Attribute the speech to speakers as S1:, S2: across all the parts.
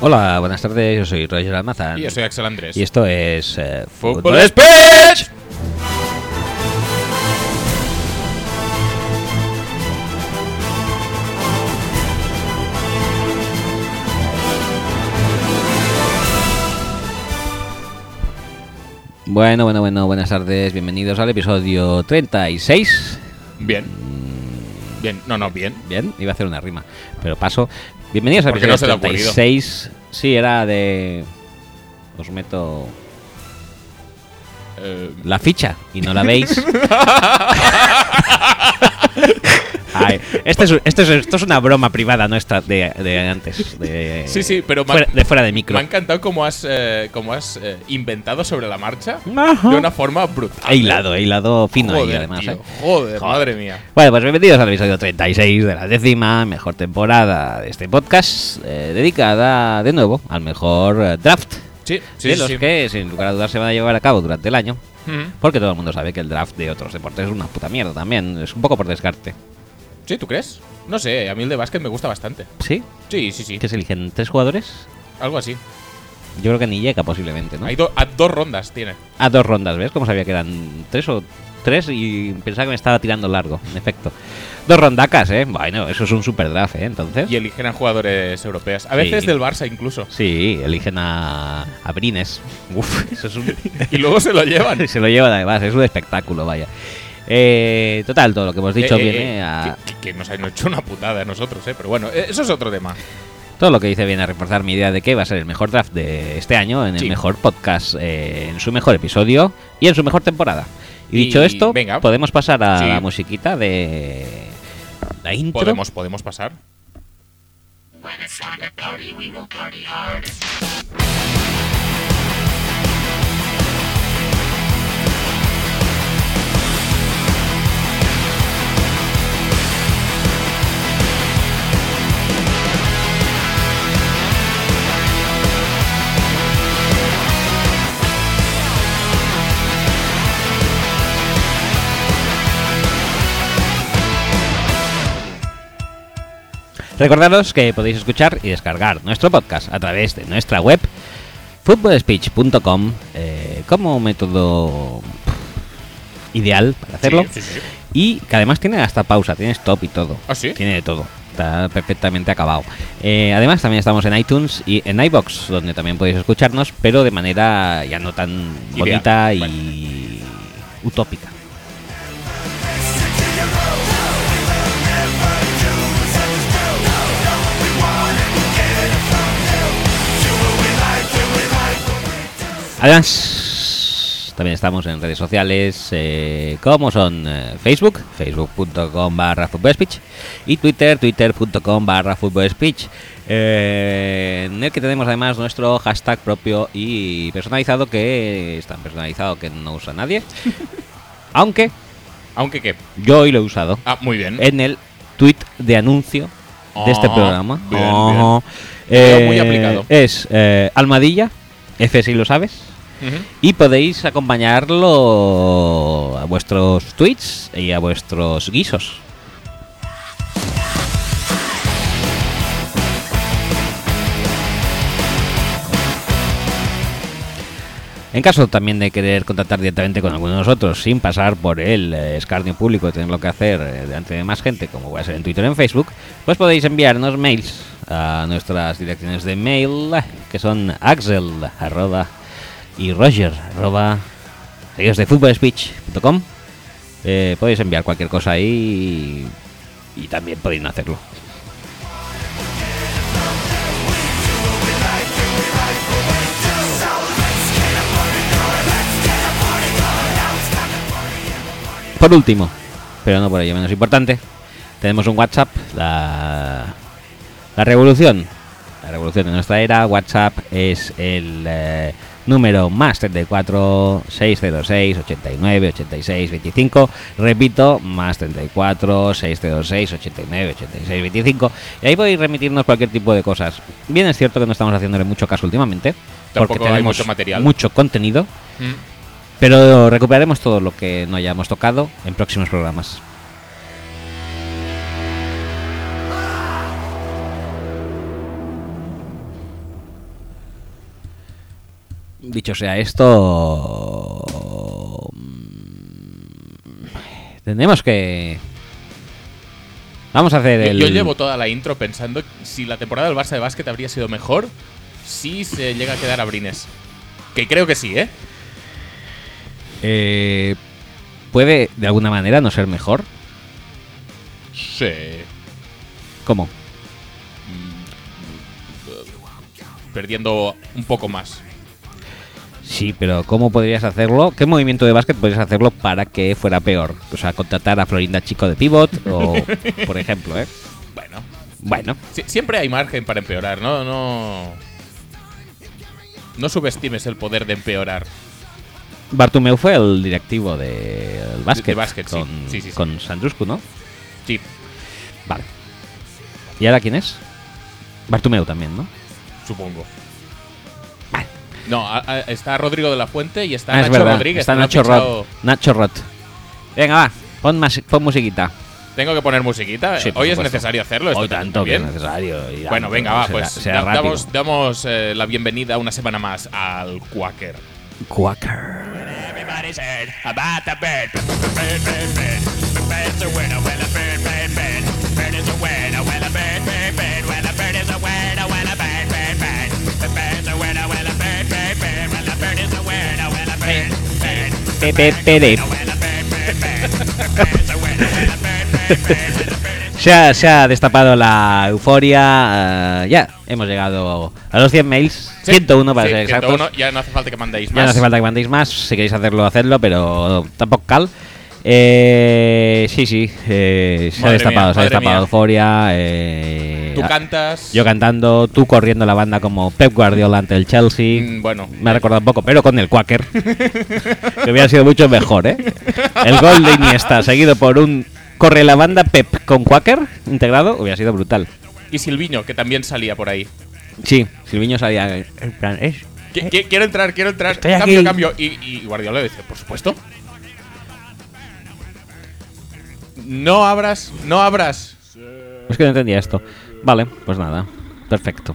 S1: Hola, buenas tardes, yo soy Roger Almazán.
S2: Y yo soy Axel Andrés.
S1: Y esto es... eh,
S2: Fútbol
S1: es-
S2: Speech.
S1: Bueno, bueno, bueno, buenas tardes, bienvenidos al episodio 36.
S2: Bien. Bien, no, no, bien.
S1: Bien, iba a hacer una rima, pero paso. Bienvenidos al
S2: ¿Por qué
S1: episodio
S2: no se te ha ocurrido?
S1: 36. Sí, era de... Os meto
S2: Eh,
S1: la ficha y no la veis. Ay, este es, este es- esto es una broma privada nuestra de, de antes. De,
S2: Sí, sí, pero me-
S1: fuera- de fuera de
S2: me
S1: micro.
S2: ha encantado cómo has, eh, cómo has eh, inventado sobre la marcha
S1: Ajá.
S2: de una forma brutal. eh.
S1: He hilado, he hilado fino ahí,
S2: Joder,
S1: además.
S2: tío,
S1: ¿eh?
S2: joder, madre mía.
S1: Bueno, pues bienvenidos al episodio 36 de la décima mejor temporada de este podcast, eh, dedicada de nuevo al mejor eh, draft
S2: Sí, sí,
S1: de
S2: sí,
S1: los
S2: sí.
S1: que, sin lugar a dudas, se van a llevar a cabo durante el año.
S2: Ujú.
S1: Porque todo el mundo sabe que el draft de otros deportes es una puta mierda también. Es un poco por descarte.
S2: Sí, ¿tú crees? No sé, a mí el de básquet me gusta bastante.
S1: ¿Sí?
S2: Sí, sí, sí.
S1: Que se eligen tres jugadores.
S2: Algo así.
S1: Yo creo que ni llega posiblemente, ¿no?
S2: Hay do- a dos rondas tiene.
S1: A dos rondas, ¿ves? Como sabía que eran tres o tres y pensaba que me estaba tirando largo, en efecto. Dos rondacas, ¿eh? Bueno, eso es un super draft, ¿eh? Entonces.
S2: Y eligen a jugadores europeos. A veces
S1: Sí.
S2: del Barça incluso.
S1: Sí, eligen a, a Brines. Uf, eso es un...
S2: Y luego se lo llevan.
S1: se lo llevan además, es un espectáculo, vaya. Eh, total, todo lo que hemos dicho
S2: Eh, eh,
S1: viene
S2: eh,
S1: a...
S2: que, que- que nos han hecho una putada a nosotros, ¿eh? Pero bueno, eh, eso es otro tema.
S1: Todo lo que dice viene a reforzar mi idea de que va a ser el mejor draft de este año, en el
S2: Sí.
S1: mejor podcast, eh, en su mejor episodio y en su mejor temporada. Y,
S2: Y
S1: dicho esto,
S2: venga.
S1: podemos pasar a
S2: Sí.
S1: la musiquita de la intro.
S2: Podemos, podemos pasar.
S1: Recordaros que podéis escuchar y descargar nuestro podcast a través de nuestra web footballspeech.com eh, como método pff, ideal para hacerlo
S2: Sí, sí, sí.
S1: y que además tiene hasta pausa, tiene stop y todo.
S2: ¿Ah, sí?
S1: Tiene de todo. Está perfectamente acabado. Eh, además, también estamos en iTunes y en iBox, donde también podéis escucharnos, pero de manera ya no tan
S2: Ideal.
S1: bonita y utópica. Además, también estamos en redes sociales eh, como son eh, Facebook, facebook.com barra speech y Twitter, twitter.com barra speech en el que tenemos además nuestro hashtag propio y personalizado que es tan personalizado que no usa nadie, aunque
S2: Aunque qué.
S1: yo hoy lo he usado
S2: Ah, muy bien.
S1: en el tweet de anuncio de este
S2: Ah,
S1: programa.
S2: bien,
S1: Ah,
S2: Veo
S1: eh,
S2: muy aplicado.
S1: Es eh, Almadilla, F si lo sabes.
S2: Ujú.
S1: Y podéis acompañarlo a vuestros tweets y a vuestros guisos. En caso también de querer contactar directamente con alguno de nosotros sin pasar por el eh, escarnio público y tenerlo que hacer eh, delante de más gente, como puede ser en Twitter o en Facebook, pues podéis enviarnos mails a nuestras direcciones de mail, que son axel arroba, y roger arroba, seguidos de footballspeech.com. Eh, podéis enviar cualquier cosa ahí y, y también podéis no hacerlo. Por último, pero no por ello menos importante, tenemos un WhatsApp, la, la revolución. La revolución de nuestra era, WhatsApp es el eh, número más 34 606 89 86 25. Repito, más 34 606 89 86 25. Y ahí podéis remitirnos cualquier tipo de cosas. Bien, es cierto que no estamos haciéndole mucho caso últimamente, porque
S2: Tampoco hay
S1: tenemos
S2: mucho material.
S1: mucho contenido.
S2: Mm.
S1: Pero recuperaremos todo lo que no hayamos tocado en próximos programas. Dicho sea esto, mm, tendremos que... Vamos a hacer
S2: Yo-
S1: el...
S2: Yo llevo toda la intro pensando si la temporada del Barça de básquet habría sido mejor si se llega a quedar a Brines. Que creo que sí, ¿eh?
S1: Eh, ¿Puede de alguna manera no ser mejor?
S2: Sí.
S1: ¿Cómo?
S2: Perdiendo un poco más.
S1: Sí, pero ¿cómo podrías hacerlo? ¿Qué movimiento de básquet podrías hacerlo para que fuera peor? O sea, contratar a Florinda Chico de pivot o, por ejemplo, ¿eh?
S2: Bueno,
S1: Bueno,
S2: si- siempre hay margen para empeorar, ¿no? No. No subestimes el poder de empeorar.
S1: Bartomeu fue el directivo del básquet,
S2: de básquet, sí.
S1: con,
S2: Sí, sí, sí.
S1: con Sandruscu, ¿no?
S2: Sí,
S1: Vale. ¿Y ahora quién es? Bartomeu también, ¿no?
S2: supongo. No, a- a- está Rodrigo de la Fuente y está
S1: Ah, es
S2: Nacho
S1: verdad,
S2: Rodríguez.
S1: está
S2: que lo ha
S1: Nacho
S2: fichado-
S1: Roth. Nacho Roth. Venga, va, pon, más, pon musiquita.
S2: Tengo que poner musiquita.
S1: Sí, por
S2: Hoy es
S1: supuesto.
S2: necesario hacerlo.
S1: Hoy
S2: está
S1: tanto que
S2: bien.
S1: es necesario. y
S2: Bueno,
S1: tanto,
S2: venga, va,
S1: será-
S2: pues
S1: será
S2: da-
S1: rápido.
S2: damos, damos, eh, la bienvenida una semana más al Quaker.
S1: Quacker.
S3: Everybody's heard about the bird. Bird, bird, bird. Bird's a winner, well a bird, bird, bird. Bird is a winner, well a bird, bird, bird. Well a bird is a winner, well a bird, bird, bird. The bird's a winner, well a bird, bird, bird. Well a bird is a winner, well a bird, bird. The
S1: Pepe
S3: bird's a
S1: Pérez.
S3: winner, well a bird, bird, bird. The bird's a winner, well a bird, bird, bird. Well a bird is
S1: Se ha, se ha destapado la euforia. eh, ya, hemos llegado a los 100 mails.
S2: Sí,
S1: 101 para
S2: sí,
S1: ser exactos.
S2: 101, ya no hace falta que mandéis más.
S1: Ya no hace falta que mandéis más. Si queréis hacerlo, hacedlo, pero tampoco cal. Eh, sí, sí. eh, se ha
S2: Madre
S1: destapado,
S2: mía,
S1: se ha
S2: madre
S1: destapado
S2: mía.
S1: euforia. eh,
S2: Tú
S1: ah,
S2: cantas. mm,
S1: yo cantando, tú corriendo la banda como Pep Guardiola ante el Chelsea.
S2: Mm, bueno.
S1: Me ha recordado un poco, pero con el Quaker. que hubiera sido mucho mejor, ¿eh? El gol de Iniesta, seguido por un corre la banda Pep con Quaker integrado, hubiera sido brutal.
S2: Y Silviño, que también salía por ahí.
S1: Sí, Silviño salía en plan, "Eh, "Es-
S2: Qui- qui- Quiero entrar, quiero entrar.
S1: Estoy
S2: cambio,
S1: aquí.
S2: cambio. Y, y Guardiola dice, por supuesto. No abras, no abras.
S1: Es que no entendía esto. Vale, pues nada. Perfecto.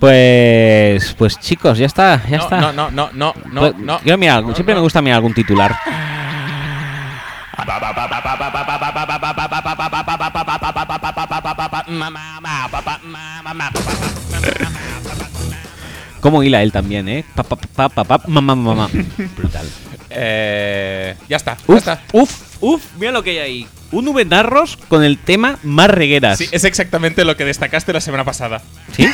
S1: Pues pues chicos, ya está, ya
S2: no,
S1: está.
S2: no, no, no, no, no,
S1: Pues,
S2: no.
S1: quiero mirar algo- siempre me gusta mirar algún titular. Como hila él también, ¿eh? Pa, pa, pa, pa, pa, mamá, mamá. Brutal.
S2: Eh, ya está, ya
S1: Uf,
S2: está.
S1: uf, uf, mira lo que hay ahí. Un Ubenarros con el tema más regueras.
S2: Sí, es exactamente lo que destacaste la semana pasada.
S1: ¿Sí?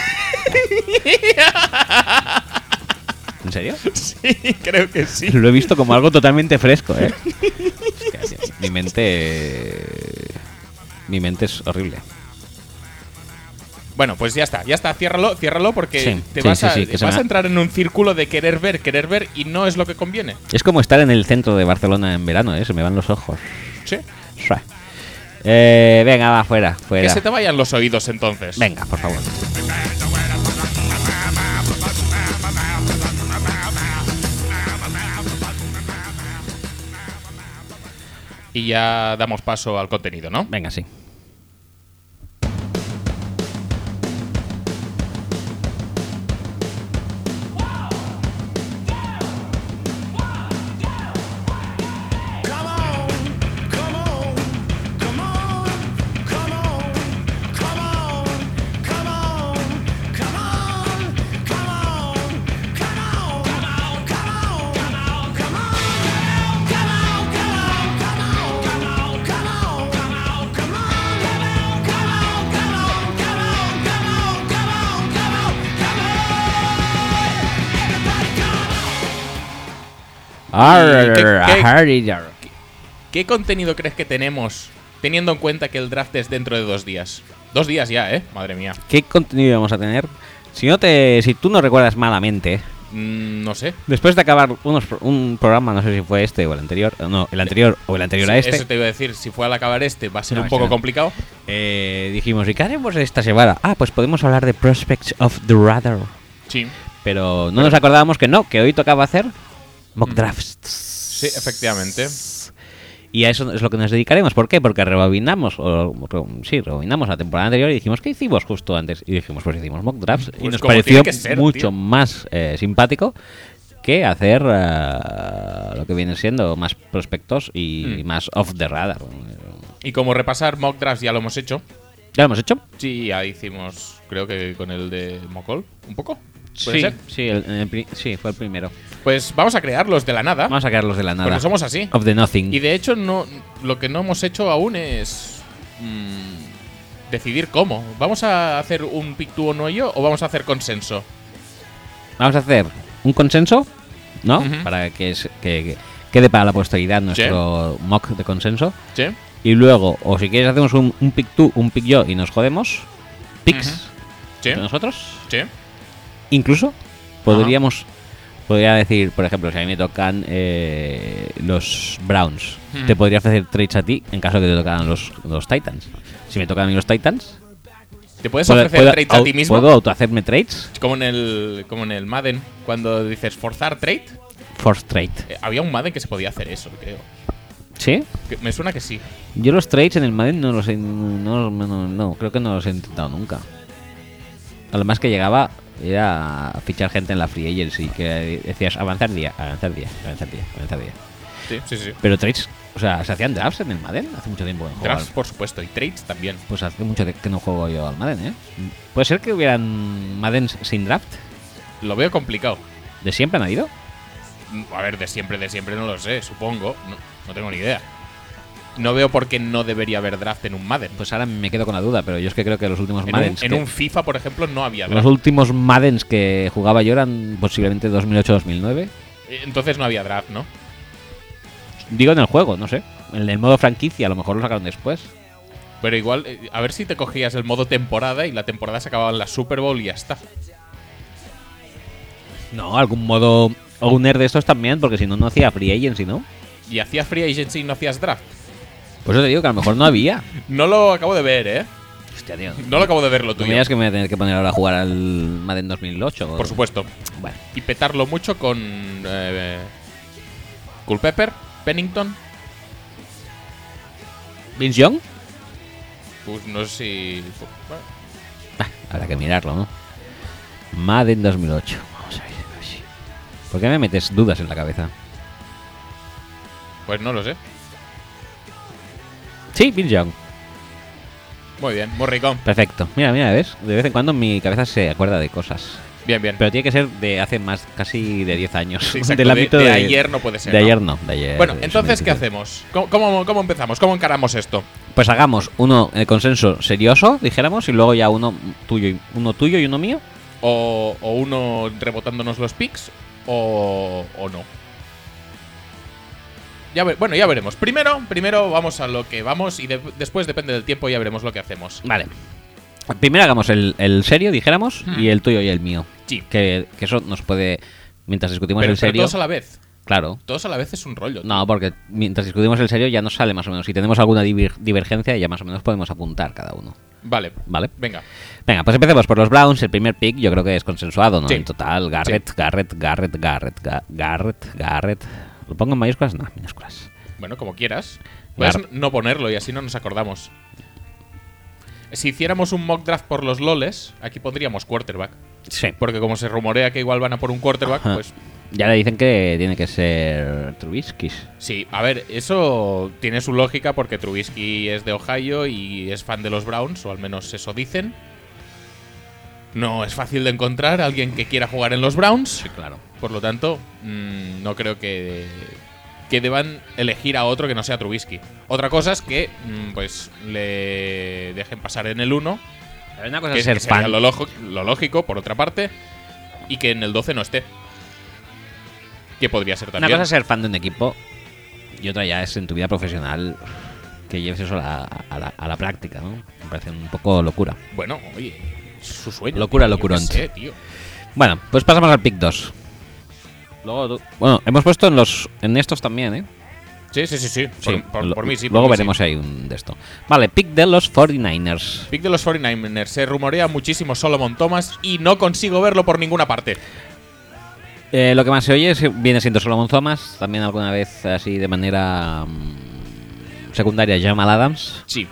S1: ¿En serio?
S2: Sí, creo que sí.
S1: Lo he visto como algo totalmente fresco, ¿eh? Es que Mi mente. Mi mente es horrible.
S2: Bueno, pues ya está, ya está, ciérralo, ciérralo porque
S1: Sí,
S2: te
S1: sí,
S2: vas,
S1: sí,
S2: a,
S1: sí, que se
S2: vas
S1: me ha-
S2: a entrar en un círculo de querer ver, querer ver y no es lo que conviene.
S1: Es como estar en el centro de Barcelona en verano, ¿eh? Se me van los ojos.
S2: Sí.
S1: Sua. Eh, venga, va, fuera,
S2: Que
S1: fuera.
S2: se te vayan los oídos entonces.
S1: Venga, por favor.
S2: Y ya damos paso al contenido, ¿no?
S1: Venga, sí.
S3: Come on, come on, come on, come on, come on, come on, come on, come on, come on, come on, come on, come on, come on, come on, come on, come on, come on, come on, come on, come on, come on, come on, come on, come on, come on, come on, come on, everybody come on.
S1: Arr,
S2: ¿Qué- qué-
S1: ajar y arr.
S2: ¿Qué contenido crees que tenemos teniendo en cuenta que el draft es dentro de dos días? Dos días ya, ¿eh? Madre mía.
S1: ¿Qué contenido vamos a tener? Si no te, si tú no recuerdas malamente,
S2: Mm, no sé.
S1: después de acabar unos, pro- un programa, no sé si fue este o el anterior, no, el anterior o el anterior a
S2: Sí,
S1: este,
S2: Eso te iba a decir, si fue al acabar este va a ser
S1: No,
S2: un
S1: ese
S2: poco
S1: no.
S2: complicado.
S1: eh, dijimos, ¿y qué haremos esta semana? Ah, pues podemos hablar de Prospects of the Radar.
S2: Sí.
S1: Pero no nos acordábamos que no, que hoy tocaba hacer mock drafts.
S2: Sí, Mm. efectivamente.
S1: Y a eso es lo que nos dedicaremos. ¿Por qué? Porque rebobinamos, o re- sí, rebobinamos la temporada anterior y dijimos, ¿qué hicimos justo antes? Y dijimos, pues hicimos mock drafts. y
S2: Pues
S1: nos
S2: como
S1: pareció
S2: tiene que ser,
S1: mucho
S2: tío.
S1: más eh, simpático que hacer eh, lo que viene siendo más prospectos y
S2: Mm.
S1: más off the radar.
S2: Y como repasar mock drafts ya lo hemos hecho.
S1: ¿Ya lo hemos hecho?
S2: Sí, ya hicimos, creo que con el de Mocol, un poco. ¿Puede
S1: Sí,
S2: ser?
S1: sí, el- el pri- sí, fue el primero.
S2: Pues vamos a crearlos de la nada.
S1: Vamos a sacarlos de la nada.
S2: Ah. Porque somos así.
S1: Of the nothing.
S2: Y de hecho, no, lo que no hemos hecho aún es mm, decidir cómo. ¿Vamos a hacer un pick tú o no yo o vamos a hacer consenso?
S1: Vamos a hacer un consenso, ¿no?
S2: Ujú.
S1: Para que, es- que- que quede para la posteridad nuestro mock de consenso.
S2: ¿Sí?
S1: Y luego, o si quieres, hacemos un, un pick tú, un pick yo y nos jodemos. Picks
S2: ¿Sí?
S1: de nosotros.
S2: ¿Sí?
S1: Incluso podríamos. Podría decir, por ejemplo, si a mí me tocan eh, los Browns,
S2: Ujú.
S1: te podría ofrecer trades a ti en caso de que te tocaran los, los Titans. Si me tocan a mí los Titans,
S2: ¿Te puedes
S1: puedo-
S2: ofrecer
S1: puedo
S2: trades a
S1: au-
S2: ti mismo?
S1: ¿Puedo autohacerme trades?
S2: Como en el como en el Madden, cuando dices forzar trade,
S1: Force trade.
S2: eh, había un Madden que se podía hacer eso, creo.
S1: ¿Sí?
S2: Que- me suena que sí.
S1: Yo los trades en el Madden no los he, no, no- no- no, creo que no los he intentado nunca. Además que llegaba era a fichar gente en la free agency que decías avanzar día, avanzar día, avanzar día, avanzar día.
S2: Sí, sí, sí.
S1: Pero trades, o sea, se hacían drafts en el Madden hace mucho tiempo que no jugaba.
S2: Drafts, por supuesto, y trades también.
S1: Pues hace mucho de- que no juego yo al Madden, ¿eh? Puede ser que hubieran Madden sin draft.
S2: Lo veo complicado.
S1: ¿De siempre han habido?
S2: Mm, A ver, de siempre, de siempre no lo sé, supongo. No, no tengo ni idea. No veo por qué no debería haber draft en un Madden.
S1: Pues ahora me quedo con la duda, pero yo es que creo que los últimos
S2: En, un,
S1: Maddens
S2: en
S1: que-
S2: un FIFA, por ejemplo, no había
S1: los
S2: draft.
S1: últimos Maddens que jugaba yo eran posiblemente 2008-2009.
S2: Eh, Entonces no había draft, ¿no?
S1: Digo en el juego, no sé. En el modo franquicia, a lo mejor lo sacaron después.
S2: Pero igual, eh, a ver si te cogías el modo temporada y la temporada se acababa en la Super Bowl y ya está.
S1: No, algún modo owner de estos también, porque si no, no hacía free agency, ¿no?
S2: Y hacías free agency y no hacías draft.
S1: Por eso Pues te digo que a lo mejor no había.
S2: No lo acabo de ver, ¿eh?
S1: Hostia, tío.
S2: No lo acabo de ver lo
S1: Tú
S2: tuyo.
S1: me digas que me voy a tener que poner ahora a jugar al Madden 2008. o-
S2: Por supuesto.
S1: Bueno,
S2: Y petarlo mucho con. Eh, Culpepper, Pennington.
S1: Vince Young,
S2: Pues no sé si. bueno,
S1: habrá que mirarlo, ¿no? Madden 2008. Vamos a ver. a ver si- ¿Por qué me metes dudas en la cabeza?
S2: Pues no lo sé.
S1: Sí, Vince Young.
S2: Muy bien, Morricón.
S1: Perfecto. Mira, mira, ¿ves? De vez en cuando mi cabeza se acuerda de cosas.
S2: Bien, bien.
S1: Pero tiene que ser de hace más, casi de 10 años.
S2: Sí, exacto,
S1: Del
S2: de-
S1: ámbito
S2: de
S1: de,
S2: ayer no puede ser,
S1: De
S2: ¿no?
S1: ayer no, de ayer.
S2: Bueno,
S1: eh, es
S2: entonces,
S1: muy
S2: ¿qué
S1: difícil.
S2: hacemos? ¿Cómo, cómo, cómo empezamos? ¿Cómo encaramos esto?
S1: Pues hagamos uno el consenso serioso, dijéramos, y luego ya uno tuyo y uno tuyo y uno mío.
S2: ¿O, o uno rebotándonos los picks? ¿O, o no? Ya ve- bueno, ya veremos. Primero, primero vamos a lo que vamos y de- después depende del tiempo ya veremos lo que hacemos.
S1: Vale. Primero hagamos el, el serio, dijéramos,
S2: Hmm.
S1: y el tuyo y el mío.
S2: Sí.
S1: Que, que eso nos puede. Mientras discutimos
S2: Pero,
S1: el
S2: pero
S1: serio.
S2: todos a la vez.
S1: Claro.
S2: Todos a la vez es un rollo. tío.
S1: No, porque mientras discutimos el serio ya nos sale más o menos. Si tenemos alguna divir- divergencia, ya más o menos podemos apuntar cada uno.
S2: Vale.
S1: ¿Vale?
S2: Venga.
S1: Venga, pues empecemos por los Browns. El primer pick yo creo que es consensuado, ¿no?
S2: Sí.
S1: En total, Garrett, Garrett, Garrett, Garrett, Ga- Garrett, Garrett. ¿Lo pongo en mayúsculas? No, minúsculas.
S2: Bueno, como quieras. Puedes
S1: Gar-
S2: no ponerlo y así no nos acordamos. Si hiciéramos un mock draft por los loles, aquí pondríamos quarterback.
S1: Sí.
S2: Porque como se rumorea que igual van a por un quarterback,
S1: Ajá.
S2: pues
S1: Ya le dicen que tiene que ser Trubisky.
S2: Sí, a ver, eso tiene su lógica porque Trubisky es de Ohio y es fan de los Browns, o al menos eso dicen. No es fácil de encontrar a alguien que quiera jugar en los Browns,
S1: claro.
S2: por lo tanto, mm, no creo que, que deban elegir a otro que no sea Trubisky. Otra cosa es que mm, pues le dejen pasar en el 1,
S1: una cosa
S2: que,
S1: es ser
S2: que sería
S1: fan.
S2: lo, lojo- lo lógico, por otra parte, y que en el 12 no esté. Que podría ser
S1: Una
S2: también.
S1: cosa es ser fan de un equipo y otra ya es en tu vida profesional que lleves eso a la, a la- a la práctica, ¿no? Me parece un poco locura.
S2: Bueno, oye, es su sueño.
S1: Locura,
S2: tío, yo
S1: locurón.
S2: qué sé, tío.
S1: Bueno, pues pasamos al pick 2. Luego tú- Bueno, hemos puesto en los en estos también, ¿eh?
S2: Sí, sí, sí, sí. Por, por-
S1: lo-
S2: por mí sí. por
S1: Luego
S2: mí sí.
S1: veremos eh. si hay un de esto. Vale, pick de los 49ers.
S2: Pick de los 49ers. Se rumorea muchísimo Solomon Thomas y no consigo verlo por ninguna parte.
S1: Eh, lo que más se oye es- viene siendo Solomon Thomas, también alguna vez así de manera mm, secundaria Jamal Adams,
S2: Sí,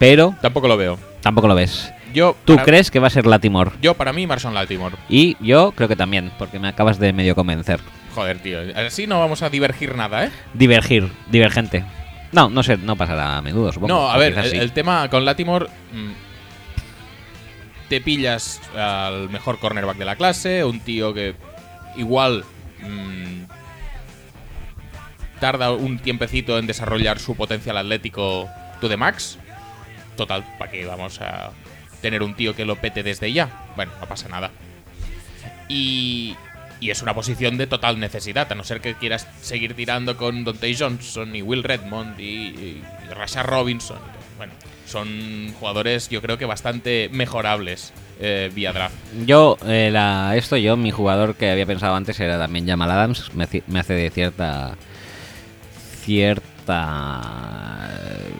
S1: pero
S2: tampoco lo veo.
S1: tampoco lo ves.
S2: Yo,
S1: ¿Tú
S2: para-
S1: crees que va a ser Latimore?
S2: Yo, para mí, Marson Latimore.
S1: Y yo creo que también, porque me acabas de medio convencer.
S2: Joder, tío. Así no vamos a divergir nada, ¿eh?
S1: Divergir, divergente. No, no sé, no pasará a menudo, supongo.
S2: no, a
S1: o
S2: ver,
S1: quizás
S2: el,
S1: sí.
S2: el tema con Latimore. mm, te pillas al mejor cornerback de la clase, un tío que igual. mm, tarda un tiempecito en desarrollar su potencial atlético to the max. Total, ¿para qué vamos a tener un tío que lo pete desde ya? Bueno, no pasa nada. Y, y es una posición de total necesidad, a no ser que quieras seguir tirando con Dante Johnson y Will Redmond y, y Rashad Robinson. Bueno, son jugadores yo creo que bastante mejorables eh, vía draft.
S1: Yo, eh, la- esto yo, mi jugador que había pensado antes era también Jamal Adams. Me, hace- me hace de cierta. Cierta. eh,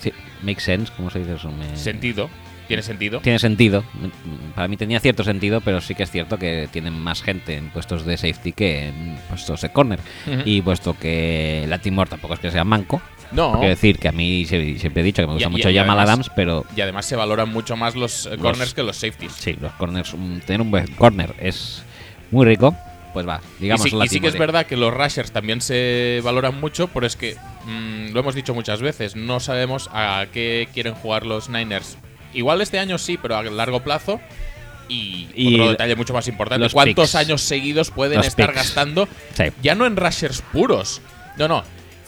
S1: sí, make sense, ¿cómo se dice eso? Me-
S2: Sentido, tiene sentido.
S1: Mm. Tiene sentido. Mm, Para mí tenía cierto sentido, pero sí que es cierto que tienen más gente en puestos de safety que en puestos de corner.
S2: Ujú.
S1: Y puesto que Latimore tampoco es que sea manco,
S2: No.
S1: quiero decir que a mí se- siempre he dicho que me gusta
S2: Y- y-
S1: mucho
S2: y
S1: Jamal
S2: además-
S1: Adams, pero
S2: Y además se valoran mucho más los eh,
S1: Los-
S2: corners que los safeties.
S1: Sí, los corners, un- tener un buen corner es muy rico. Pues va, digamos
S2: y sí,
S1: la
S2: y sí que es
S1: Timore.
S2: verdad que los rushers también se valoran mucho, pero es que mm, lo hemos dicho muchas veces, no sabemos a qué quieren jugar los Niners. Igual este año sí, pero a largo plazo. Y,
S1: Y
S2: otro
S1: el-
S2: detalle mucho más importante,
S1: los
S2: ¿cuántos
S1: picks.
S2: años seguidos pueden
S1: Los
S2: estar
S1: picks.
S2: gastando?
S1: Sí.
S2: Ya no en rushers puros, no, no.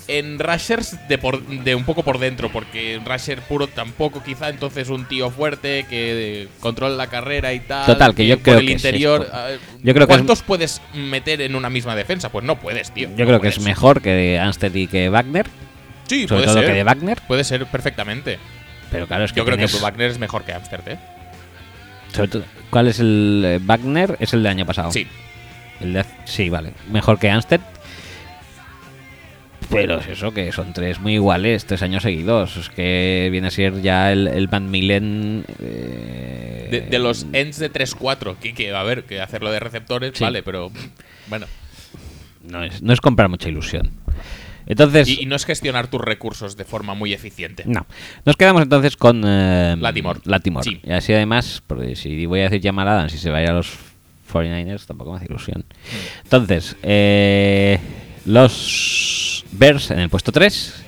S2: En rushers de, por- de un poco por dentro, porque en rusher puro tampoco quizá, entonces un tío fuerte que eh, controla la carrera y tal.
S1: Total, que yo
S2: por
S1: creo
S2: el
S1: que es
S2: interior,
S1: esto.
S2: a ver,
S1: Yo creo que es-
S2: ¿Cuántos puedes meter en una misma defensa? Pues no puedes, tío.
S1: Yo
S2: No
S1: creo que
S2: puedes.
S1: es mejor que Anstead y que Wagner,
S2: Sí,
S1: sobre
S2: puede
S1: todo
S2: ser.
S1: que de Wagner.
S2: Puede ser perfectamente.
S1: Pero claro, es que
S2: Yo creo que
S1: tenés-
S2: Wagner es mejor que Amsterdam. ¿eh?
S1: sobre todo- ¿Cuál es el eh, Wagner? Es el del año pasado.
S2: Sí.
S1: El de- sí, vale. Mejor que Anstead. Pero es eso, que son tres muy iguales, tres años seguidos. Es que viene a ser ya el, el Van Milen. eh,
S2: De, de los ends de 3-4. Que, que, a ver, que hacerlo de receptores,
S1: Sí.
S2: vale, pero. mm, Bueno.
S1: No es, no es comprar mucha ilusión. Entonces.
S2: Y, y no es gestionar tus recursos de forma muy eficiente.
S1: No. Nos quedamos entonces con eh,
S2: Latimore.
S1: Latimore.
S2: Sí.
S1: Y así además, porque si voy a decir llamar a Adams y se va a ir a los 49ers, tampoco me hace ilusión. Entonces, eh, los Bears en el puesto 3.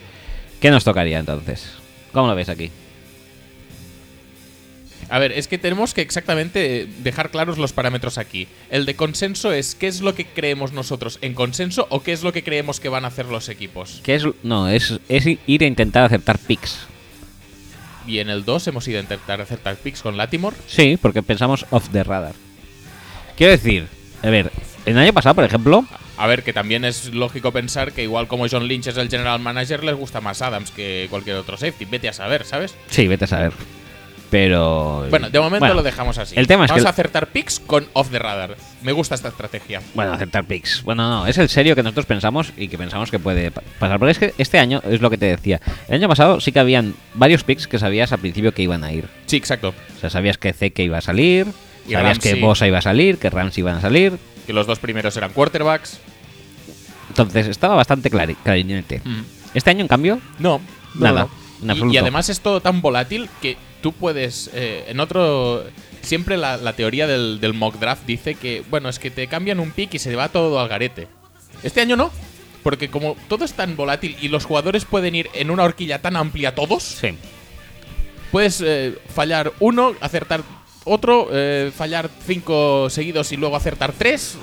S1: ¿Qué nos tocaría entonces? ¿Cómo lo ves aquí?
S2: A ver, es que tenemos que exactamente dejar claros los parámetros aquí. El de consenso es qué es lo que creemos nosotros en consenso o qué es lo que creemos que van a hacer los equipos.
S1: Que es, no, es, es ir a intentar aceptar picks.
S2: Y en el 2 hemos ido a intentar acertar picks con Latimore.
S1: Sí, porque pensamos off the radar. Quiero decir, a ver, el año pasado, por ejemplo,
S2: A ver, que también es lógico pensar que igual como John Lynch es el general manager, les gusta más Adams que cualquier otro safety. Vete a saber, ¿sabes?
S1: sí, vete a saber. Pero.
S2: Bueno, de momento
S1: bueno,
S2: lo dejamos así.
S1: El tema es
S2: Vamos
S1: que
S2: a acertar picks con off the radar. Me gusta esta estrategia.
S1: Bueno, aceptar picks. Bueno, no, es el serio que nosotros pensamos y que pensamos que puede pa- pasar. Porque es que este año es lo que te decía. El año pasado sí que habían varios picks que sabías al principio que iban a ir.
S2: Sí, exacto.
S1: O sea, sabías que Zeke iba a salir,
S2: Y
S1: sabías que
S2: Ramsey.
S1: Bosa iba a salir, que Rams iban a salir.
S2: Que los dos primeros eran quarterbacks.
S1: Entonces estaba bastante clari- clarinete.
S2: Mm.
S1: Este año, en cambio,
S2: No, no,
S1: Nada,
S2: no.
S1: en
S2: Y-
S1: absoluto.
S2: Y, además es todo tan volátil que tú puedes. eh, en otro. Siempre la, la teoría del, del mock draft dice que, bueno, es que te cambian un pick y se va todo al garete. Este año no, porque como todo es tan volátil y los jugadores pueden ir en una horquilla tan amplia todos,
S1: sí.
S2: puedes eh, fallar uno, acertar otro, eh, fallar cinco seguidos y luego acertar tres.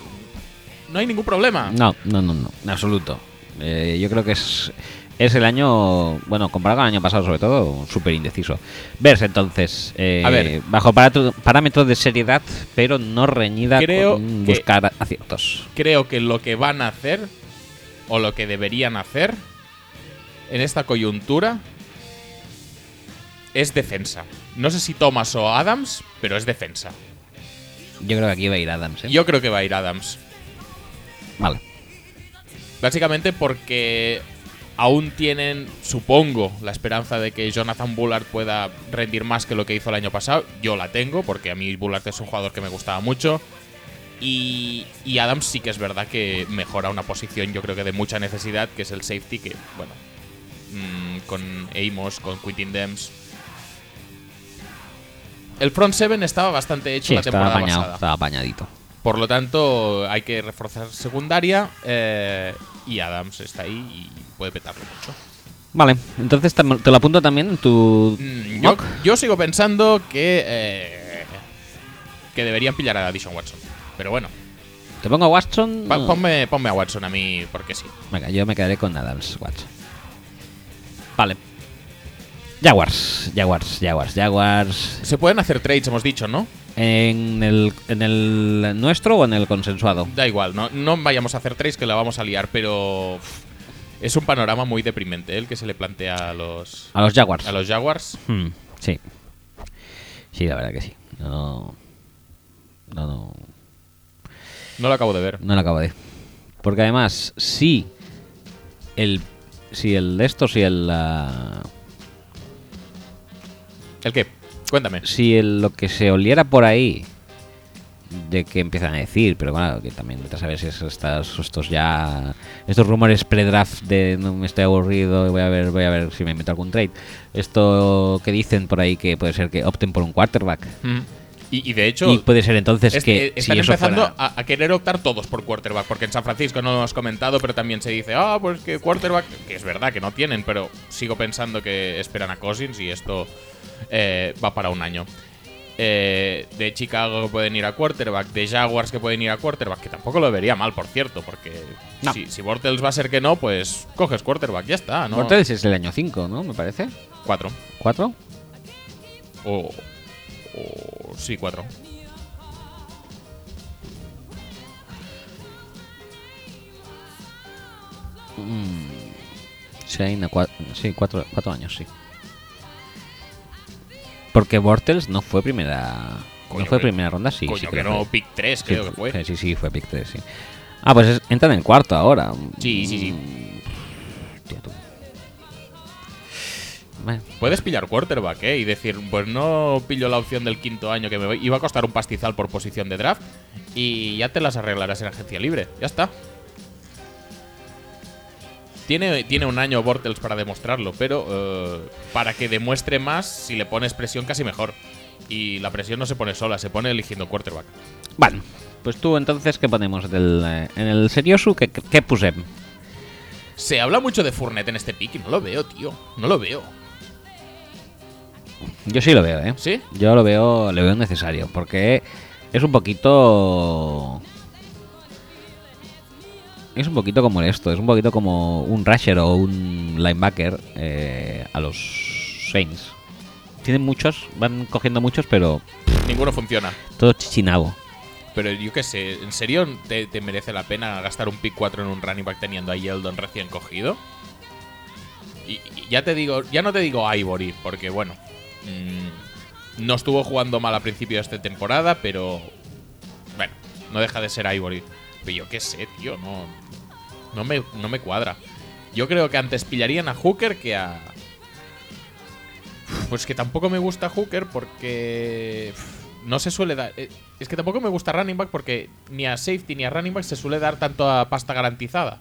S2: No hay ningún problema.
S1: No, no, no, no, Ah. en absoluto. Eh, yo creo que es, es el año, bueno, comparado con el año pasado sobre todo, súper indeciso. Vers, entonces, eh,
S2: A ver.
S1: bajo parátro- parámetros de seriedad, pero no reñida
S2: Creo
S1: con
S2: que-
S1: buscar aciertos.
S2: creo que lo que van a hacer o lo que deberían hacer en esta coyuntura es defensa. No sé si Thomas o Adams, pero es defensa.
S1: Yo creo que aquí va a ir Adams, ¿eh?
S2: Yo creo que va a ir Adams.
S1: Vale.
S2: Básicamente porque aún tienen, supongo, la esperanza de que Jonathan Bullard pueda rendir más que lo que hizo el año pasado. Yo la tengo, porque a mí Bullard es un jugador que me gustaba mucho. Y, y Adams sí que es verdad que mejora una posición, yo creo que de mucha necesidad, que es el safety, que, bueno, mm, con Amos, con Quintin Dems. El front seven estaba bastante hecho
S1: Sí,
S2: la
S1: estaba
S2: temporada
S1: apañado,
S2: pasada.
S1: estaba apañadito.
S2: Por lo tanto, hay que reforzar secundaria eh, y Adams está ahí y puede petarlo mucho.
S1: Vale, entonces tam- te lo apunto también en tu
S2: Mm, Yo,
S1: mock.
S2: yo sigo pensando que eh, que deberían pillar a Addison Watson. Pero bueno,
S1: Te pongo a Watson.
S2: pa-
S1: no.
S2: ponme, ponme a Watson a mí porque sí.
S1: Venga, yo me quedaré con Adams Watson. Vale. Jaguars, Jaguars, Jaguars, Jaguars.
S2: Se pueden hacer trades, hemos dicho, ¿no?
S1: ¿En el, en el nuestro o en el consensuado?
S2: Da igual, no, no vayamos a hacer trades que la vamos a liar, pero pff, es un panorama muy deprimente el que se le plantea a los,
S1: A los Jaguars.
S2: a los Jaguars.
S1: Hmm, sí. Sí, la verdad que sí. No, no, no,
S2: No lo acabo de ver.
S1: no lo acabo de. Porque además, si el. Si el de esto, si el. ah,
S2: ¿El qué? Cuéntame.
S1: si el- lo que se oliera por ahí de que empiezan a decir, pero claro, que también vete a saber si es estas, estos ya estos rumores pre-draft de no me estoy aburrido y voy a ver, voy a ver si me meto algún trade. Esto que dicen por ahí que puede ser que opten por un quarterback.
S2: Mm. Y, y de hecho,
S1: Y puede ser entonces
S2: es-
S1: que
S2: eh,
S1: si
S2: están
S1: eso
S2: empezando
S1: fuera-
S2: a, a querer optar todos por quarterback, porque en San Francisco no lo hemos comentado, pero también se dice, ah, pues que quarterback, que es verdad que no tienen, pero sigo pensando que esperan a Cousins y esto eh, va para un año. Eh, de Chicago que pueden ir a quarterback, de Jaguars que pueden ir a quarterback, que tampoco lo vería mal, por cierto, porque
S1: No.
S2: si, si Bortles va a ser que no, pues coges quarterback, ya está, ¿no?
S1: Bortles es el año 5, ¿no? Me parece.
S2: Cuatro.
S1: ¿Cuatro?
S2: O, o- sí, cuatro.
S1: Sí, hay una cua- sí, cuatro, cuatro años, sí. Porque Bortles no fue primera.
S2: Coño,
S1: no fue
S2: que-
S1: primera ronda, sí.
S2: Coño,
S1: sí
S2: que
S1: creo
S2: no,
S1: fue.
S2: pick 3
S1: Sí,
S2: creo que fue.
S1: sí, Sí, sí, fue pick 3, sí. Ah, pues es- entra en el cuarto ahora.
S2: Sí, sí, sí.
S1: Mm, tío, tú. Bueno,
S2: Puedes pillar quarterback, ¿eh? Y decir, pues no pillo la opción del quinto año que me voy- iba a costar un pastizal por posición de draft y ya te las arreglarás en agencia libre. Ya está. Tiene, tiene un año Bortles para demostrarlo, pero eh, para que demuestre más, si le pones presión, casi mejor. Y la presión no se pone sola, se pone eligiendo quarterback.
S1: bueno, pues tú entonces, ¿qué ponemos? Del, eh, en el Seriosu, ¿qué, qué- qué pusem?
S2: Se habla mucho de Fournette en este pick y no lo veo, tío. No lo veo.
S1: Yo sí lo veo, ¿eh?
S2: ¿Sí?
S1: Yo lo veo, lo veo necesario, porque es un poquito... Es un poquito como esto, es un poquito como un rusher o un linebacker eh, a los Saints. Tienen muchos, van cogiendo muchos, pero
S2: Ninguno funciona.
S1: todo chichinabo.
S2: Pero yo qué sé, ¿en serio te, te merece la pena gastar un pick 4 en un running back teniendo a Yeldon recién cogido? Y, y ya te digo, ya no te digo Ivory, porque bueno, mm, no estuvo jugando mal a principio de esta temporada, pero bueno, no deja de ser Ivory. Pero yo qué sé, tío, no, no, me, no me cuadra. Yo creo que antes pillarían a Hooker que a... Pues que tampoco me gusta Hooker porque pf, no se suele dar... eh, Es que tampoco me gusta running back porque ni a safety ni a running back se suele dar tanto a pasta garantizada.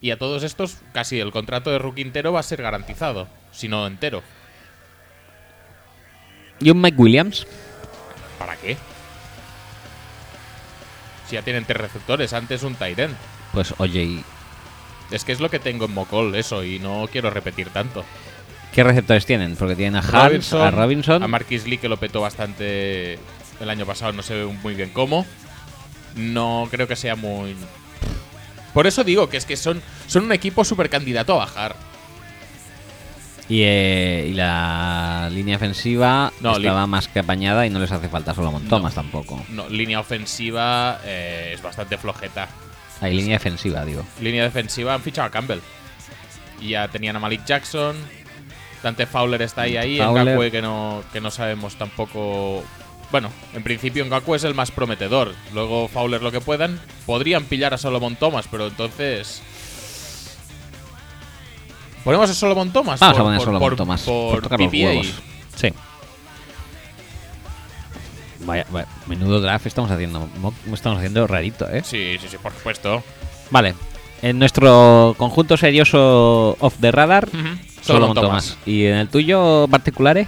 S2: Y a todos estos casi el contrato de rookie entero va a ser garantizado, si no entero.
S1: ¿Y un Mike Williams?
S2: ¿Para qué? Si ya tienen tres receptores, antes un tight end.
S1: Pues oye,
S2: Es que es lo que tengo en Mocol, eso, y no quiero repetir tanto.
S1: ¿qué receptores tienen? Porque tienen a Hans, a Robinson...
S2: a Marquis Lee que lo petó bastante el año pasado, no sé muy bien cómo. No creo que sea muy. Por eso digo que es que son, son un equipo súper candidato a bajar.
S1: y, eh, y la línea ofensiva
S2: No, li-
S1: estaba más que apañada y no les hace falta solo Thomas tampoco.
S2: No, línea ofensiva eh, es bastante flojeta.
S1: Hay línea defensiva, digo.
S2: Línea defensiva han fichado a Campbell. Y ya tenían a Malik Jackson. Dante Fowler está ahí ahí.
S1: Fowler.
S2: Ngakwe que no, que no sabemos tampoco. Bueno, en principio Ngakwe es el más prometedor. Luego Fowler lo que puedan. Podrían pillar a Solomon Thomas, pero entonces. ¿Ponemos a Solomon Thomas?
S1: Vamos a
S2: Por-
S1: poner
S2: por-
S1: solo
S2: por-
S1: Tomás.
S2: Por,
S1: tocar los
S2: PPA.
S1: huevos. Sí. Vaya, vaya, menudo draft estamos haciendo. mo- Estamos haciendo rarito, ¿eh?
S2: Sí, sí, sí, por supuesto.
S1: Vale. En nuestro conjunto serioso off the radar,
S2: Ujú.
S1: solo
S2: un
S1: un Tomás. ¿Y en el tuyo eh? particulares?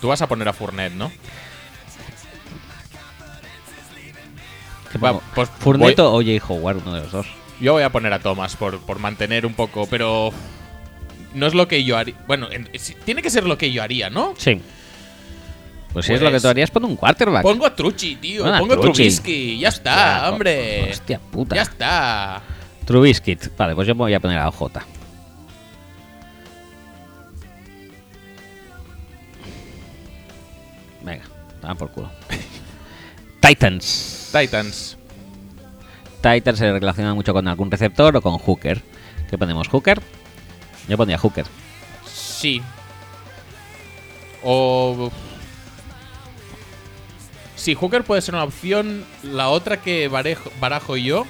S2: Tú vas a poner a Fournet, ¿no?
S1: ¿Qué
S2: Va,
S1: pongo?
S2: pues
S1: ¿Fournette o J. Howard? Uno de los dos.
S2: Yo voy a poner a Thomas por, por mantener un poco, pero no es lo que yo haría. Bueno, en- si- tiene que ser lo que yo haría, ¿no?
S1: Sí. Pues si es lo que
S2: Pues-
S1: tú harías, pon un quarterback.
S2: Pongo a Trucci, tío.
S1: Bueno, a
S2: pongo a
S1: Trucci.
S2: Trubisky. Ya está,
S1: Hostia,
S2: hombre.
S1: Hostia puta.
S2: Ya está.
S1: Trubisky. Vale, pues yo me voy a poner a OJ. Venga, toma por culo. Titans.
S2: Titans.
S1: Titans se relaciona mucho con algún receptor o con Hooker. ¿Qué ponemos? ¿Hooker? Yo pondría Hooker.
S2: Sí. O. Sí, Hooker puede ser una opción. La otra que barejo- barajo yo,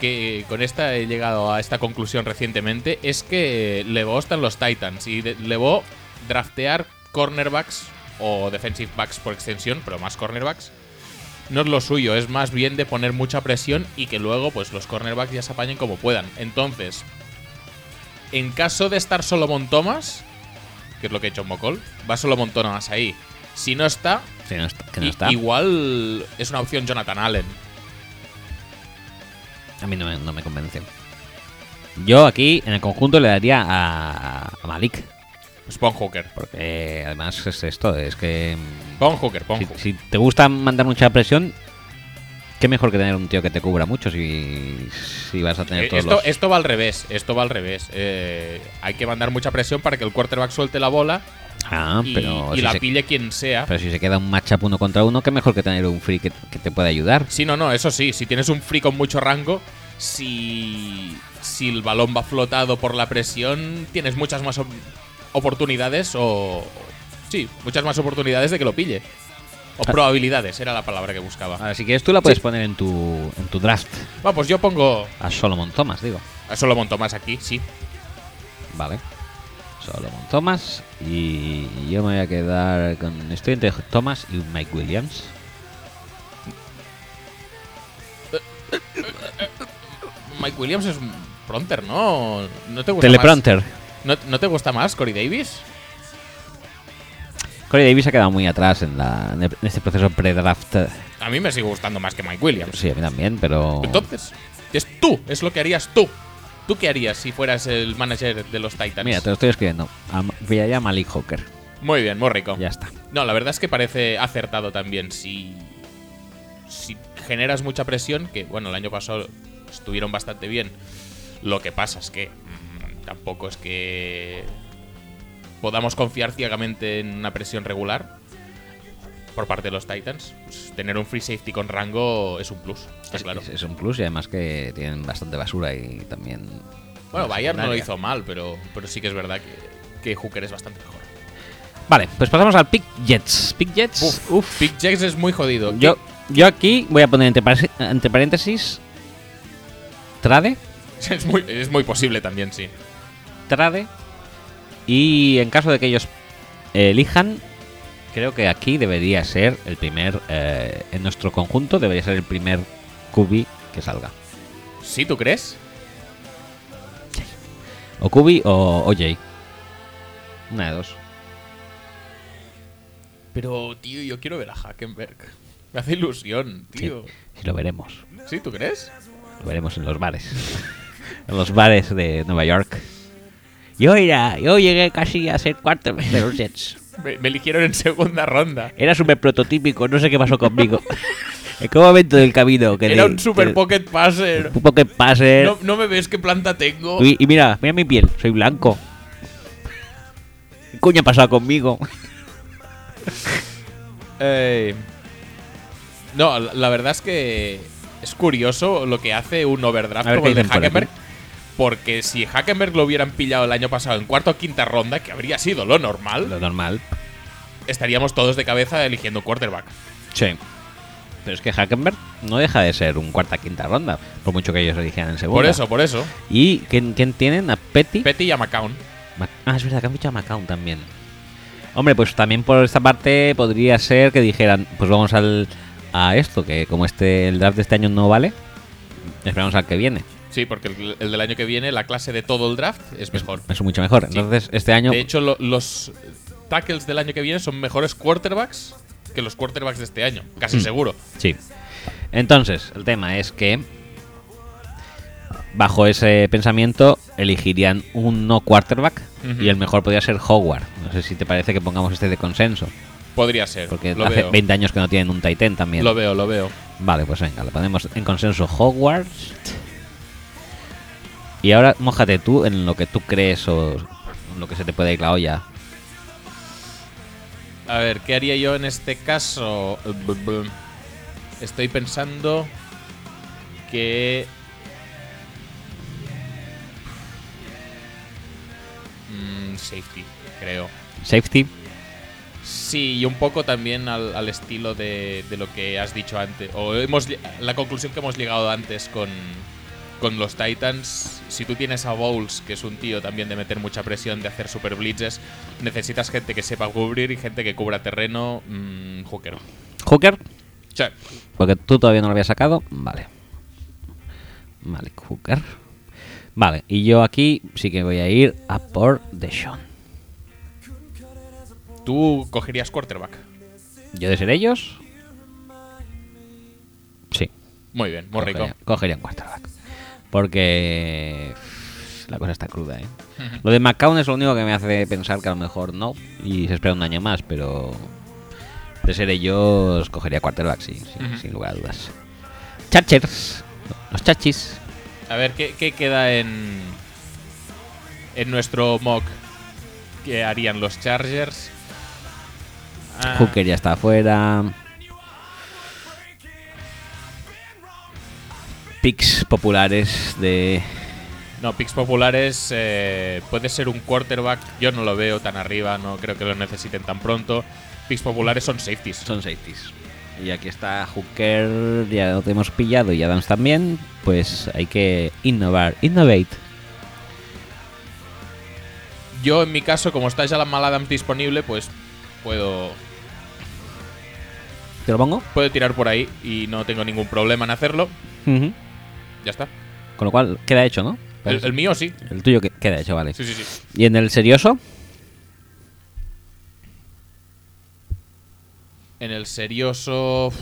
S2: que con esta he llegado a esta conclusión recientemente, es que le gustan los Titans y de- le voy a draftear cornerbacks o defensive backs por extensión, pero más cornerbacks. No es lo suyo, es más bien de poner mucha presión y que luego pues los cornerbacks ya se apañen como puedan. Entonces, en caso de estar solo Montomas, que es lo que ha hecho Mocol, va solo Montomas ahí. Si no está,
S1: Si no está, que no
S2: i-
S1: está.
S2: igual es una opción Jonathan Allen.
S1: A mí no me, no me convence. Yo aquí, en el conjunto, le daría a, a Malik.
S2: Pues pon Hooker.
S1: Porque además es esto, es que... mm,
S2: Pon Hooker, pon
S1: Si,
S2: Hooker.
S1: si te gusta mandar mucha presión, qué mejor que tener un tío que te cubra mucho si, si vas a tener
S2: Eh,
S1: todos
S2: esto,
S1: los-
S2: esto va al revés, esto va al revés. Eh, hay que mandar mucha presión para que el quarterback suelte la bola
S1: Ah,
S2: y,
S1: pero,
S2: y
S1: si
S2: la
S1: se,
S2: pille quien sea.
S1: pero si se queda un matchup uno contra uno, qué mejor que tener un free que, que te pueda ayudar.
S2: Sí, no, no, eso sí. Si tienes un free con mucho rango, si, si el balón va flotado por la presión, tienes muchas más op- oportunidades o. Sí, muchas más oportunidades de que lo pille. O
S1: Ah.
S2: probabilidades, era la palabra que buscaba.
S1: Ahora, si quieres, tú la puedes poner en tu, en tu draft
S2: Vamos, pues yo pongo
S1: a Solomon Thomas, digo.
S2: a Solomon Tomás aquí, sí.
S1: Vale. Solomon Thomas y yo me voy a quedar con... Estoy entre Thomas y un Mike Williams.
S2: Mike Williams es un pronter, ¿no? ¿No te gusta
S1: Telepronter.
S2: más? ¿No, no te gusta más Corey Davis?
S1: Corey Davis ha quedado muy atrás en, la, en el- en este proceso pre-draft. Pues
S2: A mí me sigue gustando más que Mike Williams.
S1: Sí, a mí también, pero...
S2: Entonces, es tú, es lo que harías tú. ¿Tú qué harías si fueras el manager de los Titans?
S1: Mira, te lo estoy escribiendo. Am- Villaría Malik Hawker.
S2: Muy bien, muy rico.
S1: Ya está.
S2: No, la verdad es que parece acertado también. Si, si generas mucha presión, que bueno, el año pasado estuvieron bastante bien. Lo que pasa es que mm, tampoco es que podamos confiar ciegamente en una presión regular por parte de los Titans. Pues, tener un free safety con rango es un plus, está
S1: Es-
S2: claro.
S1: Es, es un plus y además que tienen bastante basura y también.
S2: Bueno, Bayern no lo
S1: secundaria.
S2: hizo mal, pero, pero sí que es verdad que, que Hooker es bastante mejor.
S1: Vale, pues pasamos al Pick Jets. Pick Jets.
S2: Uf, Pick Jax es muy jodido.
S1: Yo, yo aquí voy a poner entre, parece- entre paréntesis. Trade.
S2: Es muy, es muy posible también, sí.
S1: Trade. Y en caso de que ellos elijan, creo que aquí debería ser el primer. eh, en nuestro conjunto debería ser el primer QB que salga.
S2: ¿Sí, tú crees?
S1: O Kubi o OJ. Una de dos.
S2: Pero, tío, yo quiero ver a Hackenberg. Me hace ilusión,
S1: Sí,
S2: tío.
S1: sí, lo veremos.
S2: ¿Sí, tú crees?
S1: Lo veremos en los bares. en los bares de Nueva York. Yo era, yo llegué casi a ser cuarto de los Jets.
S2: Me, me eligieron en segunda ronda.
S1: Era súper prototípico, no sé qué pasó conmigo. ¿En qué momento del camino? Que
S2: Era
S1: de-
S2: un super
S1: que-
S2: pocket passer.
S1: Un pocket passer.
S2: No, no me ves qué planta tengo.
S1: Y, y mira, mira mi piel, soy blanco. ¿Qué coño ha pasado conmigo?
S2: Eh, no, la, la verdad es que es curioso lo que hace un overdraft
S1: A ver
S2: como
S1: qué
S2: el de
S1: dicen por
S2: Hackenberg.
S1: aquí.
S2: Porque si Hackenberg lo hubieran pillado el año pasado en cuarta o quinta ronda, que habría sido lo normal,
S1: Lo normal.
S2: estaríamos todos de cabeza eligiendo quarterback.
S1: Sí. Pero es que Hackenberg no deja de ser un cuarta quinta ronda, por mucho que ellos elijan en segunda.
S2: Por eso, por eso.
S1: ¿Y quién, quién tienen? ¿A Petty?
S2: Petty y a McCown.
S1: Ma- ah, es verdad que han fichado a McCown también. Hombre, pues también por esta parte podría ser que dijeran, pues vamos al, a esto, que como este el draft de este año no vale, Esperamos al que viene.
S2: Sí, porque el, el del año que viene, la clase de todo el draft es mejor.
S1: Es mucho mejor.
S2: Sí.
S1: Entonces, este año.
S2: De hecho, lo- los tackles del año que viene son mejores quarterbacks que los quarterbacks de este año, casi
S1: Mm.
S2: seguro.
S1: Sí. Entonces, el tema es que. Bajo ese pensamiento, elegirían un no quarterback.
S2: Ujú.
S1: Y el mejor podría ser Howard. No sé si te parece que pongamos este de consenso.
S2: Podría ser.
S1: Porque
S2: lo,
S1: hace
S2: veo.
S1: 20 años que no tienen un Titan también.
S2: lo veo, lo veo.
S1: Vale, pues venga, le ponemos en consenso Hogwarts. Y ahora mojate tú en lo que tú crees o en lo que se te puede ir la olla.
S2: A ver, ¿qué haría yo en este caso? B- b- Estoy pensando que... Mm, safety, creo.
S1: Safety.
S2: Sí, y un poco también al, al estilo de, de lo que has dicho antes. O hemos, lle- la conclusión que hemos llegado antes con, con los Titans. Si tú tienes a Bowles, que es un tío también de meter mucha presión, de hacer super blitzes, necesitas gente que sepa cubrir y gente que cubra terreno. mm, hooker.
S1: Hooker.
S2: O sea,
S1: Porque tú todavía no lo habías sacado. Vale. Vale, Hooker. Vale, y yo aquí sí que voy a ir a por Deshaun.
S2: tú cogerías quarterback.
S1: ¿Yo de ser ellos? Sí.
S2: Muy bien, muy rico.
S1: Cogería, cogería un quarterback. Porque pff, la cosa está cruda, ¿eh? Lo de McCown es lo único que me hace pensar que a lo mejor no. Y se espera un año más, pero de ser ellos, cogería quarterback, sí, sí,
S2: Ujú.
S1: sin lugar a dudas. Chachers, los chachis.
S2: A ver, ¿qué, qué queda en, en nuestro mock? ¿Qué harían los Chargers? Ah,
S1: Hooker ya está afuera. Picks populares de.
S2: No, picks populares eh, puede ser un quarterback. Yo no lo veo tan arriba, no creo que lo necesiten tan pronto. Picks populares son safeties.
S1: Son safeties. Y aquí está Hooker, ya lo tenemos pillado y Adams también. Pues hay que innovar, innovate.
S2: Yo, en mi caso, como está ya la Maladam disponible, pues puedo,
S1: ¿Te lo pongo?
S2: puedo tirar por ahí y no tengo ningún problema en hacerlo.
S1: Ujú.
S2: Ya está.
S1: Con lo cual queda hecho, ¿no?
S2: El, el mío sí.
S1: El tuyo que- queda hecho, vale.
S2: Sí, sí, sí.
S1: ¿Y en el serioso?
S2: En el serioso.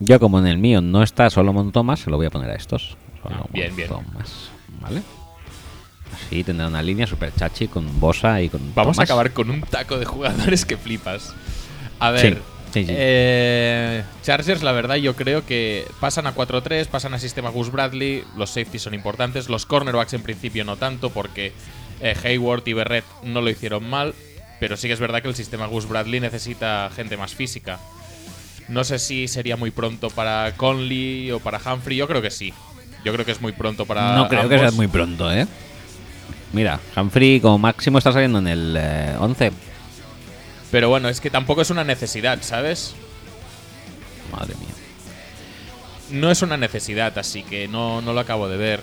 S1: Yo, como en el mío no está Solomon Thomas, se lo voy a poner a estos. Solomon
S2: bien, bien.
S1: Thomas, ¿vale? Así tendrá una línea super chachi con Bosa y con.
S2: Vamos a
S1: Thomas.
S2: acabar con un taco de jugadores que flipas. A ver.
S1: Sí, sí, sí.
S2: eh, Chargers, la verdad, yo creo que pasan a 4-3, pasan a sistema Gus Bradley. Los safeties son importantes. Los cornerbacks, en principio, no tanto, porque eh, Hayward y Berrett no lo hicieron mal. Pero sí que es verdad que el sistema Gus Bradley necesita gente más física. No sé si sería muy pronto para Conley o para Humphrey. Yo creo que sí. Yo creo que es muy pronto para.
S1: No creo que
S2: ambos.
S1: sea muy pronto, ¿eh? Mira, Humphrey como máximo está saliendo en el eh, 11.
S2: Pero bueno, es que tampoco es una necesidad, ¿sabes?
S1: Madre mía.
S2: No es una necesidad, así que no, no lo acabo de ver.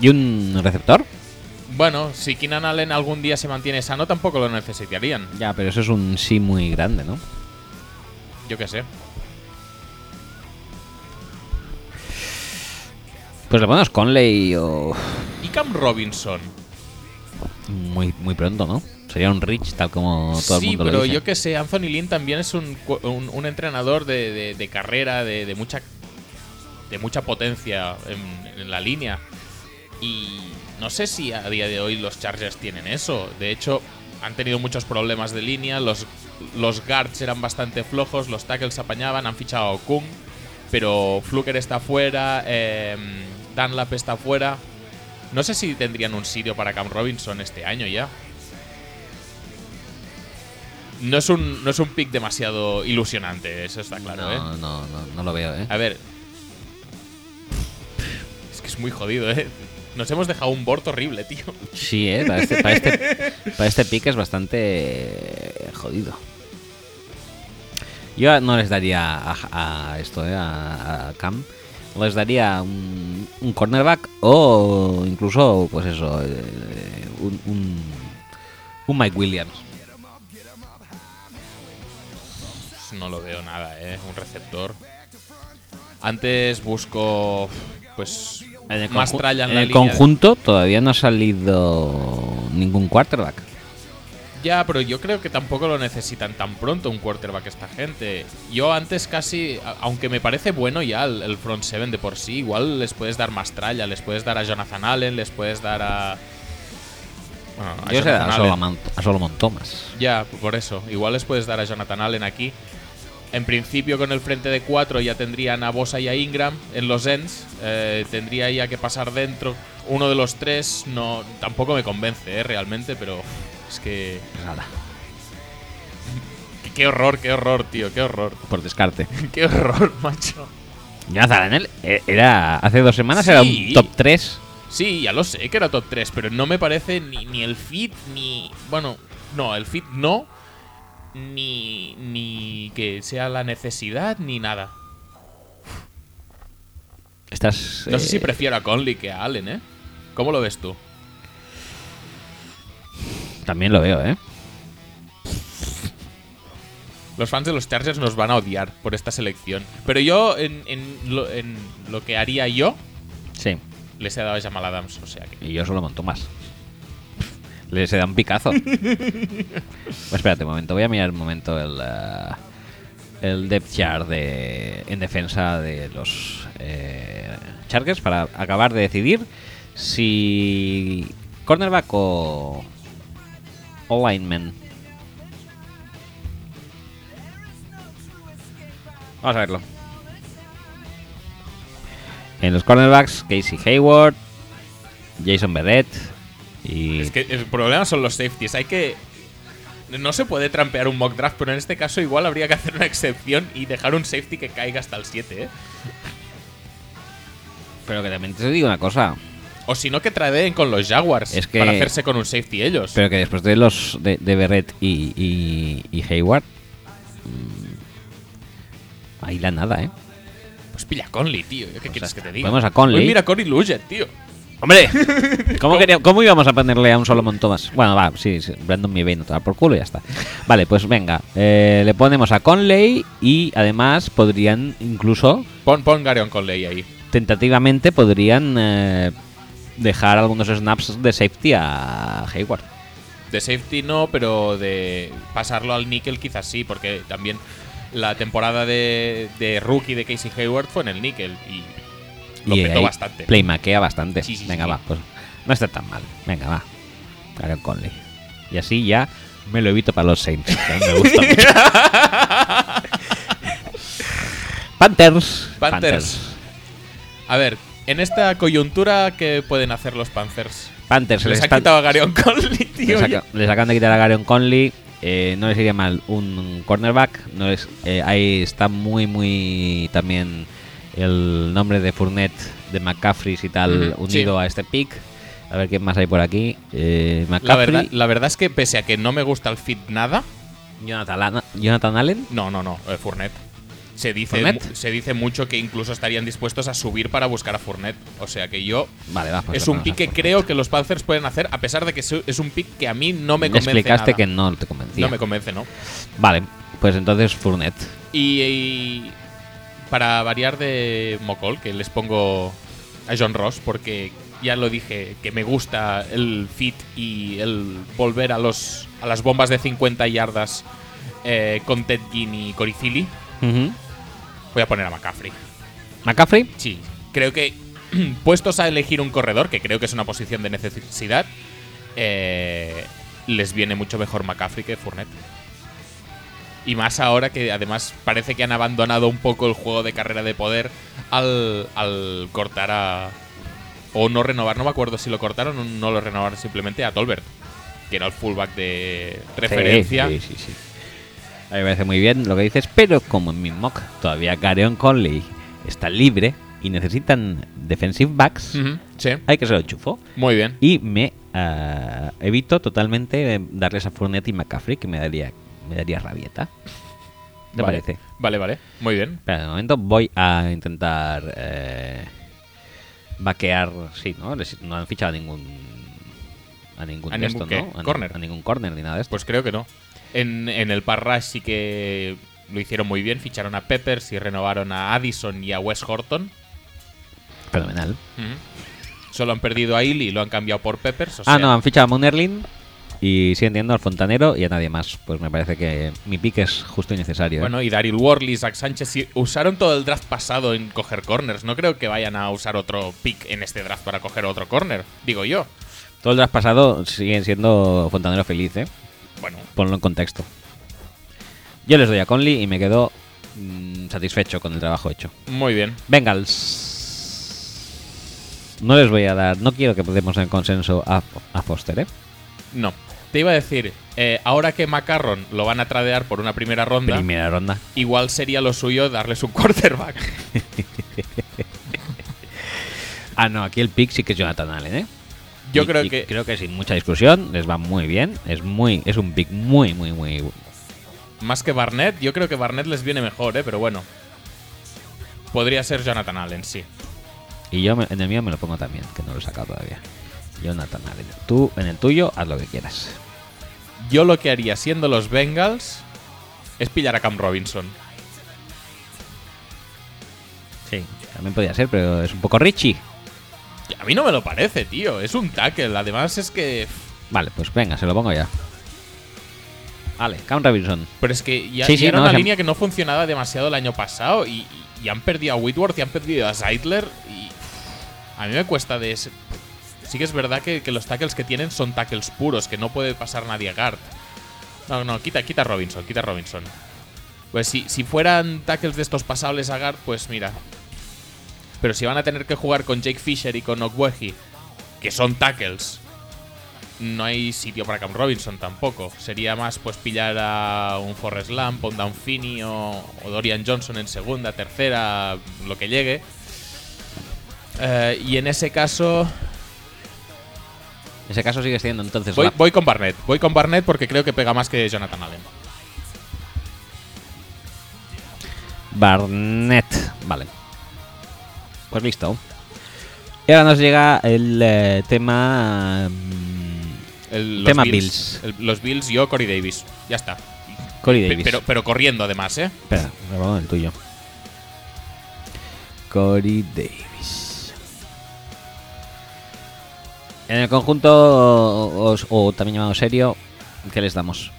S1: ¿Y un receptor?
S2: Bueno, si Keenan Allen algún día se mantiene sano, tampoco lo necesitarían.
S1: Ya, pero eso es un sí muy grande, ¿no?
S2: Yo qué sé.
S1: Pues le ponemos Conley o...
S2: ¿Y Cam Robinson?
S1: Muy, muy pronto, ¿no? Sería un Rich tal como todo el
S2: sí,
S1: mundo
S2: pero
S1: lo dice.
S2: yo qué sé. Anthony Lynn también es un, cu- un- un entrenador de, de- de carrera, de, de mucha de mucha potencia en, en la línea. Y no sé si a día de hoy los Chargers tienen eso. De hecho, han tenido muchos problemas de línea. Los, los guards eran bastante flojos, los tackles apañaban, han fichado a Okung, pero Fluker está fuera, eh, Dunlap está fuera. No sé si tendrían un sitio para Cam Robinson este año ya. No es un, no es un pick demasiado ilusionante, eso está claro, ¿eh?
S1: no, no, no, no lo veo, ¿eh?
S2: A ver. Es que es muy jodido, ¿eh? Nos hemos dejado un board horrible, tío. Pues
S1: Sí, ¿eh? Para este, para este, para este pick es bastante eh, jodido. Yo no les daría a, a esto, ¿eh? a, a Cam. Les daría un, un cornerback o incluso, pues eso, eh, un, un, un Mike Williams.
S2: No lo veo nada, ¿eh? Un receptor. Antes busco pues
S1: En el,
S2: más
S1: conju-
S2: tralla en
S1: en
S2: la
S1: el
S2: línea de-
S1: conjunto todavía no ha salido ningún quarterback.
S2: Ya, pero yo creo que tampoco lo necesitan tan pronto un quarterback esta gente. Yo antes casi, a- aunque me parece bueno ya el, el front seven de por sí, igual les puedes dar más tralla, les puedes dar a Jonathan Allen, les puedes dar a... Bueno, a
S1: Yo sé
S2: Jonathan
S1: a
S2: Allen.
S1: Solomon, a Solomon Thomas.
S2: Ya, por eso. Igual les puedes dar a Jonathan Allen aquí. En principio, con el frente de cuatro ya tendrían a Bosa y a Ingram en los ends. Eh, tendría ya que pasar dentro. Uno de los tres no tampoco me convence, eh, realmente, pero es que.
S1: Pues nada,
S2: Qué horror, qué horror, tío, qué horror.
S1: por descarte.
S2: Qué horror, macho.
S1: Jonathan Allen eh, era, hace dos semanas
S2: Sí.
S1: era un top 3.
S2: Sí, ya lo sé que era top 3, pero no me parece ni, ni el fit, ni. Bueno, no, el fit no. Ni, ni que sea la necesidad, ni nada.
S1: Estás,
S2: No sé
S1: eh,
S2: si prefiero a Conley que a Allen, ¿eh? ¿Cómo lo ves tú?
S1: También lo veo, ¿eh?
S2: Los fans de los Chargers nos van a odiar por esta selección. Pero yo, en, en lo, en lo que haría yo,
S1: Sí.
S2: les he dado a Jamal Adams. O sea que.
S1: Y yo Solomon Thomas. Le se da un picazo. Pues espérate un momento, voy a mirar un momento el, eh, el depth chart de, en defensa de los eh, Chargers para acabar de decidir si cornerback o, o lineman. Vamos a verlo. En los cornerbacks, Casey Hayward, Jason Beret y
S2: Es que el problema son los safeties. Hay que. No se puede trampear un mock draft, pero en este caso igual habría que hacer una excepción y dejar un safety que caiga hasta el 7, ¿eh?
S1: Pero que también te digo una cosa.
S2: O si no, que tradeen con los Jaguars
S1: Es que-
S2: para hacerse con un safety ellos.
S1: Pero que después de los de, de Berret y, y, y Hayward. mm, ahí la nada, ¿eh?
S2: Pues pilla a Conley, tío. ¿Yo ¿Qué quieres
S1: hasta-
S2: que te diga?
S1: ponemos a Conley.
S2: Uy, mira, Conley Luget, tío.
S1: ¡Hombre! ¿Cómo, quería- cómo íbamos a ponerle a un Solomon Thomas? Bueno, va, sí, sí, Brandon Mivey no te da por culo y ya está. Vale, pues venga. eh, le ponemos a Conley y además podrían incluso
S2: Pon, pon Garion Conley ahí.
S1: tentativamente podrían eh, dejar algunos snaps de safety a Hayward.
S2: De safety no, pero de pasarlo al níquel quizás sí, porque también la temporada de, de rookie de Casey Hayward fue en el níquel y lo
S1: Y
S2: petó
S1: ahí
S2: bastante.
S1: Playmaquea bastante.
S2: Sí, sí,
S1: Venga,
S2: sí.
S1: va, pues no está tan mal. Venga, va. Aaron Conley. Y así ya me lo evito para los Saints. que a mí me gusta mucho. Panthers.
S2: Panthers.
S1: Panthers.
S2: A ver, en esta coyuntura, ¿qué pueden hacer los Panthers?
S1: Panthers,
S2: Se les, ha
S1: están-
S2: quitado a Garion Conley, tío.
S1: les aca- les acaban de quitar a Garion Conley. eh, no les iría mal un cornerback. No les, eh, ahí está muy, muy también el nombre de Fournette, de McCaffrey y tal,
S2: Ujú,
S1: unido
S2: sí.
S1: a este pick. A ver qué más hay por aquí. Eh, McCaffrey.
S2: La verdad, la verdad es que pese a que no me gusta el fit nada,
S1: Jonathan, Lana- Jonathan Allen.
S2: no, no, no, eh, Fournette. Se dice,
S1: ¿Fournette?
S2: mu- se dice mucho que incluso estarían dispuestos a subir para buscar a Fournette. O sea que yo
S1: Vale, va. pues
S2: es
S1: lo
S2: un
S1: ponemos
S2: pick
S1: a
S2: que
S1: Fournette.
S2: creo que los Panthers pueden hacer, a pesar de que su- es un pick que a mí no me
S1: Ya
S2: convence.
S1: explicaste
S2: nada.
S1: que no te convencía.
S2: no me convence, ¿no?
S1: vale, pues entonces Fournette.
S2: Y, y para variar de Mocol, que les pongo a John Ross, porque ya lo dije, que me gusta el fit y el volver a, los, a las bombas de 50 yardas eh, con Ted Ginn y Cory Philly. Voy a poner a McCaffrey.
S1: McCaffrey.
S2: Sí, creo que puestos a elegir un corredor, que creo que es una posición de necesidad, eh, les viene mucho mejor McCaffrey que Fournette. Y más ahora que además parece que han abandonado un poco el juego de carrera de poder al, al cortar a... O no renovar, no me acuerdo si lo cortaron o no lo renovaron simplemente a Tolbert, que era el fullback de referencia.
S1: Sí, sí, sí. A mí me parece muy bien lo que dices, pero como en mi mock todavía Garion Conley está libre y necesitan defensive backs,
S2: Ujú, sí,
S1: hay que se lo chufo.
S2: muy bien.
S1: Y me ah, evito totalmente eh, darles a Fournette y McCaffrey, que me daría, me daría rabieta. ¿Te
S2: Vale.
S1: parece?
S2: Vale, vale, muy bien.
S1: Espera, de momento voy a intentar eh, vaquear. Sí, ¿no? Les- no han fichado a ningún. A ningún
S2: ¿A
S1: de
S2: ningún
S1: estos,
S2: qué? Pues
S1: ¿no? A, ni-
S2: Corner.
S1: a ningún corner ni nada de esto.
S2: Pues creo que no. En, en el Parrash sí que lo hicieron muy bien, ficharon a Peppers y renovaron a Addison y a Wes Horton.
S1: Fenomenal.
S2: Solo han perdido a Illy y lo han cambiado por Peppers. o sea-
S1: ah, no, han fichado a Monerlin y sí entiendo al fontanero y a nadie más. Pues me parece que mi pique es justo y necesario. ¿eh?
S2: Bueno, y Daryl Worley, Zach Sánchez sí, usaron todo el draft pasado en coger corners. No creo que vayan a usar otro pick en este draft para coger otro corner, digo yo.
S1: Todo el draft pasado siguen siendo fontanero feliz, ¿eh?
S2: Bueno,
S1: Ponlo en contexto. Yo les doy a Conley y me quedo mm, satisfecho con el trabajo hecho.
S2: muy bien.
S1: Bengals. No les voy a dar, no quiero que podemos en consenso a, a Foster, ¿eh?
S2: No. Te iba a decir, eh, ahora que Macarron lo van a tradear por una primera ronda,
S1: Primera ronda.
S2: igual sería lo suyo darles un quarterback.
S1: Ah, no, aquí el pick sí que es Jonathan Allen, ¿eh?
S2: Yo
S1: Y-
S2: creo
S1: y
S2: que
S1: creo que sin mucha discusión les va muy bien. Es muy, es un pick muy, muy, muy.
S2: más que Barnett, yo creo que Barnett les viene mejor, ¿eh? pero bueno. Podría ser Jonathan Allen, sí.
S1: Y yo me- en el mío me lo pongo también, que no lo he sacado todavía. Jonathan Allen. Tú en el tuyo haz lo que quieras.
S2: Yo lo que haría siendo los Bengals es pillar a Cam Robinson.
S1: Sí. También podría ser, pero es un poco Richie.
S2: A mí no me lo parece, tío. Es un tackle. Además es que...
S1: Vale, pues venga, se lo pongo ya. Vale, Cam Robinson.
S2: Pero es que ya,
S1: Sí,
S2: ya
S1: sí,
S2: era
S1: no,
S2: una
S1: se-
S2: línea que no funcionaba demasiado el año pasado y, y han perdido a Whitworth y han perdido a Zeidler y a mí me cuesta de ese... Sí que es verdad que, que los tackles que tienen son tackles puros, que no puede pasar nadie a guard. No, no, quita, quita a Robinson, quita a Robinson. Pues si, si fueran tackles de estos pasables a guard, pues mira. Pero si van a tener que jugar con Jake Fisher y con Okweji, que son tackles, no hay sitio para Cam Robinson tampoco. Sería más pues pillar a un Forrest Lamp, un Dan Finney o, o Dorian Johnson en segunda, tercera, lo que llegue. Eh, y en ese caso
S1: En ese caso sigue siendo entonces.
S2: voy,
S1: la-
S2: voy con Barnett. Voy con Barnett porque creo que pega más que Jonathan Allen.
S1: Barnett. Vale. Pues listo. Y ahora nos llega el eh, tema. mm,
S2: El-
S1: Tema
S2: el- los Bills, yo, Corey Davis. Ya está.
S1: Corey
S2: Pe-
S1: Davis.
S2: Pero, pero corriendo además, ¿eh?
S1: Espera, me pongo el tuyo. Corey Davis. En el conjunto, o, o- o también llamado serio, ¿qué les damos?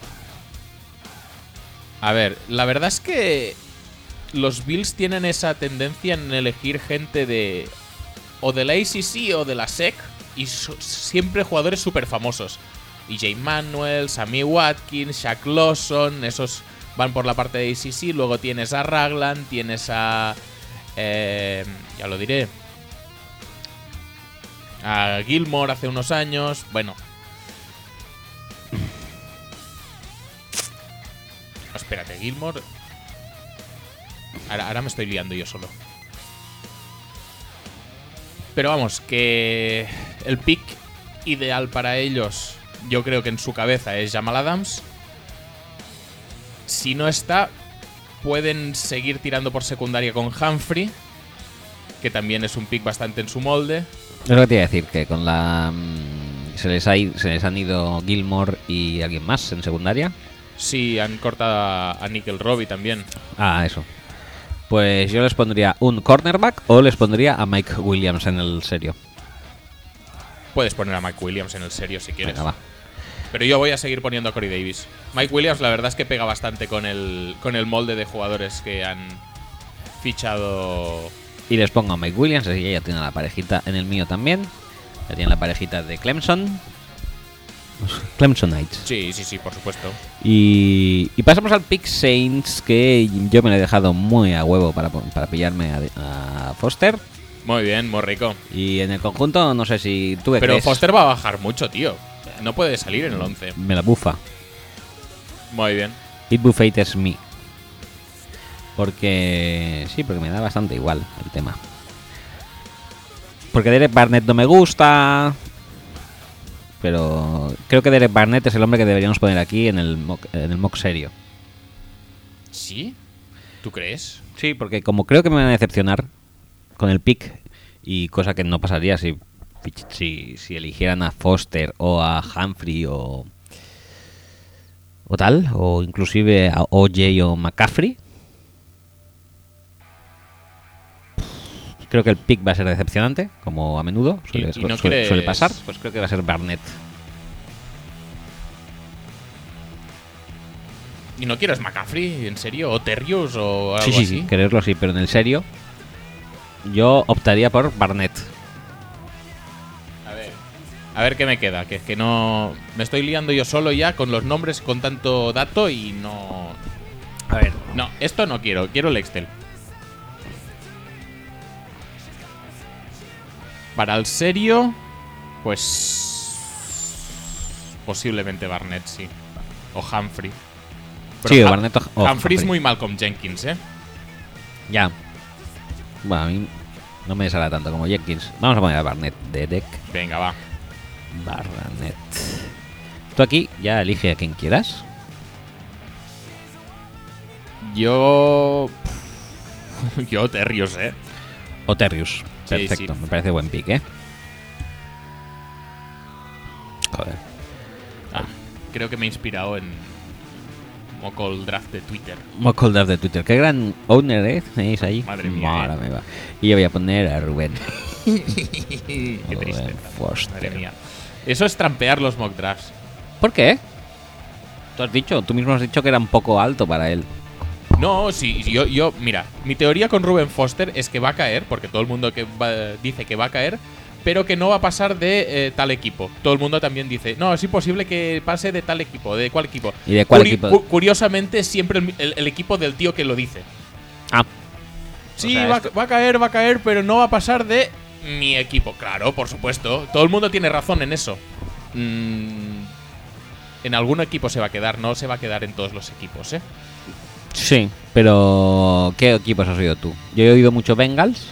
S2: A ver, la verdad es que los Bills tienen esa tendencia en elegir gente de o de la ACC o de la SEC y so- siempre jugadores súper famosos. EJ Manuel, Sammy Watkins, Shaq Lawson, esos van por la parte de ACC. Luego tienes a Raglan, tienes a... eh, ya lo diré. A Gilmore hace unos años. Bueno. Espérate, Gilmore... Ahora, ahora me estoy liando yo solo. Pero vamos, que el pick ideal para ellos, yo creo que en su cabeza es Jamal Adams. Si no está, pueden seguir tirando por secundaria con Humphrey, que también es un pick bastante en su molde.
S1: Es lo que te iba a decir, que con la. mm, se, les ha ido- se les han ido Gilmore y alguien más en secundaria.
S2: Sí, han cortado a- a Nickel Robbie también.
S1: Ah, eso. Pues yo les pondría un cornerback o les pondría a Mike Williams en el serio.
S2: Puedes poner a Mike Williams en el serio si quieres.
S1: Venga, va.
S2: Pero yo voy a seguir poniendo a Corey Davis. Mike Williams, la verdad es que pega bastante con el, con el molde de jugadores que han fichado.
S1: Y les pongo a Mike Williams, así que ya tiene la parejita en el mío también. Ya tiene la parejita de Clemson. Los Clemsonites.
S2: Sí, sí, sí, por supuesto.
S1: Y, y pasamos al Pick Saints, que yo me lo he dejado muy a huevo para, po- para pillarme a, a Foster.
S2: Muy bien, muy rico.
S1: Y en el conjunto, no sé si tú qué
S2: Pero
S1: crees.
S2: Foster va a bajar mucho, tío. No puede salir en el 11.
S1: me la bufa.
S2: Muy bien.
S1: It Buffet es me. Porque. Sí, porque me da bastante igual el tema. Porque Derek Barnett no me gusta. Pero creo que Derek Barnett es el hombre que deberíamos poner aquí en el mock, en el mock serio.
S2: ¿Sí? ¿Tú crees?
S1: Sí, porque como creo que me van a decepcionar con el pick, y cosa que no pasaría si, fich- si, si eligieran a Foster o a Humphrey o, o tal, o inclusive a OJ o McCaffrey. Creo que el pick va a ser decepcionante, como a menudo suele,
S2: Y- y no
S1: su- suele
S2: crees-
S1: pasar. Pues creo que va a ser Barnett.
S2: ¿Y no quieres McCaffrey? ¿En serio? ¿O Terrius? ¿O algo
S1: Sí, sí,
S2: así?
S1: sí, quererlo sí, pero en el serio, yo optaría por Barnett.
S2: A ver. A ver qué me queda, que es que no. Me estoy liando yo solo ya con los nombres, con tanto dato y no.
S1: A ver,
S2: No, esto no quiero, quiero el Excel. Para el serio, pues. Posiblemente Barnett, sí. O Humphrey.
S1: Sí,
S2: Hum-
S1: Barnett o- o
S2: Humphrey,
S1: Humphrey.
S2: es muy Malcolm Jenkins, ¿eh?
S1: ya. Bueno, a mí no me desagrada tanto como Jenkins. Vamos a poner a Barnett de deck.
S2: Venga, va.
S1: Barnett. Tú aquí ya elige a quien quieras.
S2: Yo. Yo te ríos, ¿eh?
S1: O Terrius.
S2: Sí,
S1: Perfecto,
S2: sí.
S1: me parece buen pick, ¿eh? Joder.
S2: Ah, creo que me he inspirado en. Mocol Draft de Twitter.
S1: Mocoldaf de Twitter. Qué gran owner, ¿eh? Tenéis ahí.
S2: Madre mía,
S1: Mala
S2: eh.
S1: me va. Y yo voy a poner a Rubén.
S2: Qué
S1: Mm. Joder,
S2: triste.
S1: Foster.
S2: Madre mía. Eso es trampear los mock drafts.
S1: ¿Por qué? Tú has dicho, tú mismo has dicho que era un poco alto para él.
S2: No, sí, yo, yo, mira, mi teoría con Ruben Foster es que va a caer, porque todo el mundo que va- dice que va a caer, pero que no va a pasar de eh, tal equipo. Todo el mundo también dice, no, es imposible que pase de tal equipo, de cuál equipo.
S1: ¿Y de cuál equipo?
S2: curiosamente, siempre el, el- el equipo del tío que lo dice.
S1: Ah,
S2: Sí,
S1: sea,
S2: va,
S1: esto-
S2: va a caer, va a caer, pero no va a pasar de mi equipo. Claro, por supuesto. Todo el mundo tiene razón en eso. Mm, en algún equipo se va a quedar, no se va a quedar en todos los equipos, ¿eh?
S1: sí. Pero, ¿qué equipos has oído tú? Yo he oído mucho Bengals.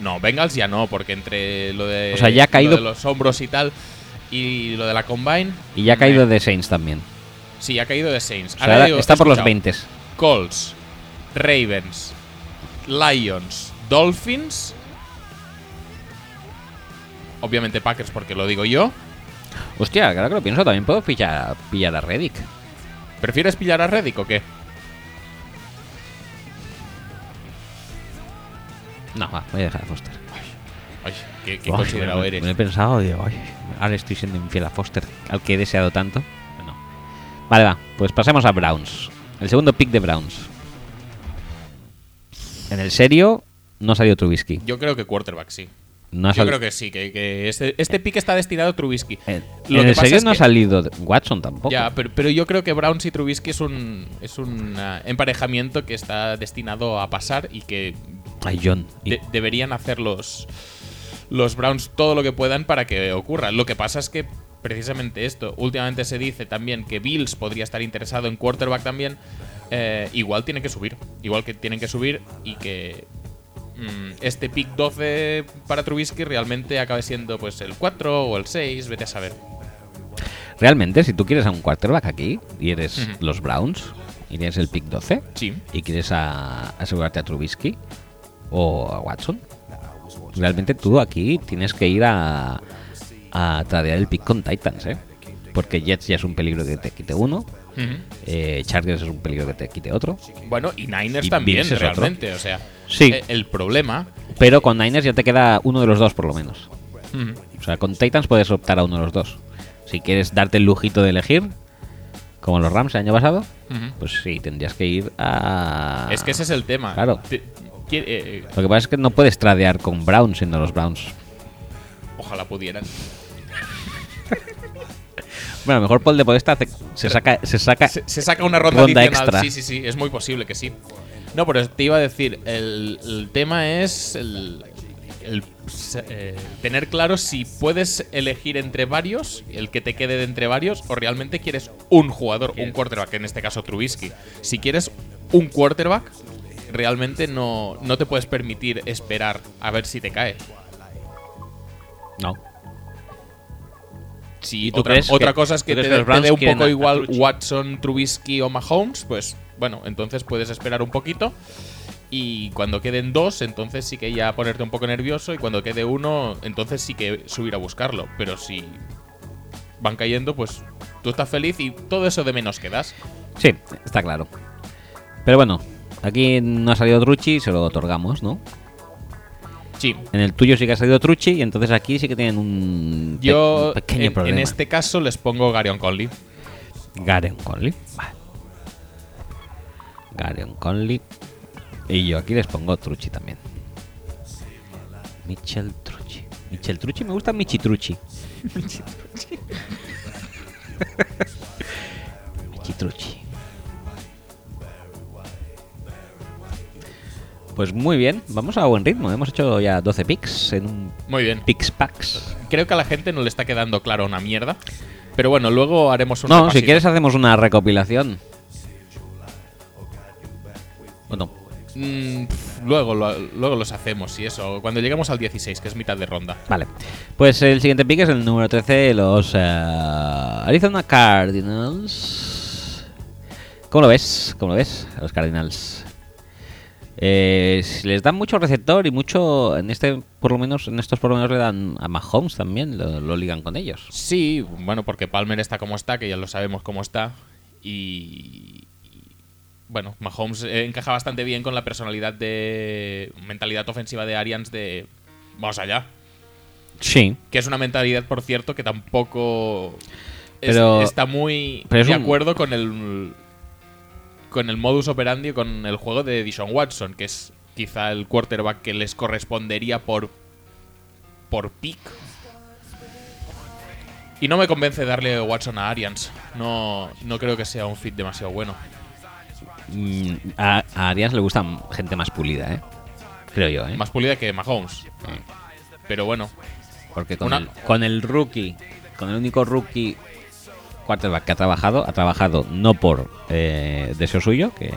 S2: No, Bengals ya no, porque entre lo de,
S1: O sea, ya ha
S2: lo
S1: caído-
S2: de los hombros y tal y lo de la Combine.
S1: Y ya ha caído
S2: eh,
S1: de Saints también.
S2: Sí, ha caído de Saints.
S1: O sea,
S2: Ahora
S1: ahora
S2: digo-
S1: está por los
S2: escuchao.
S1: 20.
S2: Colts, Ravens, Lions, Dolphins. Obviamente Packers porque lo digo yo.
S1: Hostia, ahora que lo pienso, también puedo pillar, pillar a Reddick.
S2: ¿Prefieres pillar a Reddick o qué?
S1: No, va, voy a dejar a Foster.
S2: Ay, qué, qué
S1: Ay,
S2: considerado
S1: me-
S2: eres.
S1: Me lo he pensado y digo, ay, ahora estoy siendo infiel a Foster, al que he deseado tanto. No. Vale, va, pues pasemos a Browns. El segundo pick de Browns. En el serio, no ha salido Trubisky.
S2: Yo creo que quarterback sí.
S1: No ha
S2: Yo
S1: sali-
S2: creo que sí, que, que este, este pick está destinado a Trubisky.
S1: En,
S2: Lo
S1: Eh, en
S2: que
S1: el
S2: pasa
S1: serio
S2: es
S1: no ha
S2: que-
S1: salido de- Watson tampoco.
S2: Ya, pero, pero yo creo que Browns y Trubisky es un, es un ah, emparejamiento que está destinado a pasar y que
S1: Ay, John. y-
S2: de- deberían hacer los, los Browns todo lo que puedan para que ocurra. Lo que pasa es que precisamente esto, últimamente se dice también que Bills podría estar interesado en quarterback también, eh, igual tienen que subir, igual que tienen que subir y que mm, este pick 12 para Trubisky realmente acabe siendo pues el 4 o el 6, vete a saber.
S1: Realmente, si tú quieres a un quarterback aquí y eres
S2: Ujú.
S1: los Browns y tienes el pick 12
S2: Sí.
S1: y quieres a- asegurarte a Trubisky o a Watson, realmente tú aquí tienes que ir a, a tradear el pick con Titans, ¿eh? Porque Jets ya es un peligro que te quite uno,
S2: Ujú.
S1: eh, Chargers es un peligro que te quite otro,
S2: Bueno, y Niners
S1: Y
S2: también,
S1: Bills es otro.
S2: realmente. O sea,
S1: Sí.
S2: eh, el problema.
S1: pero con Niners ya te queda uno de los dos por lo menos.
S2: mm,
S1: O sea, con Titans puedes optar a uno de los dos. Si quieres darte el lujito de elegir, como los Rams el año pasado,
S2: mm,
S1: pues sí, tendrías que ir a...
S2: es que ese es el tema.
S1: Claro.
S2: Te- qui- eh,
S1: Lo que pasa es que no puedes tradear con Browns siendo los Browns.
S2: ojalá pudieran.
S1: Bueno, a lo mejor Paul de Podesta hace- se saca, se saca
S2: Se, se saca una ronda,
S1: Ronda
S2: adicional.
S1: extra.
S2: Sí, sí, sí. Es muy posible que sí. No, pero te iba a decir, el, el tema es el, el, eh, tener claro si puedes elegir entre varios, el que te quede de entre varios, o realmente quieres un jugador, un quarterback, en este caso Trubisky. Si quieres un quarterback, realmente no, no te puedes permitir esperar a ver si te cae.
S1: No.
S2: Si
S1: ¿Y tú
S2: otra,
S1: crees
S2: otra
S1: que-
S2: cosa es que
S1: tú crees
S2: te,
S1: que los
S2: te
S1: Browns
S2: dé un
S1: quieren
S2: poco
S1: a- a
S2: igual
S1: Trucci?
S2: Watson, Trubisky o Mahomes, pues bueno, entonces puedes esperar un poquito. Y cuando queden dos, entonces sí que ya ponerte un poco nervioso. Y cuando quede uno, entonces sí que subir a buscarlo. Pero si van cayendo, pues tú estás feliz y todo eso de menos quedas.
S1: Sí, está claro. Pero bueno, aquí no ha salido Truchi, se lo otorgamos, ¿no?
S2: Sí.
S1: En el tuyo sí que ha salido Truchi y entonces aquí sí que tienen un, pe-
S2: Yo,
S1: un pequeño
S2: en, en
S1: problema.
S2: este caso, les pongo Garion Conley.
S1: Garen Conley. Vale. Garen Conley. Y yo aquí les pongo Truchi también. Michel Truchi. Michel Truchi me gusta Michi Truchi. Michi Truchi. Pues muy bien, vamos a buen ritmo. Hemos hecho ya 12 picks en un
S2: Muy bien.
S1: picks packs.
S2: Creo que a la gente no le está quedando claro una mierda. Pero bueno, luego haremos un
S1: No, si
S2: repasito.
S1: quieres hacemos una recopilación. ¿O no?
S2: Mm, pff, luego, lo- luego los hacemos y eso. Cuando lleguemos al 16, que es mitad de ronda.
S1: Vale. Pues el siguiente pick es el número 13, los eh, Arizona Cardinals. ¿Cómo lo ves? ¿Cómo lo ves a los Cardinals? Eh, s- les dan mucho receptor y mucho en este por lo menos en estos por lo menos le dan a Mahomes también lo, lo ligan con ellos
S2: Sí, bueno, porque Palmer está como está, que ya lo sabemos cómo está. Y. y, Bueno, Mahomes eh, encaja bastante bien con la personalidad de. mentalidad ofensiva de Arians de. Vamos allá.
S1: sí
S2: Que es una mentalidad, por cierto, que tampoco. es-
S1: Pero-
S2: está muy
S1: pero es
S2: de
S1: un-
S2: acuerdo con el. con el modus operandi, con el juego de Dishon Watson, que es quizá el quarterback que les correspondería por. por pick. Y no me convence darle Watson a Arians. No, no creo que sea un fit demasiado bueno.
S1: Mm, a, a Arias le gusta m- gente más pulida eh creo yo eh Ah.
S2: Más pulida que Mahomes. Pero bueno,
S1: porque con,
S2: una-
S1: el, con el rookie con el único rookie quarterback que ha trabajado ha trabajado no por eh, deseo suyo que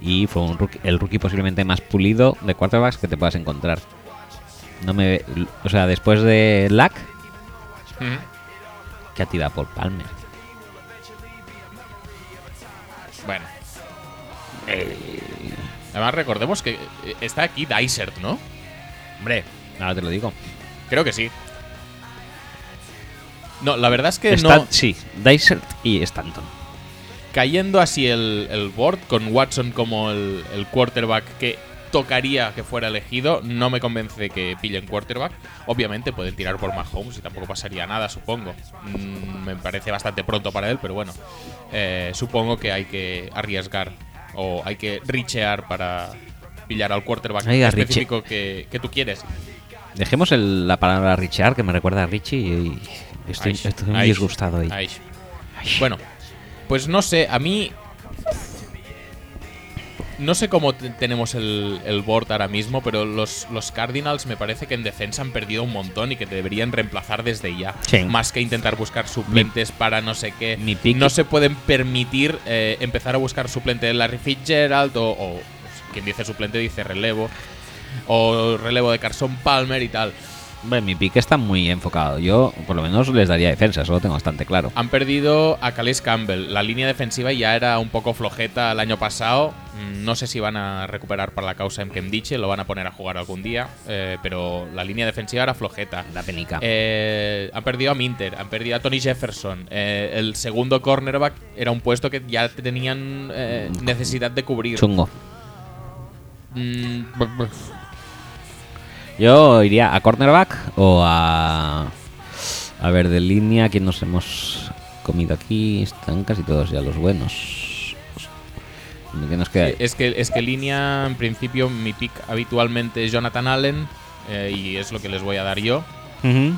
S1: y fue un rookie- el rookie posiblemente más pulido de quarterbacks que te puedas encontrar. No me, o sea, después de Lack,
S2: Ujú. Ujú.
S1: que ha tirado por Palmer.
S2: Bueno. Además, recordemos que eh, está aquí Dysert, ¿no? Hombre,
S1: Ahora te lo digo.
S2: creo que sí. No, la verdad es que
S1: Stan-
S2: no.
S1: Sí, Dysert y Stanton.
S2: Cayendo así el, el board con Watson como el, el quarterback que tocaría que fuera elegido, no me convence que pillen quarterback. Obviamente pueden tirar por Mahomes y tampoco pasaría nada, supongo. Mm, me parece bastante pronto para él, pero bueno. Eh, supongo que hay que arriesgar o hay que richear para pillar al quarterback
S1: Oiga,
S2: específico que, que tú quieres.
S1: Dejemos el- la palabra Richard, que me recuerda a Richie, y, y estoy,
S2: Aish,
S1: estoy muy
S2: aish,
S1: disgustado ahí.
S2: aish.
S1: Aish.
S2: Bueno, pues no sé, a mí. No sé cómo te- tenemos el, el board ahora mismo, pero los, los Cardinals me parece que en defensa han perdido un montón y que deberían reemplazar desde ya.
S1: Sí.
S2: Más que intentar buscar suplentes para no sé qué.
S1: mi pick-
S2: No se pueden permitir eh, empezar a buscar suplente de Larry Fitzgerald o, o quien dice suplente dice relevo. O relevo de Carson Palmer y tal.
S1: Bueno, mi pick está muy enfocado. Yo, por lo menos, les daría defensa, eso lo tengo bastante claro.
S2: Han perdido a Calais Campbell. La línea defensiva ya era un poco flojeta el año pasado. Mm, No sé si van a recuperar para la causa en Kemdiche, lo van a poner a jugar algún día, eh, pero la línea defensiva era flojeta.
S1: La penica.
S2: Eh, han perdido a Minter, han perdido a Tony Jefferson. Eh, el segundo cornerback era un puesto que ya tenían eh, necesidad de cubrir.
S1: Chungo.
S2: Mm,
S1: Yo iría a cornerback o a. A ver, de línea, ¿quién nos hemos comido aquí? Están casi todos ya los buenos. ¿Qué nos queda?
S2: Es que, es que línea, en principio, mi pick habitualmente es Jonathan Allen eh, y es lo que les voy a dar yo.
S1: Ujú.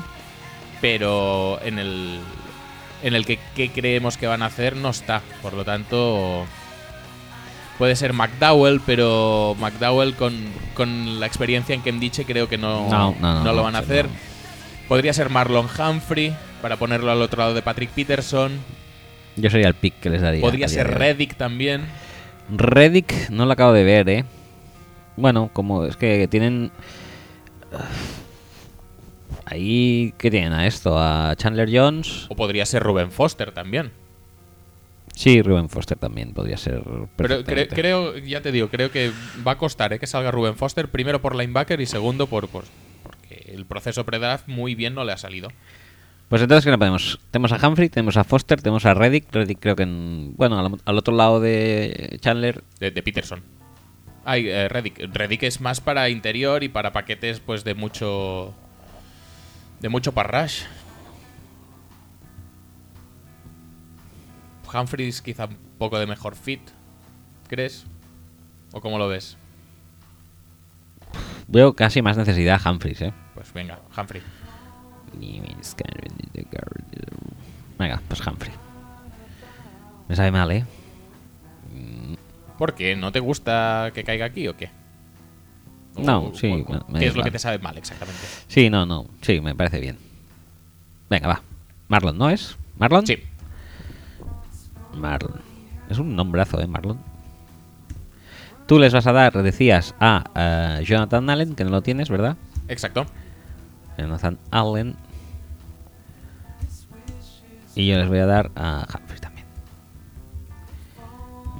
S2: pero en el en el que, que creemos que van a hacer no está. Por lo tanto, puede ser McDowell, pero McDowell con, con la experiencia en que me dice creo que no,
S1: No, no, no,
S2: lo
S1: no,
S2: van a
S1: sí,
S2: hacer.
S1: no.
S2: Podría ser Marlon Humphrey para ponerlo al otro lado de Patrick Peterson.
S1: Yo sería el pick que les daría.
S2: Podría
S1: a día
S2: ser
S1: de hoy.
S2: Reddick también.
S1: Reddick no lo acabo de ver, ¿eh? Bueno, como es que tienen... Ahí, ¿qué tienen a esto? A Chandler Jones.
S2: O podría ser Ruben Foster también.
S1: Sí, Ruben Foster también podría ser...
S2: Pero cre-
S1: perfectamente.
S2: creo, ya te digo, creo que va a costar ¿eh? que salga Ruben Foster, primero por linebacker y segundo por, por- porque el proceso pre-draft muy bien no le ha salido.
S1: Pues entonces, ¿qué no podemos? Tenemos a Humphrey, tenemos a Foster, tenemos a Reddick. Reddick creo que, en, bueno, al, al otro lado de Chandler.
S2: De, de Peterson. Ay, eh, Reddick. Reddick es más para interior y para paquetes pues de mucho... De mucho parrash. Humphries quizá un poco de mejor fit, ¿crees? ¿O cómo lo ves?
S1: Veo casi más necesidad a Humphreys, ¿eh?
S2: Pues venga, Humphrey.
S1: Venga, pues Humphrey. Me sabe mal, ¿eh?
S2: ¿Por qué? ¿No te gusta que caiga aquí o qué? ¿O-
S1: No,
S2: o-
S1: sí,
S2: o-
S1: me- me da
S2: Oh, ¿Qué es lo
S1: igual.
S2: que te sabe mal exactamente?
S1: Sí, no, no. Sí, me parece bien. Venga, va. Marlon, ¿no es? ¿Marlon?
S2: Sí.
S1: Marlon. Es un nombrazo, ¿eh, Marlon? Tú les vas a dar, decías, a eh, Jonathan Allen, que no lo tienes, ¿verdad?
S2: Exacto.
S1: Jonathan Allen. Y yo les voy a dar a Humphrey también.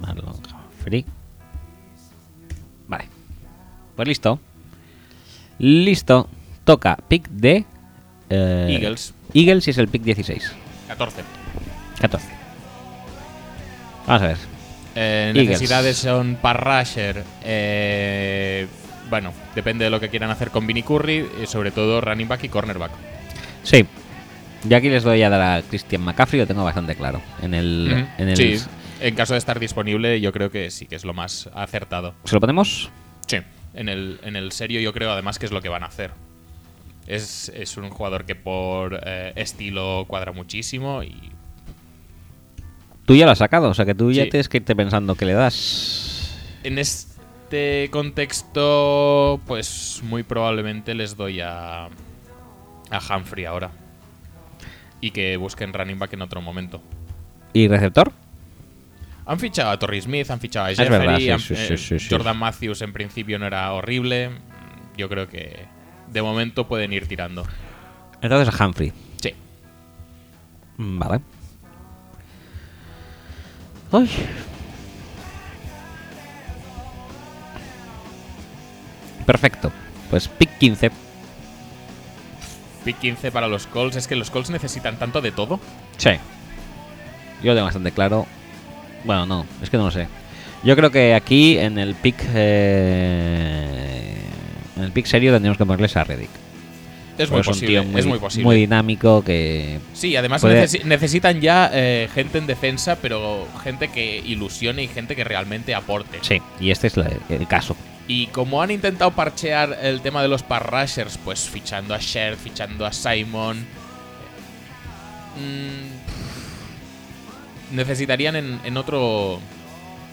S1: Marlon Humphrey. Vale. Pues listo. Listo. Toca pick de... eh,
S2: Eagles.
S1: Eagles y es el pick 16.
S2: 14.
S1: 14. Vamos a ver.
S2: Eh,
S1: Eagles.
S2: necesidades son para rusher. eh, bueno, depende de lo que quieran hacer con Vinny Curry, y sobre todo running back y cornerback.
S1: Sí. Yo aquí les voy a dar a Christian McCaffrey, lo tengo bastante claro. En el...
S2: Ujú.
S1: en el
S2: Sí, en caso de estar disponible, yo creo que sí que es lo más acertado.
S1: ¿Se lo ponemos?
S2: Sí, en el, en el serio yo creo además que es lo que van a hacer. Es, es un jugador que por eh, estilo cuadra muchísimo y
S1: Tú ya lo has sacado, o sea que tú ya
S2: Sí.
S1: tienes que irte pensando qué le das.
S2: en este contexto pues muy probablemente les doy a, a Humphrey ahora. Y que busquen running back en otro momento.
S1: ¿Y receptor?
S2: Han fichado a Torrey Smith, han fichado a
S1: Es
S2: Jeffery,
S1: verdad, sí,
S2: han-
S1: sí, sí,
S2: eh,
S1: sí, sí.
S2: Jordan Matthews en principio no era horrible. Yo creo que de momento pueden ir tirando.
S1: Entonces a Humphrey.
S2: Sí.
S1: Mm, Vale. Uy. Perfecto. Pues pick 15.
S2: Pick 15 para los Colts. Es que los Colts necesitan tanto de todo.
S1: Sí. Yo lo tengo bastante claro. Bueno, no, es que no lo sé. Yo creo que aquí en el pick. eh, en el pick serio tendríamos que ponerles a Reddick.
S2: Es
S1: Porque
S2: muy
S1: Pues un
S2: posible.
S1: tío muy-
S2: es muy posible.
S1: Muy dinámico que
S2: sí, además
S1: puede-
S2: necesi- necesitan ya eh, gente en defensa, pero gente que ilusione y gente que realmente aporte.
S1: Sí, y este es la- el caso.
S2: Y como han intentado parchear el tema de los parrashers, pues fichando a Sher, fichando a Simon. mm, necesitarían en, en otro.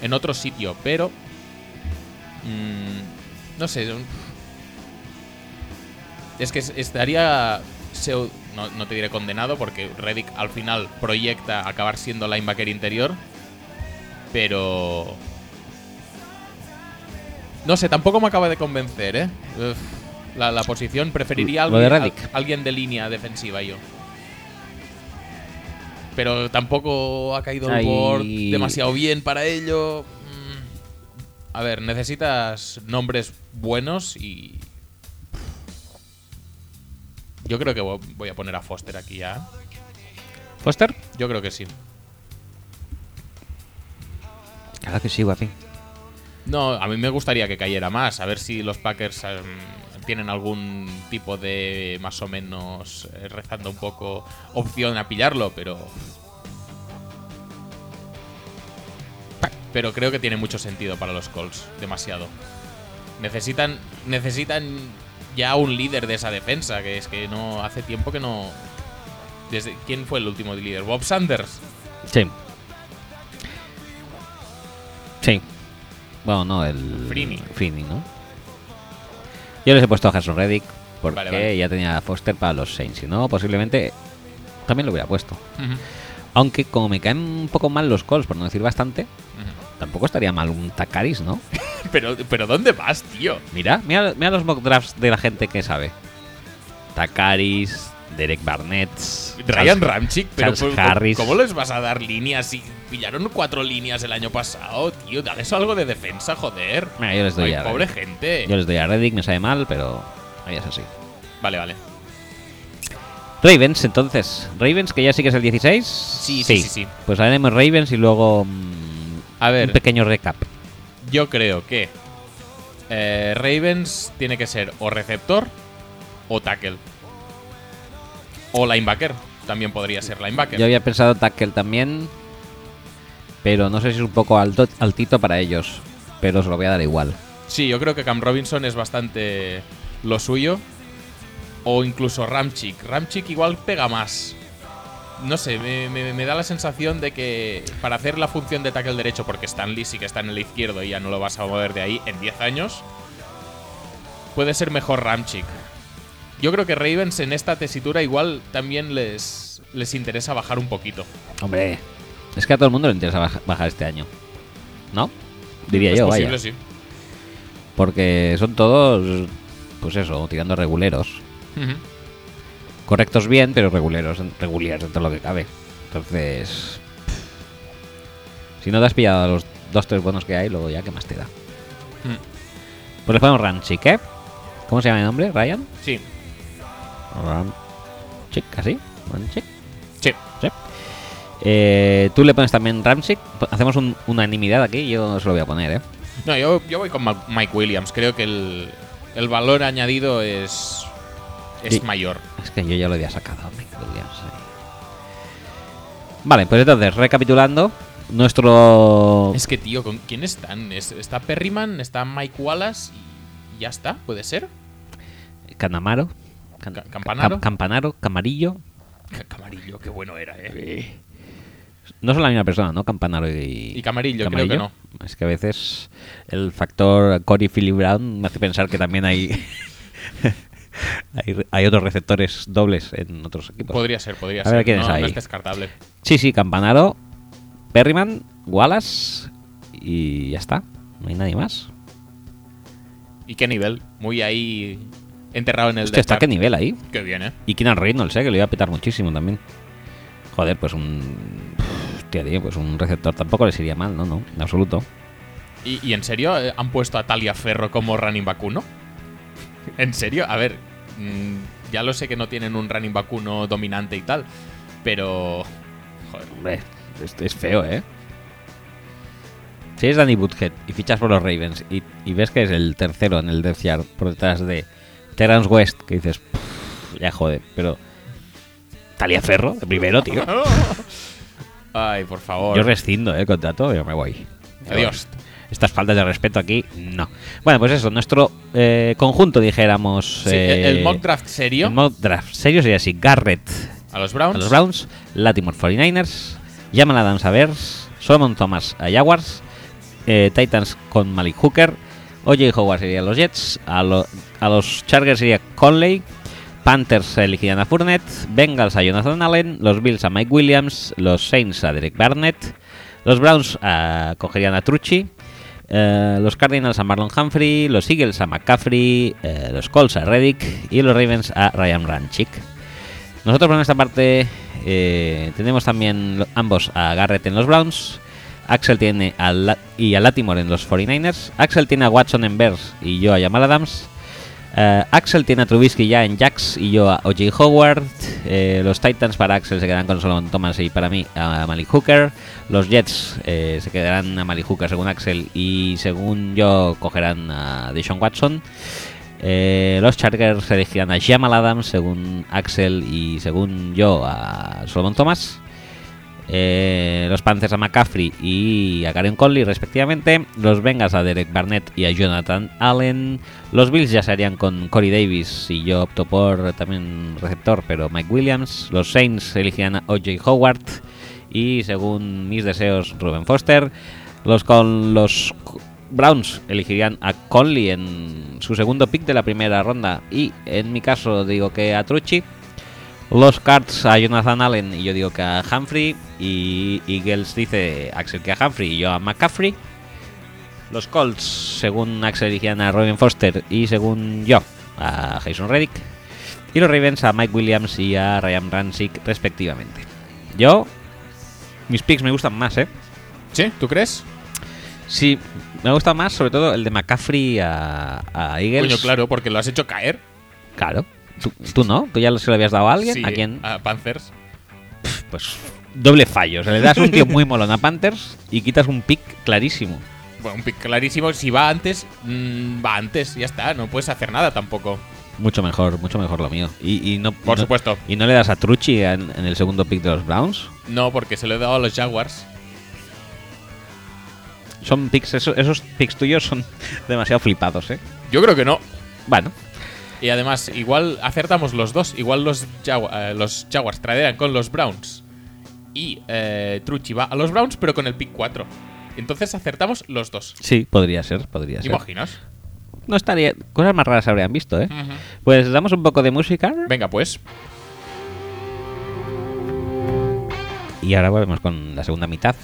S2: En otro sitio, pero. mm, no sé. un- Es que es- estaría. pseu- No, no te diré condenado porque Reddick al final proyecta acabar siendo linebacker interior. Pero. No sé, tampoco me acaba de convencer, ¿eh? Uf, la, la posición preferiría
S1: Lo de
S2: alguien, al-
S1: Reddick.
S2: alguien de línea defensiva yo. Pero tampoco ha caído el
S1: Ahí-
S2: board demasiado bien para ello. Mm. A ver, necesitas nombres buenos y. Yo creo que vo- voy a poner a Foster aquí ya.
S1: ¿Foster?
S2: Yo creo que sí.
S1: Claro que sí, guapi.
S2: No, a mí me gustaría que cayera más. A ver si los Packers em, tienen algún tipo de, más o menos, eh, rezando un poco, opción a pillarlo, pero... Pero creo que tiene mucho sentido para los Colts, demasiado. Necesitan, necesitan ya un líder de esa defensa, que es que no hace tiempo que no... Desde, ¿Quién fue el último líder? Bob Sanders.
S1: Sí. Sí. Bueno, no, el.
S2: Freeney.
S1: Freeney, ¿no? Yo les he puesto a Jason Reddick porque
S2: Vale, vale.
S1: ya tenía a Foster para los Saints. Si no, posiblemente también lo hubiera puesto. Aunque como me caen un poco mal los calls, por no decir bastante, tampoco estaría mal un Takaris, ¿no?
S2: pero, pero ¿dónde vas, tío?
S1: Mira, mira, mira los mock drafts de la gente que sabe. Takaris, Derek Barnett,
S2: Ryan
S1: Charles-
S2: Ramchick, pero
S1: Charles
S2: pues,
S1: Harris.
S2: ¿cómo les vas a dar líneas si pillaron cuatro líneas el año pasado, tío? Dale eso algo de defensa, joder.
S1: Mira, yo les doy
S2: Ay,
S1: a
S2: pobre
S1: Reddick.
S2: gente.
S1: Yo les doy a Reddick, me sabe mal, pero ahí es así.
S2: Vale, vale.
S1: Ravens, entonces. Ravens, que ya sí que es el 16. Sí,
S2: sí, sí, sí.
S1: Pues haremos Ravens y luego mm,
S2: A ver.
S1: un pequeño recap.
S2: Yo creo que eh, Ravens tiene que ser o receptor o tackle. O linebacker. También podría ser linebacker.
S1: Yo había pensado tackle también, pero no sé si es un poco alto, altito para ellos, pero se lo voy a dar igual.
S2: Sí, yo creo que Cam Robinson es bastante lo suyo. O incluso Ramchick. Ramchick igual pega más. No sé, me, me- me da la sensación de que para hacer la función de tackle derecho, porque Stanley sí que está en el izquierdo y ya no lo vas a mover de ahí en 10 años, puede ser mejor Ramchick. Yo creo que Ravens en esta tesitura igual también les, les interesa bajar un poquito.
S1: Hombre, es que a todo el mundo le interesa baja- bajar este año, ¿no? Diría
S2: es
S1: yo,
S2: posible,
S1: vaya.
S2: sí.
S1: Porque son todos, pues eso, tirando reguleros.
S2: Ujú.
S1: Correctos bien, pero reguleros, reguleros dentro de lo que cabe. Entonces, si no te has pillado a los dos, tres buenos que hay, luego ya, ¿qué más te da?
S2: Mm.
S1: Pues le ponemos Ramchick, ¿eh? ¿Cómo se llama el nombre? ¿Ryan?
S2: Sí,
S1: Ramchick, ¿así? Ramchick.
S2: sí.
S1: Sí. Eh, Tú le pones también Ramchick. Hacemos un- unanimidad aquí. Yo se lo voy a poner, ¿eh?
S2: No, yo, yo voy con Ma- Mike Williams. Creo que el, el valor añadido es, es
S1: Sí.
S2: mayor.
S1: Es que yo ya lo había sacado. me cago en Dios, eh. Vale, pues entonces, recapitulando. Nuestro.
S2: Es que, tío, ¿con quién están? Es- está Perryman, está Mike Wallace y ya está, ¿puede ser?
S1: Canamaro. Can-
S2: Ca- Campanaro.
S1: Cam- Campanaro, Camarillo.
S2: Ca- Camarillo, qué bueno era, ¿eh?
S1: No son la misma persona, ¿no? Campanaro y.
S2: Y Camarillo, creo que no.
S1: Es que a veces el factor Cory Philly Brown me hace pensar que también hay. hay, re- hay otros receptores dobles en otros equipos.
S2: Podría ser, podría
S1: A
S2: ser.
S1: ver quién
S2: no,
S1: es ahí.
S2: no es descartable.
S1: Sí, sí, Campanaro, Perryman, Wallace y ya está. No hay nadie más.
S2: ¿Y qué nivel? Muy ahí enterrado en el
S1: Hostia, está a qué
S2: depth chart.
S1: nivel ahí.
S2: Qué bien, ¿eh?
S1: Y Keenan Reynolds, ¿eh? que lo iba a petar muchísimo también. Joder, pues un. Hostia, tío, pues un receptor tampoco les iría mal, ¿no? No, en absoluto.
S2: ¿Y, y en serio eh, han puesto a Talia Ferro como running back uno? ¿En serio? A ver, mm, ya lo sé que no tienen un running back uno dominante y tal, pero... Joder,
S1: Hombre, es, es feo, ¿eh? Si eres Danny Woodhead y fichas por los Ravens y, y ves que es el tercero en el depth chart por detrás de Terrence West, que dices, "Pff, ya jode, pero. Talia Ferro, de primero, tío.
S2: Ay, por favor.
S1: Yo rescindo eh, el contrato, yo me voy.
S2: Adiós.
S1: Estas faltas de respeto aquí, no. Bueno, pues eso, nuestro eh, conjunto, dijéramos.
S2: Sí,
S1: eh,
S2: el el mock draft serio
S1: El mock draft serio sería así: Garrett
S2: a los Browns.
S1: a los Browns, Latimore 49ers, Jamal Adams a Bears, Solomon Thomas a Jaguars, eh, Titans con Malik Hooker, OJ Howard sería los Jets, a, lo- a los Chargers sería Conley, Panthers elegirían a Fournette, Bengals a Jonathan Allen, los Bills a Mike Williams, los Saints a Derek Barnett, los Browns ah, cogerían a Trucci, eh, los Cardinals a Marlon Humphrey, los Eagles a McCaffrey, eh, los Colts a Reddick y los Ravens a Ryan Ranchik. Nosotros por nuestra parte eh, tenemos también lo- ambos a Garrett en los Browns. Axel tiene a La- y a Latimore en los 49ers. Axel tiene a Watson en Bears y yo a Jamal Adams. Eh, Axel tiene a Trubisky ya en Jacks y yo a O.J. Howard. Eh, los Titans para Axel se quedan con Solomon Thomas y para mí a Malik Hooker. Los Jets eh, se quedarán a Malik Hooker según Axel y según yo cogerán a Deshaun Watson. Eh, los Chargers elegirán a Jamal Adams según Axel y según yo a Solomon Thomas. Eh, los Panthers a McCaffrey y a Karen Conley respectivamente. Los Bengals a Derek Barnett y a Jonathan Allen. Los Bills ya se harían con Corey Davis y yo opto por eh, también receptor, pero Mike Williams. Los Saints elegirán a O.J. Howard y según mis deseos Ruben Foster. Los con los C- Browns elegirían a Conley en su segundo pick de la primera ronda y en mi caso digo que a Trucci. Los Cards a Jonathan Allen y yo digo que a Humphrey. Y Eagles dice Axel que a Humphrey y yo a McCaffrey. Los Colts, según Axel, elegían a Robin Foster y según yo a Jason Reddick. Y los Ravens a Mike Williams y a Ryan Rancic, respectivamente. Yo, mis picks me gustan más, ¿eh?
S2: ¿Sí? ¿Tú crees?
S1: Sí, me gusta más, sobre todo el de McCaffrey a, a Eagles.
S2: Coño, claro, porque lo has hecho caer.
S1: Claro. ¿Tú, tú no? ¿Tú ya se lo habías dado a alguien?
S2: Sí,
S1: ¿A quién?
S2: A Panthers.
S1: Pues doble fallo. O sea, le das un tío muy molón a Panthers y quitas un pick clarísimo.
S2: Bueno, un pick clarísimo. Si va antes, mm, va antes. Ya está. No puedes hacer nada tampoco.
S1: Mucho mejor, mucho mejor lo mío. Y, y no,
S2: Por
S1: no-
S2: supuesto.
S1: ¿Y no le das a Trucci en, en el segundo pick de los Browns?
S2: No, porque se lo he dado a los Jaguars.
S1: Son picks, eso- esos picks tuyos son demasiado flipados, ¿eh?
S2: Yo creo que no.
S1: Bueno,
S2: Y además, igual acertamos los dos. Igual los, Jagua- eh, los Jaguars tradean con los Browns. Y eh, Trucci va a los Browns, pero con el pick 4. Entonces acertamos los dos.
S1: sí, podría ser, podría
S2: ¿Te
S1: ser.
S2: imaginas?
S1: No estaría. Cosas más raras habrían visto, ¿eh?
S2: Ujú.
S1: Pues damos un poco de música
S2: Venga, pues.
S1: y ahora volvemos con la segunda mitad.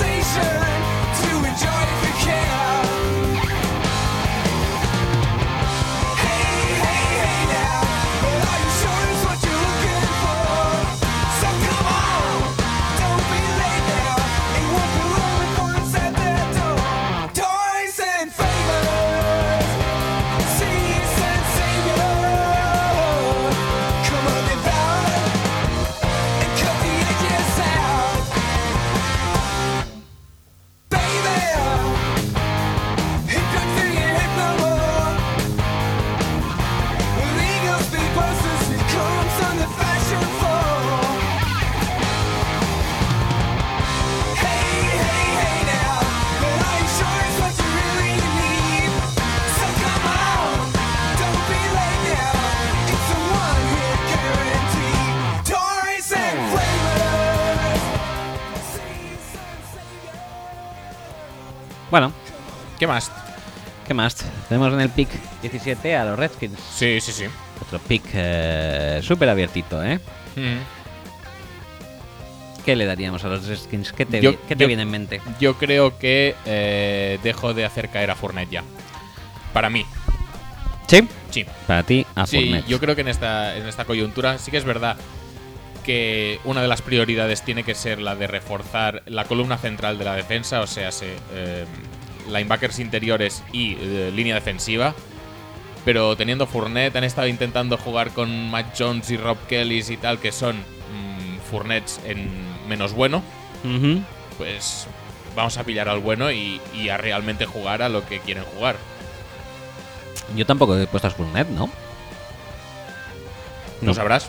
S3: To enjoy if you care. Hey, hey, hey now. Well, are you sure it's what you're looking for? So come on, don't be late now. It won't be long before it's at their door. Toys and favors, seats and saviors. Come on, devour and cut the edges out, baby. It cuts through your head no more. Legal speed buses it comes on the fashion floor. Hey, hey, hey now, but I'm sure it's what you really need. So come on, don't be late now. It's a one-hit guarantee. Toys and flavors. Seeds and saviors.
S1: Bueno,
S2: ¿Qué más?
S1: ¿qué más? Tenemos en el pick 17 a los Redskins.
S2: Sí, sí, sí.
S1: Otro pick eh, súper abiertito, ¿eh?
S2: Mm.
S1: ¿Qué le daríamos a los Redskins? ¿Qué te,
S2: Yo-
S1: vi- qué te
S2: yo-
S1: viene en mente?
S2: Yo creo que eh, dejo de hacer caer a Fournette ya. Para mí,
S1: ¿Sí?
S2: sí.
S1: Para ti, a
S2: sí,
S1: Fournette.
S2: yo creo que en esta, en esta coyuntura sí que es verdad que una de las prioridades tiene que ser la de reforzar la columna central de la defensa, o sea, se, eh, linebackers interiores y eh, línea defensiva. Pero teniendo Fournette, han estado intentando jugar con Matt Jones y Rob Kelly y tal, que son mm, Fournettes en menos bueno
S1: Ujú.
S2: pues vamos a pillar al bueno y, y a realmente jugar a lo que quieren jugar.
S1: Yo tampoco he puesto a Fournette, ¿no?
S2: No sabrás.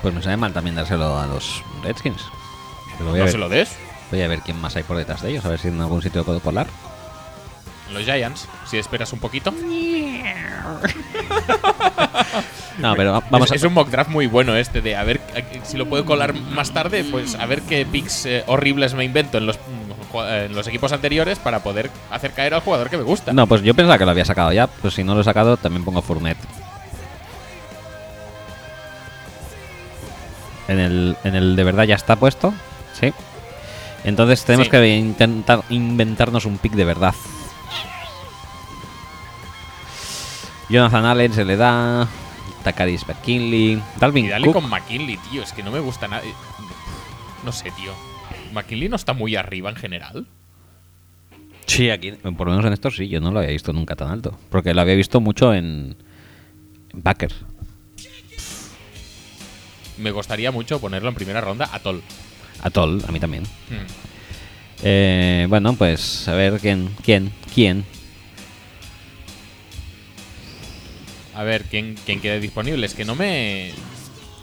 S1: Pues me sabe mal también dárselo a los Redskins. Pero voy, a
S2: No
S1: ver,
S2: se lo des.
S1: voy a ver quién más hay por detrás de ellos, a ver si en algún sitio puedo colar.
S2: Los Giants, si esperas un poquito.
S1: No, pero va- vamos
S2: es,
S1: a...
S2: es un mock draft muy bueno este de a ver a- si lo puedo colar más tarde, pues a ver qué picks eh, horribles me invento en los, mm, ju- eh, en los equipos anteriores para poder hacer caer al jugador que me gusta.
S1: No, pues yo pensaba que lo había sacado ya. Pues si no lo he sacado, también pongo Fournette. En el, en el de verdad ya está puesto. Sí. Entonces tenemos
S2: Sí.
S1: que intentar inventarnos un pick de verdad. Jonathan Allen se le da. Takaris McKinley.
S2: Y
S1: Dalvin
S2: dale
S1: Cook.
S2: con McKinley, tío. Es que no me gusta nada. Eh, No sé, tío. McKinley no está muy arriba en general.
S1: Sí, aquí. Por lo menos en esto sí, yo no lo había visto nunca tan alto. Porque lo había visto mucho en. en Packers.
S2: Me gustaría mucho ponerlo en primera ronda a Toll.
S1: A Toll, a mí también.
S2: Hmm.
S1: Eh, bueno, pues a ver quién, quién, quién.
S2: A ver, ¿quién, quién quede disponible? Es que no me...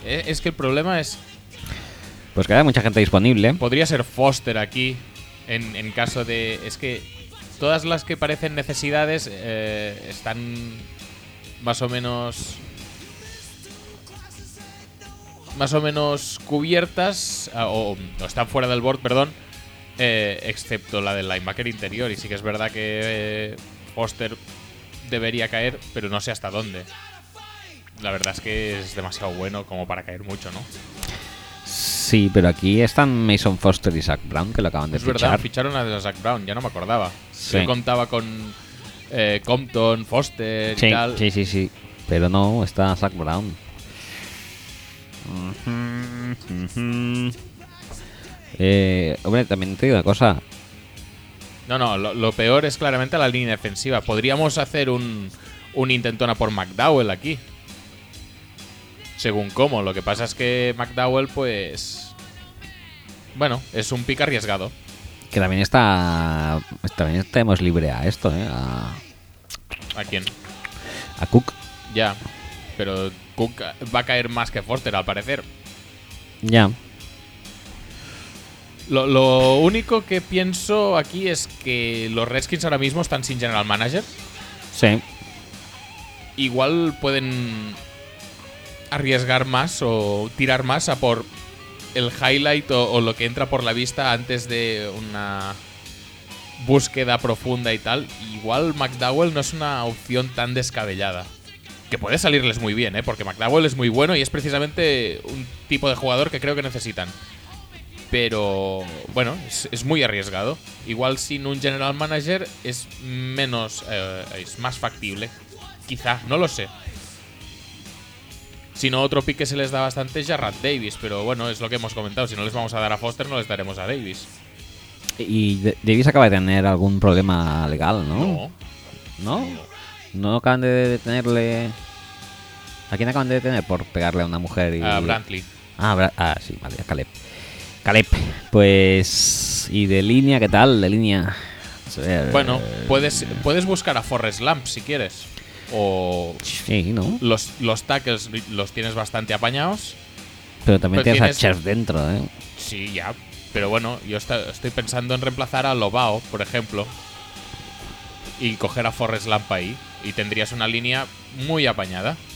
S2: Eh, Es que el problema es...
S1: Pues queda mucha gente disponible.
S2: Podría ser Foster aquí, en, en caso de... Es que todas las que parecen necesidades eh, están más o menos... Más o menos cubiertas, ah, o, o están fuera del board, perdón, eh, excepto la del linebacker interior. Y sí que es verdad que eh, Foster debería caer, pero no sé hasta dónde. La verdad es que es demasiado bueno como para caer mucho, ¿no?
S1: Sí, pero aquí están Mason Foster y Zach Brown, que lo acaban de
S2: es
S1: fichar.
S2: verdad, ficharon a Zach Brown, ya no me acordaba.
S1: Sí.
S2: Yo contaba con eh, Compton, Foster y
S1: sí,
S2: tal.
S1: sí, sí, sí. Pero no, está Zach Brown. Eh, hombre, también te digo una cosa.
S2: No, no, lo, lo peor es claramente la línea defensiva. Podríamos hacer un, un intentona por McDowell aquí. Según cómo. Lo que pasa es que McDowell, pues. Bueno, es un pick arriesgado.
S1: Que también está. También tenemos libre a esto, ¿eh? A,
S2: ¿A quién?
S1: a Cook.
S2: Ya. Pero Cook va a caer más que Foster, al parecer.
S1: Ya.
S2: Lo, lo único que pienso aquí es que los Redskins ahora mismo están sin general manager.
S1: Sí.
S2: igual pueden arriesgar más o tirar más a por el highlight o, o lo que entra por la vista antes de una búsqueda profunda y tal. Igual McDowell no es una opción tan descabellada. Que puede salirles muy bien, ¿eh? porque McDowell es muy bueno y es precisamente un tipo de jugador que creo que necesitan. Pero bueno, es, es muy arriesgado. Igual sin un general manager es menos. eh, es más factible. Quizá, no lo sé. Si no, otro pick que se les da bastante es Jarrad Davis, pero bueno, es lo que hemos comentado. Si no les vamos a dar a Foster, no les daremos a Davis.
S1: Y De- Davis acaba de tener algún problema legal, ¿no?
S2: No.
S1: ¿No? ¿No acaban de detenerle. ¿A quién acaban de detener por pegarle a una mujer? Y...
S2: A Brantley.
S1: Ah, Bra- ah, sí, vale, a Caleb. Caleb, pues. ¿Y de línea qué tal? De línea. Vamos a ver.
S2: Bueno, puedes, puedes buscar a Forrest Lamp si quieres. O
S1: Sí, ¿no?
S2: los, los tackles los tienes bastante apañados.
S1: Pero también
S2: pero
S1: tienes a
S2: Pues tienes-
S1: Chef dentro, ¿eh?
S2: Sí, ya. Pero bueno, yo esta- estoy pensando en reemplazar a Lobao, por ejemplo. Y coger a Forrest Lamp ahí. Y tendrías una línea muy apañada. Creo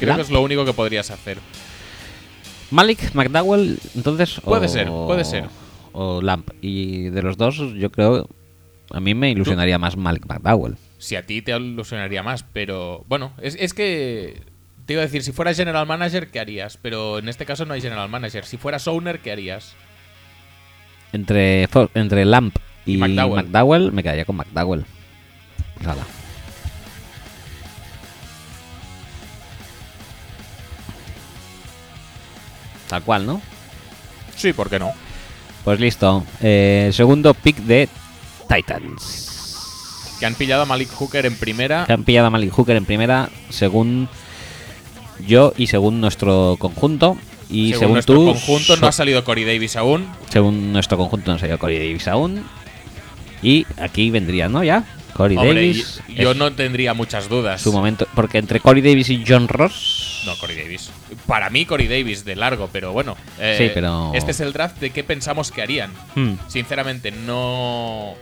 S1: Lamp.
S2: que es lo único que podrías hacer.
S1: Malik, McDowell, entonces. o-
S2: Puede ser, puede ser.
S1: O Lamp. Y de los dos, yo creo. A mí me ilusionaría más Malik McDowell.
S2: Si a ti te ilusionaría más, pero bueno, es, es que te iba a decir, si fueras general manager, ¿qué harías? Pero en este caso no hay general manager. Si fueras owner, ¿qué harías?
S1: Entre, Fo- entre Lamp y,
S2: Y McDowell.
S1: McDowell, me quedaría con McDowell. Pues ala. Tal cual, ¿no?
S2: Sí, ¿por qué no?
S1: Pues listo. Eh, segundo pick de Titans.
S2: Que han pillado a Malik Hooker en primera.
S1: Que han pillado a Malik Hooker en primera, según yo y según nuestro conjunto. Y según,
S2: nuestro
S1: tú,
S2: conjunto,
S1: so-
S2: no ha salido Corey Davis aún.
S1: según nuestro conjunto no salió Corey Davis aún. Y aquí vendría, ¿no? Ya, Corey
S2: Hombre,
S1: Davis.
S2: y- yo
S1: es
S2: no tendría muchas dudas.
S1: Su momento, porque entre Corey Davis y John Ross.
S2: No, Corey Davis. Para mí, Corey Davis de largo, pero bueno. eh,
S1: Sí, pero-
S2: Este es el draft de qué pensamos que harían.
S1: Hmm.
S2: Sinceramente, no.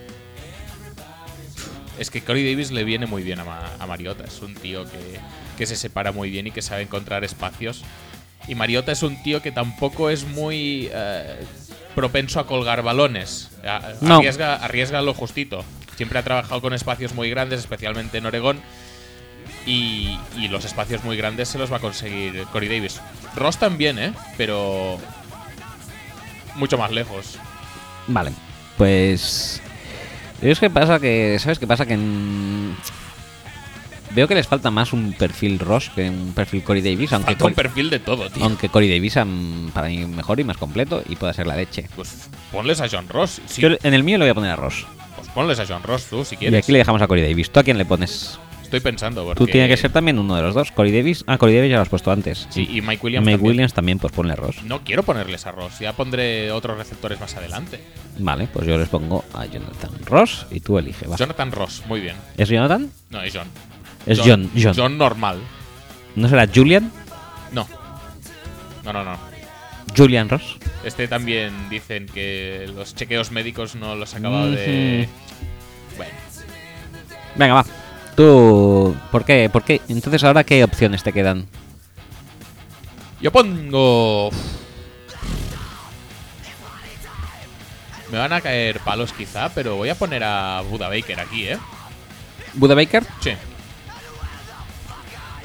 S2: Es que Corey Davis le viene muy bien a, Ma- a Mariota. Es un tío que, que se separa muy bien y que sabe encontrar espacios. Y Mariota es un tío que tampoco es muy eh, propenso a colgar balones. A-
S1: No.
S2: Arriesga, arriesga lo justito. Siempre ha trabajado con espacios muy grandes, especialmente en Oregón. Y, y los espacios muy grandes se los va a conseguir Corey Davis. Ross también, ¿eh? Pero mucho más lejos.
S1: Vale, pues. Es que pasa que. ¿Sabes qué pasa? Que. en- Veo que les falta más un perfil Ross que un perfil Corey Davis, aunque
S2: Falta un
S1: Corey-
S2: perfil de todo, tío.
S1: Aunque Corey Davis mm, para mí mejor y más completo y pueda ser la leche.
S2: Pues ponles a John Ross. Sí,
S1: Yo en el mío le voy a poner a Ross.
S2: pues ponles a John Ross tú, si
S1: Y
S2: quieres.
S1: aquí le dejamos a Corey Davis. ¿Tú a quién le pones?
S2: Estoy pensando, porque...
S1: Tú tienes que ser también uno de los dos. Corey Davis. Ah, Corey Davis ya lo has puesto antes.
S2: Sí, y Mike Williams
S1: Mike
S2: también.
S1: Williams también, pues ponle a Ross.
S2: No quiero ponerles a Ross, ya pondré otros receptores más adelante.
S1: Vale, pues yo les pongo a Jonathan Ross y tú elige. va.
S2: Jonathan Ross, muy bien.
S1: ¿Es Jonathan?
S2: No, es John.
S1: Es John. John.
S2: John normal.
S1: ¿No será Julian?
S2: No. No, no, no.
S1: Julian Ross.
S2: Este también dicen que los chequeos médicos no los acababa de. Bueno,
S1: Venga, va. Tú. ¿Por qué? ¿Por qué? Entonces, ¿ahora qué opciones te quedan?
S2: yo pongo. Me van a caer palos quizá, pero voy a poner a Buda Baker aquí, ¿eh?
S1: ¿Buda Baker?
S2: Che,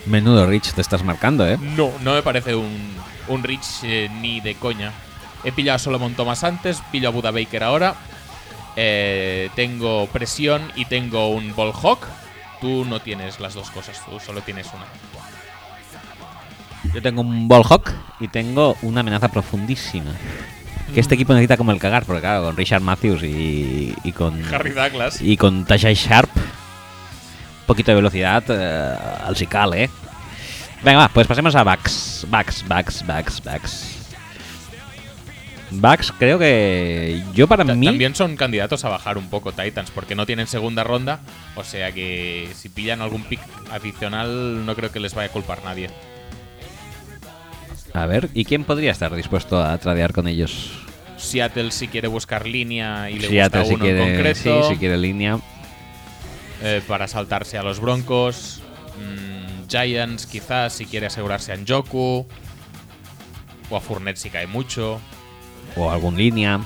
S1: Menudo Rich te estás marcando, ¿eh?
S2: no, no me parece un, un Rich eh, ni de coña. He pillado a Solomon Thomas antes, pillo a Buda Baker ahora. Eh, tengo presión y tengo un ball hawk. Tú no tienes las dos cosas, tú solo tienes una.
S1: Yo tengo un ball hawk y tengo una amenaza profundísima. Que este equipo necesita como el cagar, porque claro, con Richard Matthews y, y con
S2: Harry Douglas.
S1: y con Tasha Sharp, poquito de velocidad eh, al sical, ¿eh? Venga, va, pues pasemos a Bax. Bax, Bax, Bax, Bax. Bax, creo que yo para
S2: Ta-
S1: mí...
S2: También son candidatos a bajar un poco Titans porque no tienen segunda ronda, o sea que si pillan algún pick adicional no creo que les vaya a culpar nadie.
S1: A ver, ¿y quién podría estar dispuesto a tradear con ellos?
S2: Seattle si quiere buscar línea y le
S1: Seattle,
S2: gusta uno en
S1: sí,
S2: concreto
S1: si quiere línea.
S2: eh, para saltarse a los Broncos, mm, Giants quizás si quiere asegurarse a Njoku o a Fournette si cae mucho.
S1: o algún línea.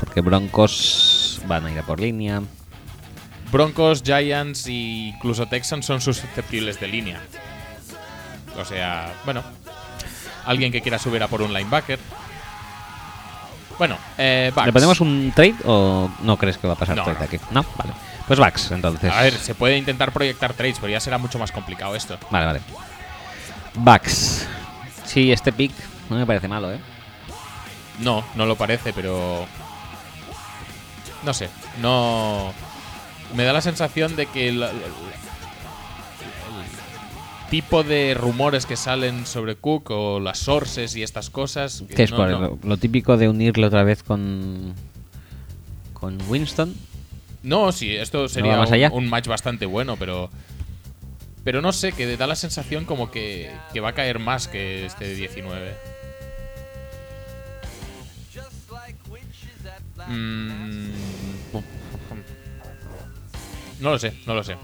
S1: Porque Broncos van a ir a por línea.
S2: Broncos, Giants e incluso Texans son susceptibles de línea. O sea, bueno. Alguien que quiera subir a por un linebacker. Bueno, eh, Bucks.
S1: ¿Le ponemos un trade o no crees que va a pasar
S2: No,
S1: trade
S2: no.
S1: aquí? No, vale. Pues Vax, entonces.
S2: A ver, se puede intentar proyectar trades, pero ya será mucho más complicado esto.
S1: Vale, vale. Vax. Sí, este pick no me parece malo, ¿eh?
S2: No, no lo parece, pero. No sé, no. Me da la sensación de que la- la- la- el tipo de rumores que salen sobre Cook o las sources y estas cosas.
S1: Que es
S2: no-
S1: por
S2: no.
S1: Lo, lo típico de unirle otra vez con. con Winston.
S2: No, sí, esto sería
S1: va más
S2: un,
S1: allá?
S2: un match bastante bueno, pero. Pero no sé, que da la sensación como que, que va a caer más que este 19. Mm. No lo sé, no lo sé.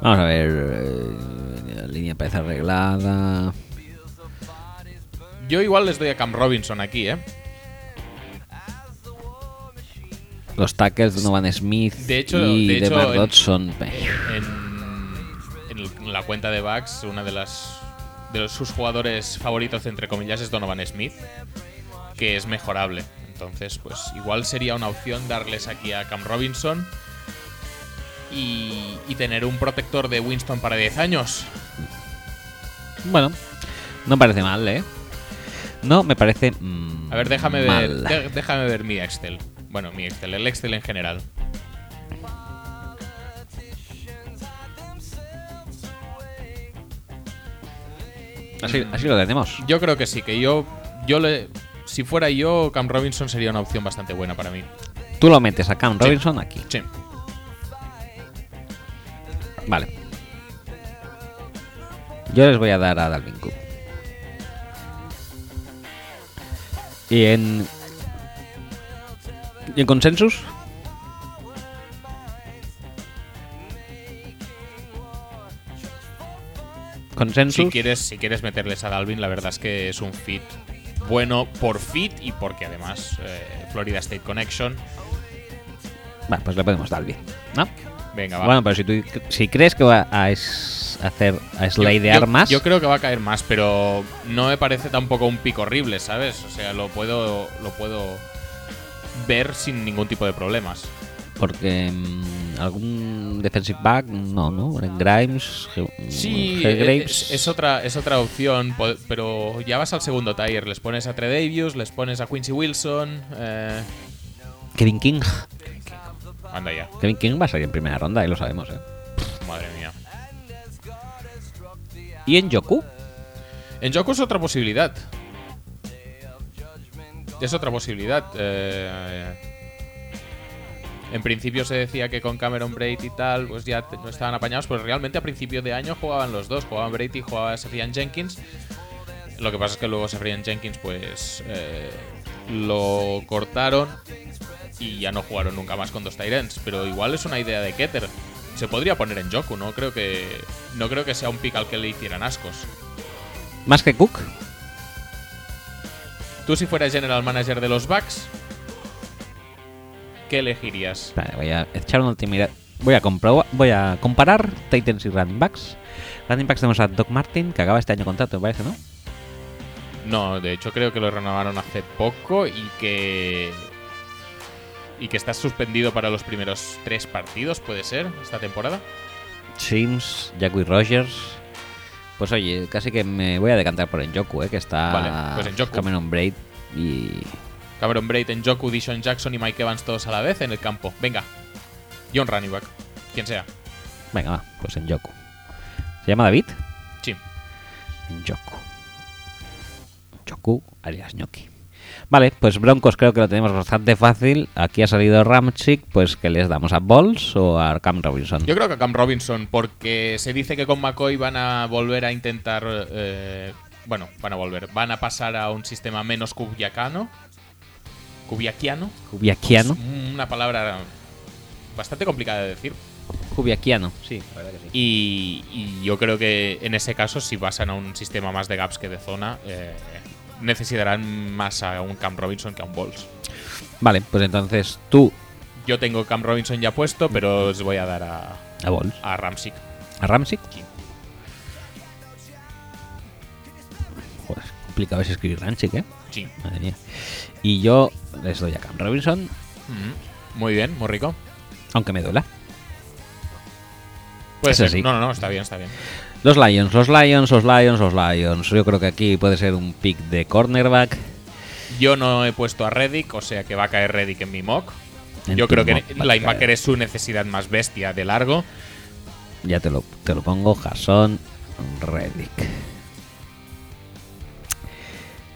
S1: Vamos a ver. eh, línea parece arreglada.
S2: Yo igual les doy a Cam Robinson aquí, ¿eh?
S1: Los tackles de Novan Smith
S2: De hecho-
S1: y
S2: de
S1: de,
S2: hecho,
S1: Mark
S2: en-
S1: Dodson.
S2: En, en el- en la cuenta de Bucks, una de las de los- sus jugadores favoritos, entre comillas, es Donovan Smith, que es mejorable. Entonces, pues igual sería una opción darles aquí a Cam Robinson y, y tener un protector de Winston para 10 años.
S1: Bueno, no parece mal, ¿eh? No, me parece. mm,
S2: A ver, déjame ver,
S1: mal.
S2: de- déjame ver mi Excel. Bueno, mi Excel, el Excel en general.
S1: Así, así lo tenemos.
S2: Yo creo que sí, que yo, yo le, si fuera yo, Cam Robinson sería una opción bastante buena para mí.
S1: Tú lo metes a Cam
S2: Sí.
S1: Robinson aquí.
S2: Sí.
S1: Vale. Yo les voy a dar a Dalvin Cook. Y en. ¿Y en consensus?
S2: Si
S1: ¿Consensus?
S2: quieres, si quieres meterles a Dalvin, la verdad es que es un fit bueno por fit y porque además eh, Florida State Connection.
S1: Vale, pues le podemos Dalvin. ¿No?
S2: Venga, Ah, va.
S1: Bueno, pero si, tú, si crees que va a es- hacer a
S2: Yo-
S1: slidear
S2: yo-
S1: más,
S2: Yo creo que va a caer más, pero no me parece tampoco un pico horrible, ¿sabes? O sea, lo puedo, lo puedo ver sin ningún tipo de problemas.
S1: porque mm, algún defensive back, no, ¿no? En Grimes, mm, Ge-
S2: Sí, eh,
S1: Hargraves.
S2: es, es otra, es otra opción, po- pero ya vas al segundo tier. Les pones a Tre Davies, les pones a Quincy Wilson. eh,
S1: Kevin King.
S2: anda ya,
S1: Kevin King va a salir en primera ronda, y lo sabemos, ¿eh?
S2: madre mía.
S1: ¿Y en Yoku?
S2: En Joku es otra posibilidad. Es otra posibilidad. eh, en principio se decía que con Cameron Braid y tal, pues ya te- no estaban apañados, pues realmente a principio de año jugaban los dos, jugaban Braid y jugaba Sefrian Jenkins. Lo que pasa es que luego Sefrian Jenkins, pues eh, lo cortaron y ya no jugaron nunca más con dos Tyrants. Pero igual es una idea de Keter. se podría poner en Joku, ¿no? Creo que. No creo que sea un pick al que le hicieran ascos.
S1: Más que Cook,
S2: Tú, si fueras general manager de los Bucks, ¿qué elegirías?
S1: Vale, voy a echar una última mirada. Voy a, compro- voy a comparar Titans y Running Backs. Running Backs tenemos a Doc Martin, que acaba este año contrato, me parece, ¿no?
S2: No, de hecho, creo que lo renovaron hace poco y que. Y que estás suspendido para los primeros tres partidos, puede ser, esta temporada.
S1: Sims, Jackie Rogers. Pues oye, casi que me voy a decantar por Enjoku, ¿eh? que está
S2: Vale, pues Njoku.
S1: Cameron Braid y
S2: Cameron Braid, Joku, Dishon Jackson y Mike Evans todos a la vez en el campo. Venga. John running back. Quien sea.
S1: Venga, va, pues en Yoku. ¿Se llama David?
S2: Sí.
S1: En Yoku. Yoku, alias Ñoqui. Vale, pues Broncos creo que lo tenemos bastante fácil. Aquí ha salido Ramchick, pues que les damos a Balls o a Cam Robinson.
S2: Yo creo que a Cam Robinson, porque se dice que con McCoy van a volver a intentar. eh, bueno, van a volver. Van a pasar a un sistema menos cubiacano. Cubiaquiano.
S1: Kubiakiano.
S2: Es Una palabra bastante complicada de decir.
S1: Kubiakiano, sí, la verdad que sí.
S2: Y, y yo creo que en ese caso, si pasan a un sistema más de gaps que de zona, eh, necesitarán más a un Cam Robinson que a un Balls.
S1: Vale, pues entonces tú
S2: Yo tengo Cam Robinson ya puesto, pero os voy a dar a,
S1: a Balls.
S2: a Ramsick.
S1: ¿A Ramsick?
S2: Sí.
S1: Joder, es complicado es escribir Ramchick, ¿eh?
S2: Sí.
S1: Madre mía. Y yo les doy a Cam Robinson,
S2: Mm. Muy bien, muy rico.
S1: aunque me duela.
S2: Puede
S1: Eso
S2: ser.
S1: sí.
S2: No, no, no, está bien, está bien.
S1: Los Lions, los Lions, los Lions, los Lions. Yo creo que aquí puede ser un pick de cornerback.
S2: Yo no he puesto a Reddick, o sea que va a caer Reddick en mi mock.
S1: En
S2: Yo
S1: tu
S2: creo que
S1: mock va a
S2: linebacker
S1: caer.
S2: es su necesidad más bestia de largo.
S1: Ya te lo, te lo pongo, Jason Reddick.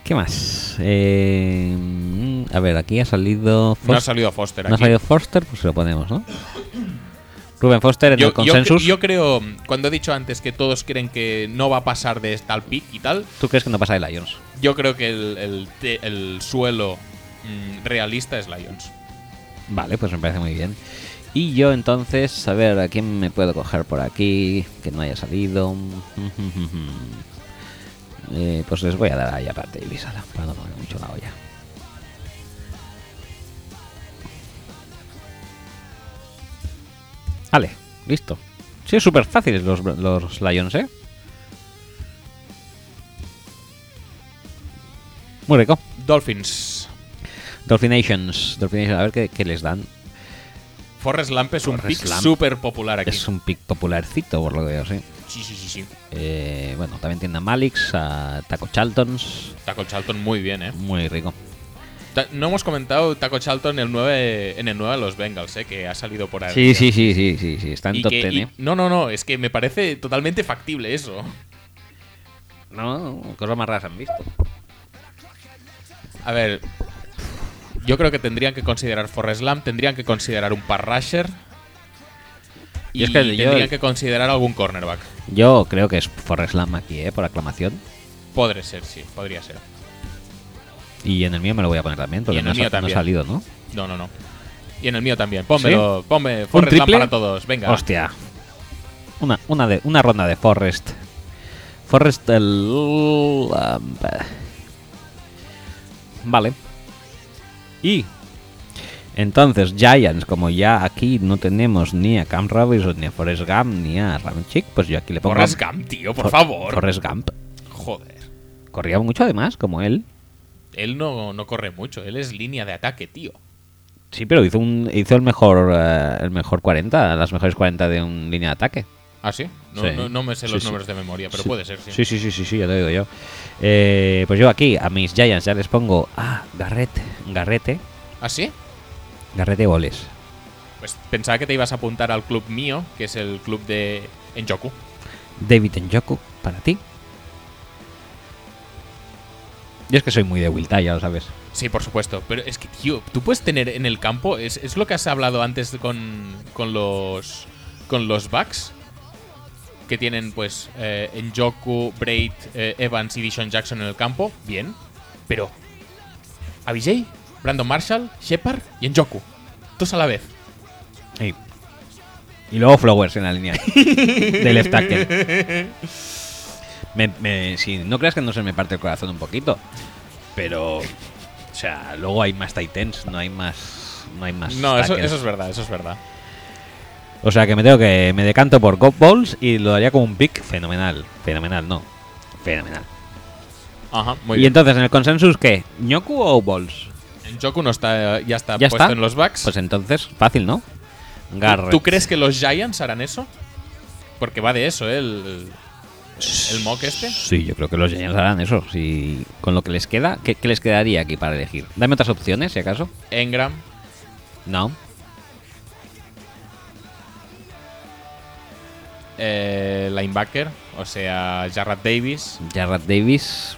S1: ¿Qué más? Eh, a ver, aquí ha salido
S2: No ha
S1: Foster.
S2: salido Foster
S1: No ha
S2: aquí.
S1: salido Foster, pues se lo ponemos, ¿no? Rubén Foster en
S2: Yo,
S1: el
S2: yo cre-
S1: consensus.
S2: yo creo, cuando he dicho antes que todos creen que no va a pasar de tal pick y tal,
S1: ¿Tú crees que no pasa de Lions?
S2: yo creo que el, el te- el suelo mm, realista es Lions.
S1: Vale, pues me parece muy bien. Y yo entonces, a ver, ¿a quién me puedo coger por aquí? Que no haya salido. Eh, pues les voy a dar ahí aparte y visada, para no poner mucho la olla. Vale, listo. Sí, súper fáciles los, los Lions, ¿eh? Muy rico.
S2: Dolphins.
S1: Dolphinations, Dolphinations, a ver qué- qué les dan.
S2: Forrest Lamp es un
S1: Forrest
S2: pick
S1: Lamp
S2: súper popular aquí.
S1: Es un pick popularcito, por lo que veo, sí.
S2: Sí, sí, sí, sí.
S1: Eh, bueno, también tiene a Malix, a Taco Charltons.
S2: Taco Charlton muy bien, ¿eh?
S1: Muy rico.
S2: Ta- no hemos comentado Taco Charlton en el 9, en el 9 de los Bengals, ¿eh? Que ha salido por ahí.
S1: Sí, sí, sí, sí, sí, sí. Está en
S2: Y
S1: top
S2: que-
S1: 10,
S2: y-
S1: ¿eh?
S2: no, no, no, es que me parece totalmente factible eso.
S1: No, cosas más raras han visto.
S2: A ver, yo creo que tendrían que considerar Forrest Lamp, tendrían que considerar un par rusher y
S1: Yo es que yo-
S2: tendrían que considerar algún cornerback.
S1: Yo creo que es Forrest Lamb aquí, ¿eh? Por aclamación.
S2: Podría ser, sí, podría ser.
S1: Y en el mío me lo voy a poner también, porque
S2: en
S1: no, ha-
S2: el mío
S1: no
S2: también.
S1: ha salido, ¿no?
S2: No, no, no. Y en el mío también. Pónmelo, ponme Forrest Lamp
S1: triple?
S2: para todos. Venga.
S1: Hostia. Una, una, de, una ronda de Forrest. Forrest el... um, eh. Vale. Y... Entonces, Giants, como ya aquí no tenemos ni a Cam Robinson, ni a Forrest Gump, ni a Ramchick, pues yo aquí le pongo...
S2: Forrest Gump, tío, por
S1: For-
S2: favor.
S1: Forrest Gump.
S2: Joder.
S1: Corría mucho además, como él.
S2: Él no, no corre mucho, él es línea de ataque, tío.
S1: Sí, pero hizo, un, hizo el, mejor, eh, el mejor 40, las mejores 40 de un línea de ataque.
S2: ¿Ah, sí? No,
S1: Sí.
S2: no- no me sé
S1: Sí,
S2: los
S1: sí.
S2: nombres de memoria, pero
S1: Sí.
S2: puede ser, sí.
S1: Sí, sí, sí, sí, sí, ya te digo yo. Eh, pues yo aquí a mis Giants ya les pongo ah, Garrete, Garrete,
S2: ¿Ah, sí?
S1: Garrete Goles.
S2: Pues pensaba que te ibas a apuntar al club mío, que es el club de Enjoku.
S1: David Njoku, para ti. Yo es que soy muy de Wilta, ya lo sabes.
S2: Sí, por supuesto. Pero es que, tío, tú puedes tener en el campo. Es, es lo que has hablado antes con, con los. con los backs. Que tienen, pues, eh, Njoku, Braid, eh, Evans y Dishon Jackson en el campo. Bien. Pero. Avijay, Brandon Marshall, Shepard y Njoku. Todos a la vez.
S1: Ey. Y luego Flowers en la línea de left tackle. Me- me- sí, no creas que no se me parte el corazón un poquito, pero. O sea, luego hay más Titans, no hay más. No, hay más
S2: No, eso,
S1: tackles.
S2: eso es verdad, eso es verdad.
S1: O sea que me tengo que. Me decanto por Golf Balls y lo daría como un pick fenomenal. Fenomenal, no. Fenomenal.
S2: Ajá, muy
S1: y
S2: bien. Pues
S1: entonces, en el consensus, ¿qué? ¿Ñoku o Balls?
S2: En Joku no está, eh, ya está
S1: ¿Ya
S2: puesto
S1: está?
S2: en los backs.
S1: Pues entonces, fácil, ¿no? Garrett.
S2: ¿Tú crees que los Giants harán eso? Porque va de eso, ¿eh? El, el, el mock este.
S1: Sí, yo creo que los Giants harán eso. Si con lo que les queda, ¿qué, qué les quedaría aquí para elegir? Dame otras opciones, si acaso.
S2: Engram.
S1: No.
S2: eh, linebacker, o sea, Jarrett Davis.
S1: Jarrett Davis.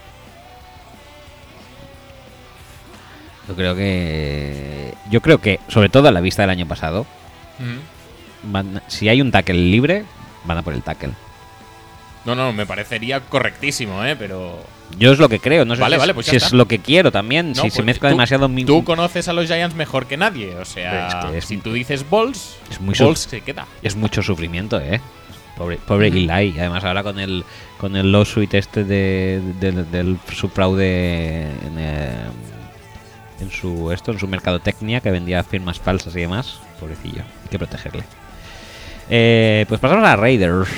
S1: Yo creo que. Yo creo que, sobre todo a la vista del año pasado,
S2: Ujú.
S1: van- si hay un tackle libre, van a por el tackle.
S2: No, no, me parecería correctísimo, ¿eh? Pero.
S1: Yo es lo que creo, no sé si,
S2: Vale,
S1: es-
S2: vale, pues ya
S1: si
S2: está.
S1: es lo que quiero también.
S2: no,
S1: si se
S2: pues
S1: mezcla
S2: tú-
S1: demasiado mi-
S2: Tú conoces a los Giants mejor que nadie. O sea,
S1: Es que es-
S2: si tú dices Balls,
S1: Es muy
S2: Balls
S1: sub-
S2: se queda.
S1: Es mucho sufrimiento, ¿eh? Pobre, pobre Eli. Y Además, ahora con el con el lawsuit este de, de- del su fraude en, eh, en su esto en su mercadotecnia que vendía firmas falsas y demás. Pobrecillo, hay que protegerle. Eh, pues pasamos a Raiders.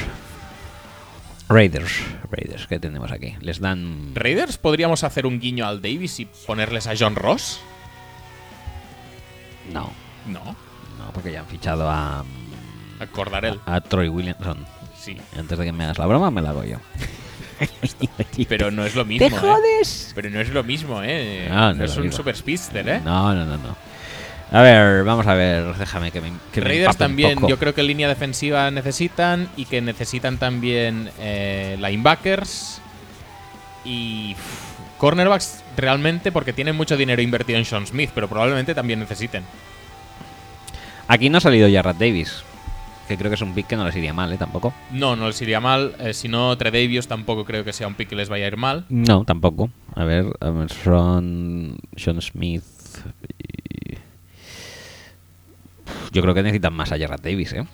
S1: Raiders, Raiders, ¿qué tenemos aquí? Les dan.
S2: ¿Raiders podríamos hacer un guiño al Davis y ponerles a John Ross?
S1: No,
S2: No,
S1: no, porque ya han fichado a,
S2: acordar él.
S1: a Troy Williamson.
S2: Sí,
S1: Antes de que me hagas la broma, me la hago yo.
S2: pero no es lo mismo. ¿eh?
S1: jodes!
S2: Pero no es lo mismo, ¿eh?
S1: Ah,
S2: No,
S1: no
S2: es
S1: lo
S2: un
S1: digo.
S2: super speedster, ¿eh?
S1: No, no, no, no. A ver, vamos a ver, déjame que me. Que me
S2: Raiders
S1: empape un
S2: también,
S1: poco.
S2: yo creo que línea defensiva necesitan y que necesitan también eh, linebackers y uf, cornerbacks realmente porque tienen mucho dinero invertido en Sean Smith, pero probablemente también necesiten.
S1: Aquí no ha salido Jarrett Davis, que creo que es un pick que no les iría mal, ¿eh? Tampoco.
S2: No, no les iría mal, eh, si no Tredavious tampoco creo que sea un pick que les vaya a ir mal.
S1: No, tampoco. A ver, a ver, Ron, John Smith. y- Yo creo que necesitan más a Jarrett Davis, ¿eh?
S2: Mm.